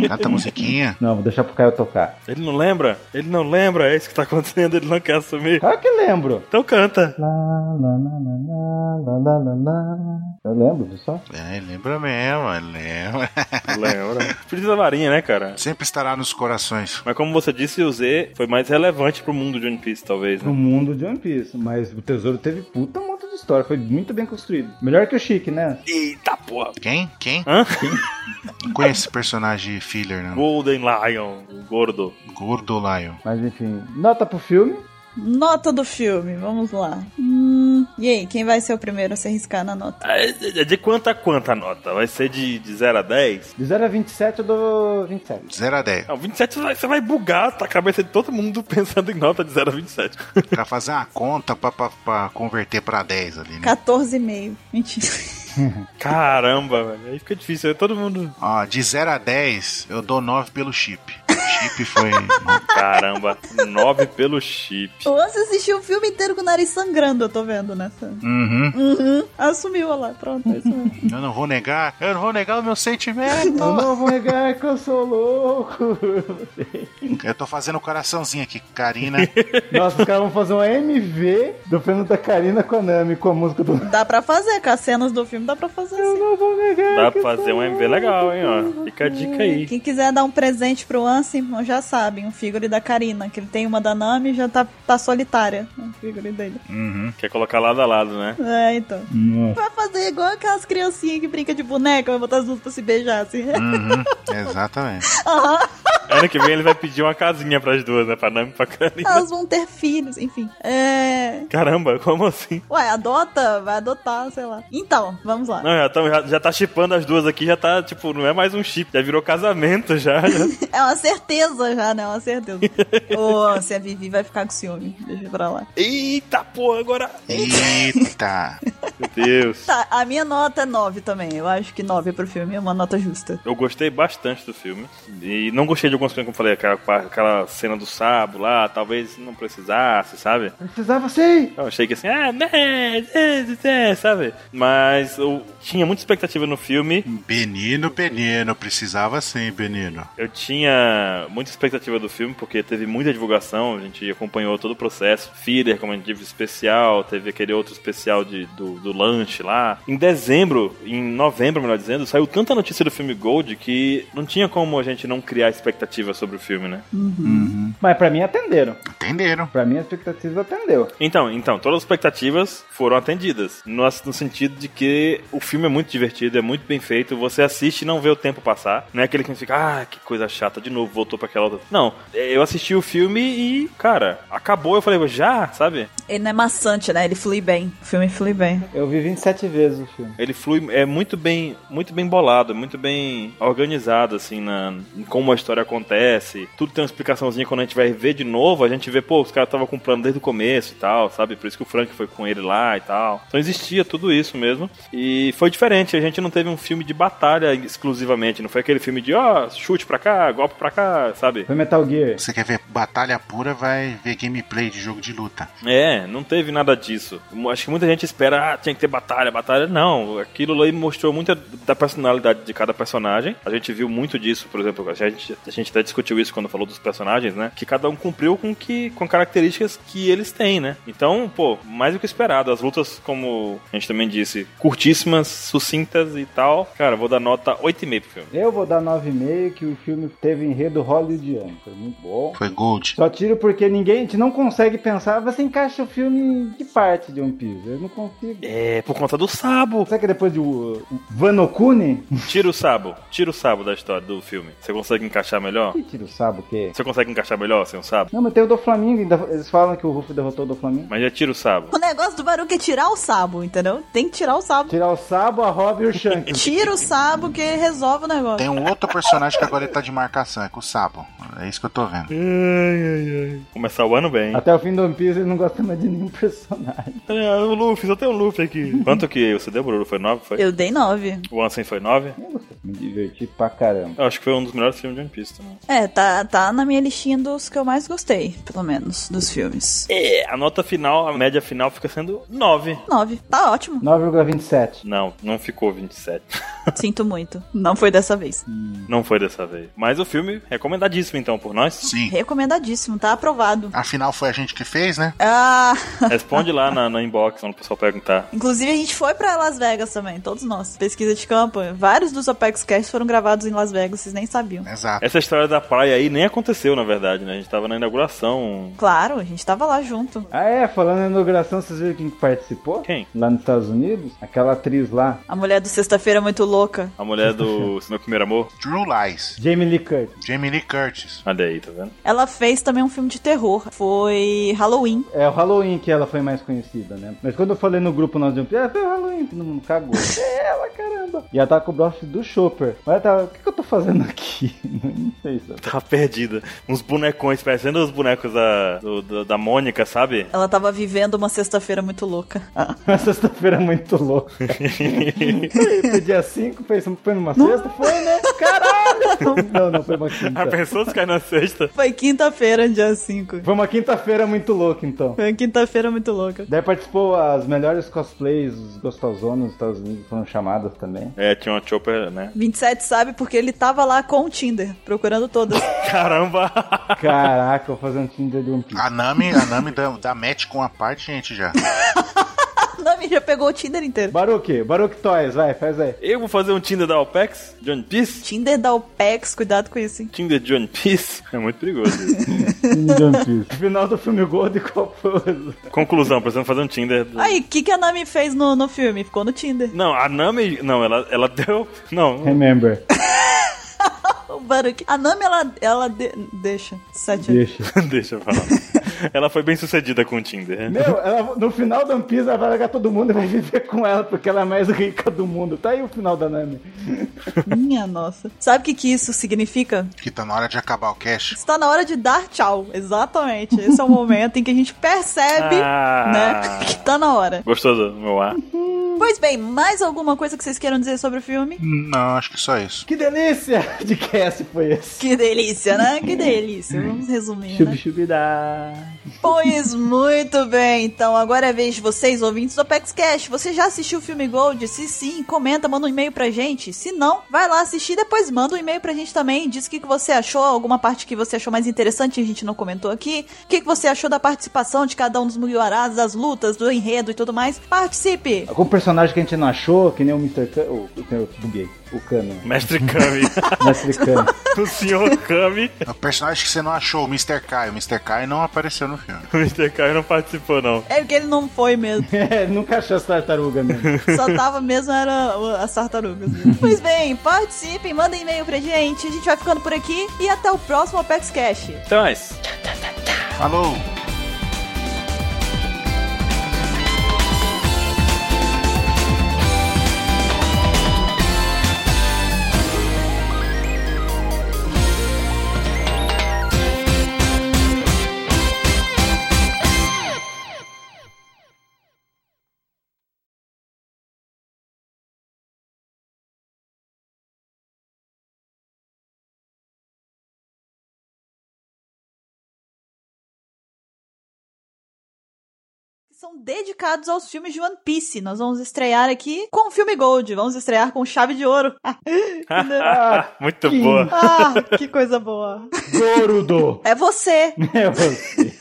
S3: Canta a musiquinha.
S1: Não, vou deixar pro Caio tocar.
S2: Ele não lembra? Ele não lembra? É isso que tá acontecendo, ele não quer assumir.
S1: Claro que lembro.
S2: Então canta.
S1: Lá, lá, lá, lá, lá, lá, lá, lá, lá. Eu lembro, viu só?
S3: É, lembra mesmo, lembra.
S2: Lembra? Espírito da marinha, né, cara?
S3: Sempre estará nos corações.
S2: Mas como você disse, o Z foi mais relevante pro mundo de One Piece, talvez,
S1: No
S2: né?
S1: mundo de One Piece. Mas o Tesouro teve puta um monte de história. Foi muito bem construído. Melhor que o Chique, né?
S2: Eita porra!
S3: Quem? Quem?
S2: Hã?
S3: Não conhece esse personagem filler, não.
S2: Golden Lion, o gordo.
S3: Gordo Lion.
S1: Mas enfim, nota pro filme.
S4: Nota do filme, vamos lá. Hum, e aí, quem vai ser o primeiro a se arriscar na nota?
S2: É de quanto a quanto a nota? Vai ser de, de 0 a 10?
S1: De 0 a 27 eu dou 27.
S3: 0 a 10.
S2: Não, 27 você vai, você vai bugar tá, a cabeça de todo mundo pensando em nota de 0 a 27.
S3: Pra fazer uma conta pra, pra, pra converter pra 10 ali, né?
S4: 14,5. Mentira.
S2: Caramba, velho. Aí fica difícil. aí Todo mundo.
S3: Ó, de 0 a 10, eu dou 9 pelo chip. Chip foi.
S2: Caramba, 9 pelo chip.
S4: O Anse assistiu o filme inteiro com o nariz sangrando, eu tô vendo nessa.
S3: Uhum.
S4: Uhum. Assumiu, olha lá, pronto. é isso mesmo.
S3: Eu não vou negar, eu não vou negar o meu sentimento.
S1: Eu não vou negar que eu sou louco.
S3: Eu tô fazendo um coraçãozinho aqui, Karina.
S1: Nossa, os caras vão fazer uma MV do filme da Karina Konami com a música do.
S4: dá pra fazer, com as cenas do filme dá pra fazer
S1: Eu
S4: assim.
S1: não vou negar.
S2: Dá
S1: que eu
S2: pra fazer
S1: sou
S2: um MV
S1: louco.
S2: legal, hein, ó. Fica a dica aí.
S4: Quem quiser dar um presente pro Ansem, já sabem, um figure da Karina, que ele tem uma da Nami e já tá, tá solitária. Um figure dele.
S3: Uhum.
S2: Quer colocar lado a lado, né?
S4: É, então.
S1: Nossa.
S4: Vai fazer igual aquelas criancinhas que brinca de boneca, vai botar as duas pra se beijar, assim.
S3: Uhum. Exatamente.
S2: Ano que vem ele vai pedir uma casinha pras duas, né? Pra Nami e pra Karina.
S4: Elas vão ter filhos, enfim. É.
S2: Caramba, como assim?
S4: Ué, adota, vai adotar, sei lá. Então, vamos lá.
S2: Não, já, tão, já, já tá chipando as duas aqui, já tá, tipo, não é mais um chip, já virou casamento já. né? já.
S4: É uma certeza já, né? É uma certeza. Ô, se a Vivi vai ficar com ciúme. Deixa pra lá.
S2: Eita porra, agora.
S3: Eita!
S2: Meu Deus.
S4: Tá, a minha nota é 9 também. Eu acho que 9 pro filme é uma nota justa.
S2: Eu gostei bastante do filme. E não gostei de algumas coisas, como eu falei, aquela, par- aquela cena do sabo lá, talvez não precisasse, sabe?
S1: Precisava sim.
S2: Eu achei que assim, ah, né, né, né, sabe? Mas eu tinha muita expectativa no filme,
S3: Benino, Benino, precisava sim, Benino.
S2: Eu tinha muita expectativa do filme, porque teve muita divulgação, a gente acompanhou todo o processo. Feeder, como a gente teve especial, teve aquele outro especial de, do, do lanche lá. Em dezembro, em novembro, melhor dizendo, saiu tanta notícia do filme Gold que não tinha como a gente não criar expectativa sobre o filme, né?
S1: Mas pra mim atenderam.
S3: Entenderam?
S1: Pra mim a expectativa atendeu.
S2: Então, então, todas as expectativas foram atendidas. No, no sentido de que o filme é muito divertido, é muito bem feito. Você assiste e não vê o tempo passar. Não é aquele que fica, ah, que coisa chata, de novo, voltou pra aquela outra. Não, é, eu assisti o filme e, cara, acabou. Eu falei, já, sabe?
S4: Ele não é maçante, né? Ele flui bem. O filme flui bem.
S1: Eu Eu vi 27 vezes o filme.
S2: Ele flui, é muito bem, muito bem bolado, muito bem organizado, assim, na, em como a história acontece. Tudo tem uma explicaçãozinha quando a gente vai ver de novo, a gente vê, pô, os caras estavam com o plano desde o começo e tal, sabe? Por isso que o Frank foi com ele lá e tal. Então existia tudo isso mesmo. E foi diferente, a gente não teve um filme de batalha exclusivamente, não foi aquele filme de, ó, chute pra cá, golpe pra cá, sabe?
S1: Foi Metal Gear.
S3: Você quer ver batalha pura, vai ver gameplay de jogo de luta.
S2: É, não teve nada disso. Mu- Acho que muita gente espera, ah, tinha que ter batalha, batalha. Não, aquilo ali mostrou muita da personalidade de cada personagem. A gente viu muito disso, por exemplo, a gente, a gente até discutiu isso quando falou dos personagens, né? Que cada um cumpriu com que com características que eles têm, né? Então, pô, mais do que esperado. As lutas, como a gente também disse, curtíssimas, sucintas e tal. Cara, vou dar nota 8,5 pro filme.
S1: Eu vou dar 9,5 que o filme teve enredo hollywoodiano. Foi muito bom.
S3: Foi Gold.
S1: Só tiro porque ninguém, a gente não consegue pensar, você encaixa o filme em que parte de One Piece? Eu não consigo.
S2: É, por conta do Sabo.
S1: Será que depois de o o Wano Kuni?
S2: Tira o Sabo. Tira o Sabo da história do filme. Você consegue encaixar melhor?
S1: Que tiro sabe o quê?
S2: Você consegue encaixar melhor sem o Sabo?
S1: Não, mas tem o do Flamengo, eles falam que o Ruffy derrotou o do Flamengo.
S2: Mas já tira o Sabo.
S4: O negócio do Baruque é tirar o sabo, entendeu? Tem que tirar o sabo.
S1: Tirar o Sabo, a Rob e o Shanks.
S4: Tira o sabo que resolve o negócio.
S3: Tem um outro personagem que agora ele tá de marcação, é com o Sabo. É isso que eu tô vendo.
S2: Começar o ano bem.
S1: Até o fim do One Piece eles não gostam mais de nenhum personagem.
S2: É, o Luffy, só tem um Luffy aqui. Quanto que você deu, Bruno? Foi 9? Foi?
S4: Eu dei nove.
S2: O Ansem foi 9?
S1: Me diverti pra caramba.
S2: Eu acho que foi um dos melhores filmes de One Piece também.
S4: É, tá, tá na minha listinha dos que eu mais gostei, pelo menos, dos filmes.
S2: É, a nota final, a média final fica sendo 9.
S4: Nove. Tá ótimo.
S1: 9,27.
S2: Não, não ficou 27.
S4: Sinto muito. Não foi dessa vez.
S2: não foi dessa vez. Mas o filme recomendadíssimo então por nós.
S3: Sim.
S4: Recomendadíssimo, tá aprovado.
S3: Afinal, foi a gente que fez, né?
S4: Ah,
S2: Responde lá na, na inbox quando o pessoal perguntar.
S4: inclusive a gente foi pra Las Vegas também, todos nós. Pesquisa de campo. Vários dos Apex Cast foram gravados em Las Vegas, vocês nem sabiam.
S3: Exato.
S2: Essa história da praia aí nem aconteceu, na verdade, né? A gente tava na inauguração.
S4: Claro, a gente tava lá junto.
S1: Ah é, falando em inauguração, vocês viram quem que participou?
S2: Quem?
S1: Lá nos Estados Unidos? Aquela atriz lá,
S4: A mulher do Sexta-feira é muito louca.
S2: A mulher do Meu Primeiro Amor.
S3: Drew Lies.
S1: Jamie Lee Curtis.
S3: Jamie Lee Curtis.
S2: Olha aí, tá vendo?
S4: Ela fez também um filme de terror. Foi Halloween.
S1: É o Halloween que ela foi mais conhecida, né? Mas quando eu falei no grupo nós de um ah, foi o Halloween, todo mundo cagou. é ela, caramba. E ela tava com o braço do Chopper. Mas ela tava, o que, que eu tô fazendo aqui? Não sei isso.
S2: Tava Tá perdida. Uns bonecões, parecendo os bonecos da, do- do- da Mônica, sabe?
S4: Ela tava vivendo uma sexta-feira muito louca.
S1: Uma sexta-feira muito louca. foi dia 5, foi, foi numa sexta? Foi, né? Caralho! Não, não, foi uma
S2: A
S1: quinta.
S2: pessoa se cai na sexta.
S4: Foi quinta-feira, dia 5.
S1: Foi uma quinta-feira muito louca, então.
S4: Foi uma quinta-feira muito louca.
S1: Daí participou as melhores cosplays, os gostosonos dos Estados Unidos foram chamadas também.
S2: É, tinha uma Chopper, né?
S4: 27 sabe porque ele tava lá com o Tinder, procurando todas.
S2: Caramba!
S1: Caraca, eu vou fazer um Tinder de One Piece.
S3: A Nami, a Nami dá, dá match com a parte, gente, já.
S4: A Nami já pegou o Tinder inteiro.
S1: Baruque, Baruque Toys, vai, faz aí.
S2: Eu vou fazer um Tinder da Alpex, de One Piece.
S4: Tinder da OPEX, cuidado com isso, hein?
S2: Tinder de One Piece. É muito perigoso isso.
S1: De One Piece. Final do filme Gold e qual foi? o-
S2: Conclusão, precisamos fazer um Tinder. do-
S4: Aí, o que, que a Nami fez no, no filme? Ficou no Tinder.
S2: Não, a Nami. Não, ela, ela deu. Não.
S1: Remember.
S4: O Baruch. A Nami, ela, ela de- deixa. Sete
S1: Deixa.
S2: Deixa eu falar. Ela foi bem sucedida com o Tinder.
S1: Meu, ela- no final da One Piece ela vai largar todo mundo e vai viver com ela, porque ela é a mais rica do mundo. Tá aí o final da Nami.
S4: Minha nossa. Sabe o que, que isso significa?
S3: Que tá na hora de acabar o cash.
S4: Está na hora de dar tchau. Exatamente. Esse é o momento em que a gente percebe,
S2: Ah.
S4: né? Que tá na hora.
S2: Gostou do meu ar?
S4: Pois bem, mais alguma coisa que vocês queiram dizer sobre o filme?
S3: Não, acho que só isso.
S1: Que delícia de cast foi esse?
S4: Que delícia, né? Que delícia. Vamos resumir, né?
S1: Chubi-chubidá.
S4: Pois muito bem, então agora é vez de vocês, ouvintes do Apex Cash. Você já assistiu o filme Gold? Se sim, comenta, manda um e-mail pra gente. Se não, vai lá assistir, depois manda um e-mail pra gente também. Diz o que, que você achou, alguma parte que você achou mais interessante, a gente não comentou aqui. O que, que você achou da participação de cada um dos Mugiwaras, das lutas, do enredo e tudo mais. Participe!
S1: Algum personagem que a gente não achou, que nem o Mr. Khan. O, o, o buguei. O Kano.
S2: Mestre Kami.
S1: Mestre Khan.
S2: o senhor Kami.
S3: O personagem que você não achou, o Mr. Kai. O Mr. Kai não apareceu no filme.
S2: O Mr. Kami não participou, não.
S4: É que ele não foi mesmo.
S1: É, nunca achou essa tartaruga né? mesmo.
S4: Só tava mesmo era o- as tartarugas. pois bem, participem, mandem e-mail pra gente. A gente vai ficando por aqui e até o próximo Apex Cash.
S2: Então é isso.
S3: Falou!
S4: são dedicados aos filmes de One Piece. Nós vamos estrear aqui com o filme Gold. Vamos estrear com chave de ouro.
S1: Ah,
S2: Muito
S1: que-
S2: boa.
S4: ah, que coisa boa.
S1: Gorudo!
S4: É você
S1: É você.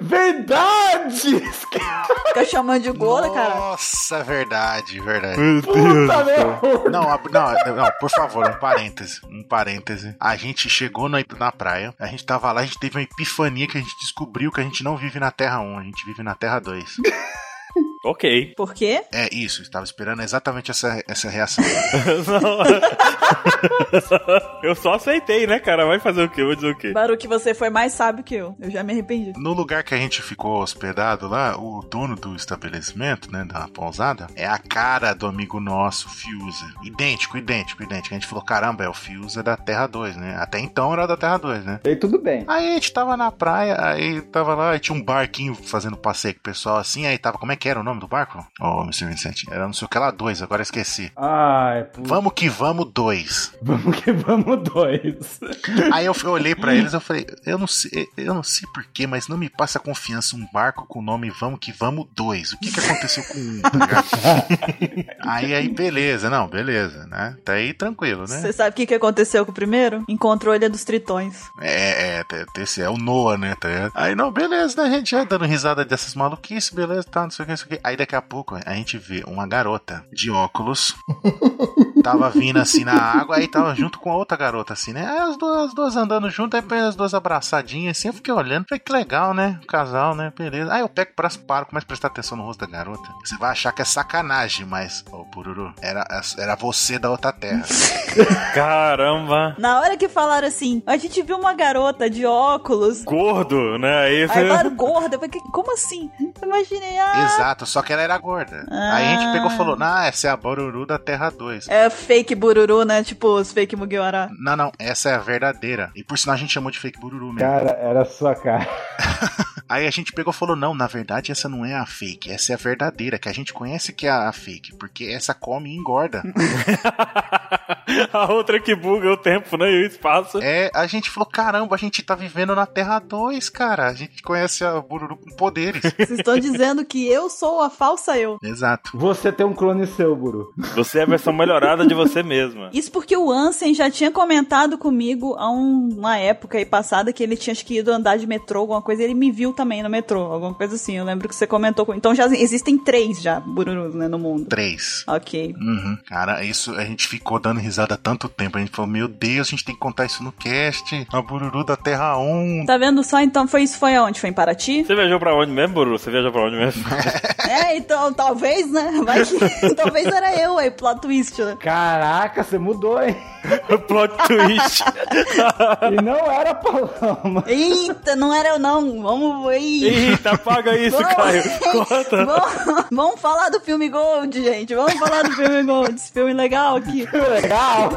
S1: Verdade!
S4: fica tá chamando de gorda, cara.
S3: Nossa, verdade, verdade.
S2: Meu Deus.
S1: Puta merda!
S3: Não, ab- não, não, por favor, um parêntese. Um parêntese. A gente chegou na, na praia, a gente tava lá, a gente teve uma epifania que a gente descobriu que a gente não vive na Terra 1, a gente vive na Terra 2.
S2: Ok.
S4: Por quê?
S3: É isso, eu estava esperando exatamente essa, essa reação.
S2: Não. Eu só aceitei, né, cara? Vai fazer o quê? Eu Vou dizer o quê?
S4: Baru, que você foi mais sábio que eu. Eu já me arrependi.
S3: No lugar que a gente ficou hospedado lá, o dono do estabelecimento, né, da pousada, é a cara do amigo nosso, Fiuza. Idêntico, idêntico, idêntico. A gente falou, caramba, é o Fiuza da Terra 2, né? Até então era da Terra 2, né?
S1: E tudo bem.
S3: Aí a gente tava na praia, aí tava lá, aí tinha um barquinho fazendo passeio com o pessoal assim, aí tava, como é que era o nome do barco? Ô, oh, Mr. Vicente, era não sei o que lá, dois, agora esqueci.
S1: Ai, putz.
S3: Vamos que vamos, dois.
S1: Vamos que vamos dois.
S3: Aí eu, eu olhei pra eles eu falei, eu não sei, eu não sei porquê, mas não me passa confiança um barco com o nome Vamos que vamos dois. O que que aconteceu com um? tá ligado? aí aí beleza, não, beleza, né? Tá aí tranquilo, né?
S4: Você sabe o que, que aconteceu com o primeiro? Encontrou ele dos tritões.
S3: É, é, é, esse é o Noah, né? tá ligado? Aí não, beleza, né? A gente já dando risada dessas maluquices, beleza, tá, não sei o que, não sei o que. Aí daqui a pouco a gente vê uma garota de óculos. Tava vindo assim na água, aí tava junto com a outra garota, assim, né? Aí as duas, as duas andando junto, aí põe as duas abraçadinhas, assim. Eu fiquei olhando, falei que legal, né? O casal, né? Beleza. Aí eu pego o braço, paro, começo a prestar atenção no rosto da garota. Você vai achar que é sacanagem, mas, ô, Bururu, era, era você da outra terra.
S2: Caramba.
S4: Na hora que falaram assim, a gente viu uma garota de óculos.
S2: Gordo, né? Aí
S4: Aí
S2: você-
S4: falaram gorda. Eu falei, "Que- como assim? Eu imaginei, ah,
S3: Exato, só que ela era gorda.
S4: Ah.
S3: Aí a gente pegou e falou: Ah, essa é a Boruru da Terra 2.
S4: É fake bururu, né? Tipo, os fake Mugiwara.
S3: Não, não, essa é a verdadeira. E por sinal a gente chamou de fake Bururu mesmo.
S1: Cara, era sua cara.
S3: Aí a gente pegou e falou: Não, na verdade essa não é a fake, essa é a verdadeira, que a gente conhece que é a fake, porque essa come e engorda.
S2: a outra que buga o tempo, né? E o espaço.
S3: é, a gente falou: Caramba, a gente tá vivendo na Terra 2, cara. A gente conhece a Bururu com poderes.
S4: Vocês estão dizendo que eu sou a falsa eu.
S3: Exato.
S1: Você tem um clone seu, Buru.
S2: Você é a versão melhorada de você mesma.
S4: Isso porque o Ansem já tinha comentado comigo há um- uma época aí passada que ele tinha acho que ido andar de metrô, alguma coisa, e ele me viu também no metrô, alguma coisa assim. Eu lembro que você comentou com. Então já existem três já, bururus, né, no mundo.
S3: Três.
S4: Ok.
S3: Uhum. Cara, isso a gente ficou dando risada há tanto tempo. A gente falou: Meu Deus, a gente tem que contar isso no cast. A Bururu da Terra 1,
S4: Tá vendo só então? Foi isso foi aonde? Foi em Paraty?
S2: Você viajou pra onde mesmo, Buru? Você viajou pra onde mesmo?
S4: é, então talvez, né? Vai que. talvez era eu aí, plot twist, né?
S1: Caraca, você mudou, hein?
S2: Plot twist.
S1: E não era a Paloma.
S4: Eita, não era eu não. Vamos. Ih.
S2: Eita, apaga isso,
S4: Vamos-
S2: Caio. Corta.
S4: Vamos, vamos falar do filme Gold, gente. Vamos falar do filme Gold. Esse filme legal aqui.
S1: Que legal.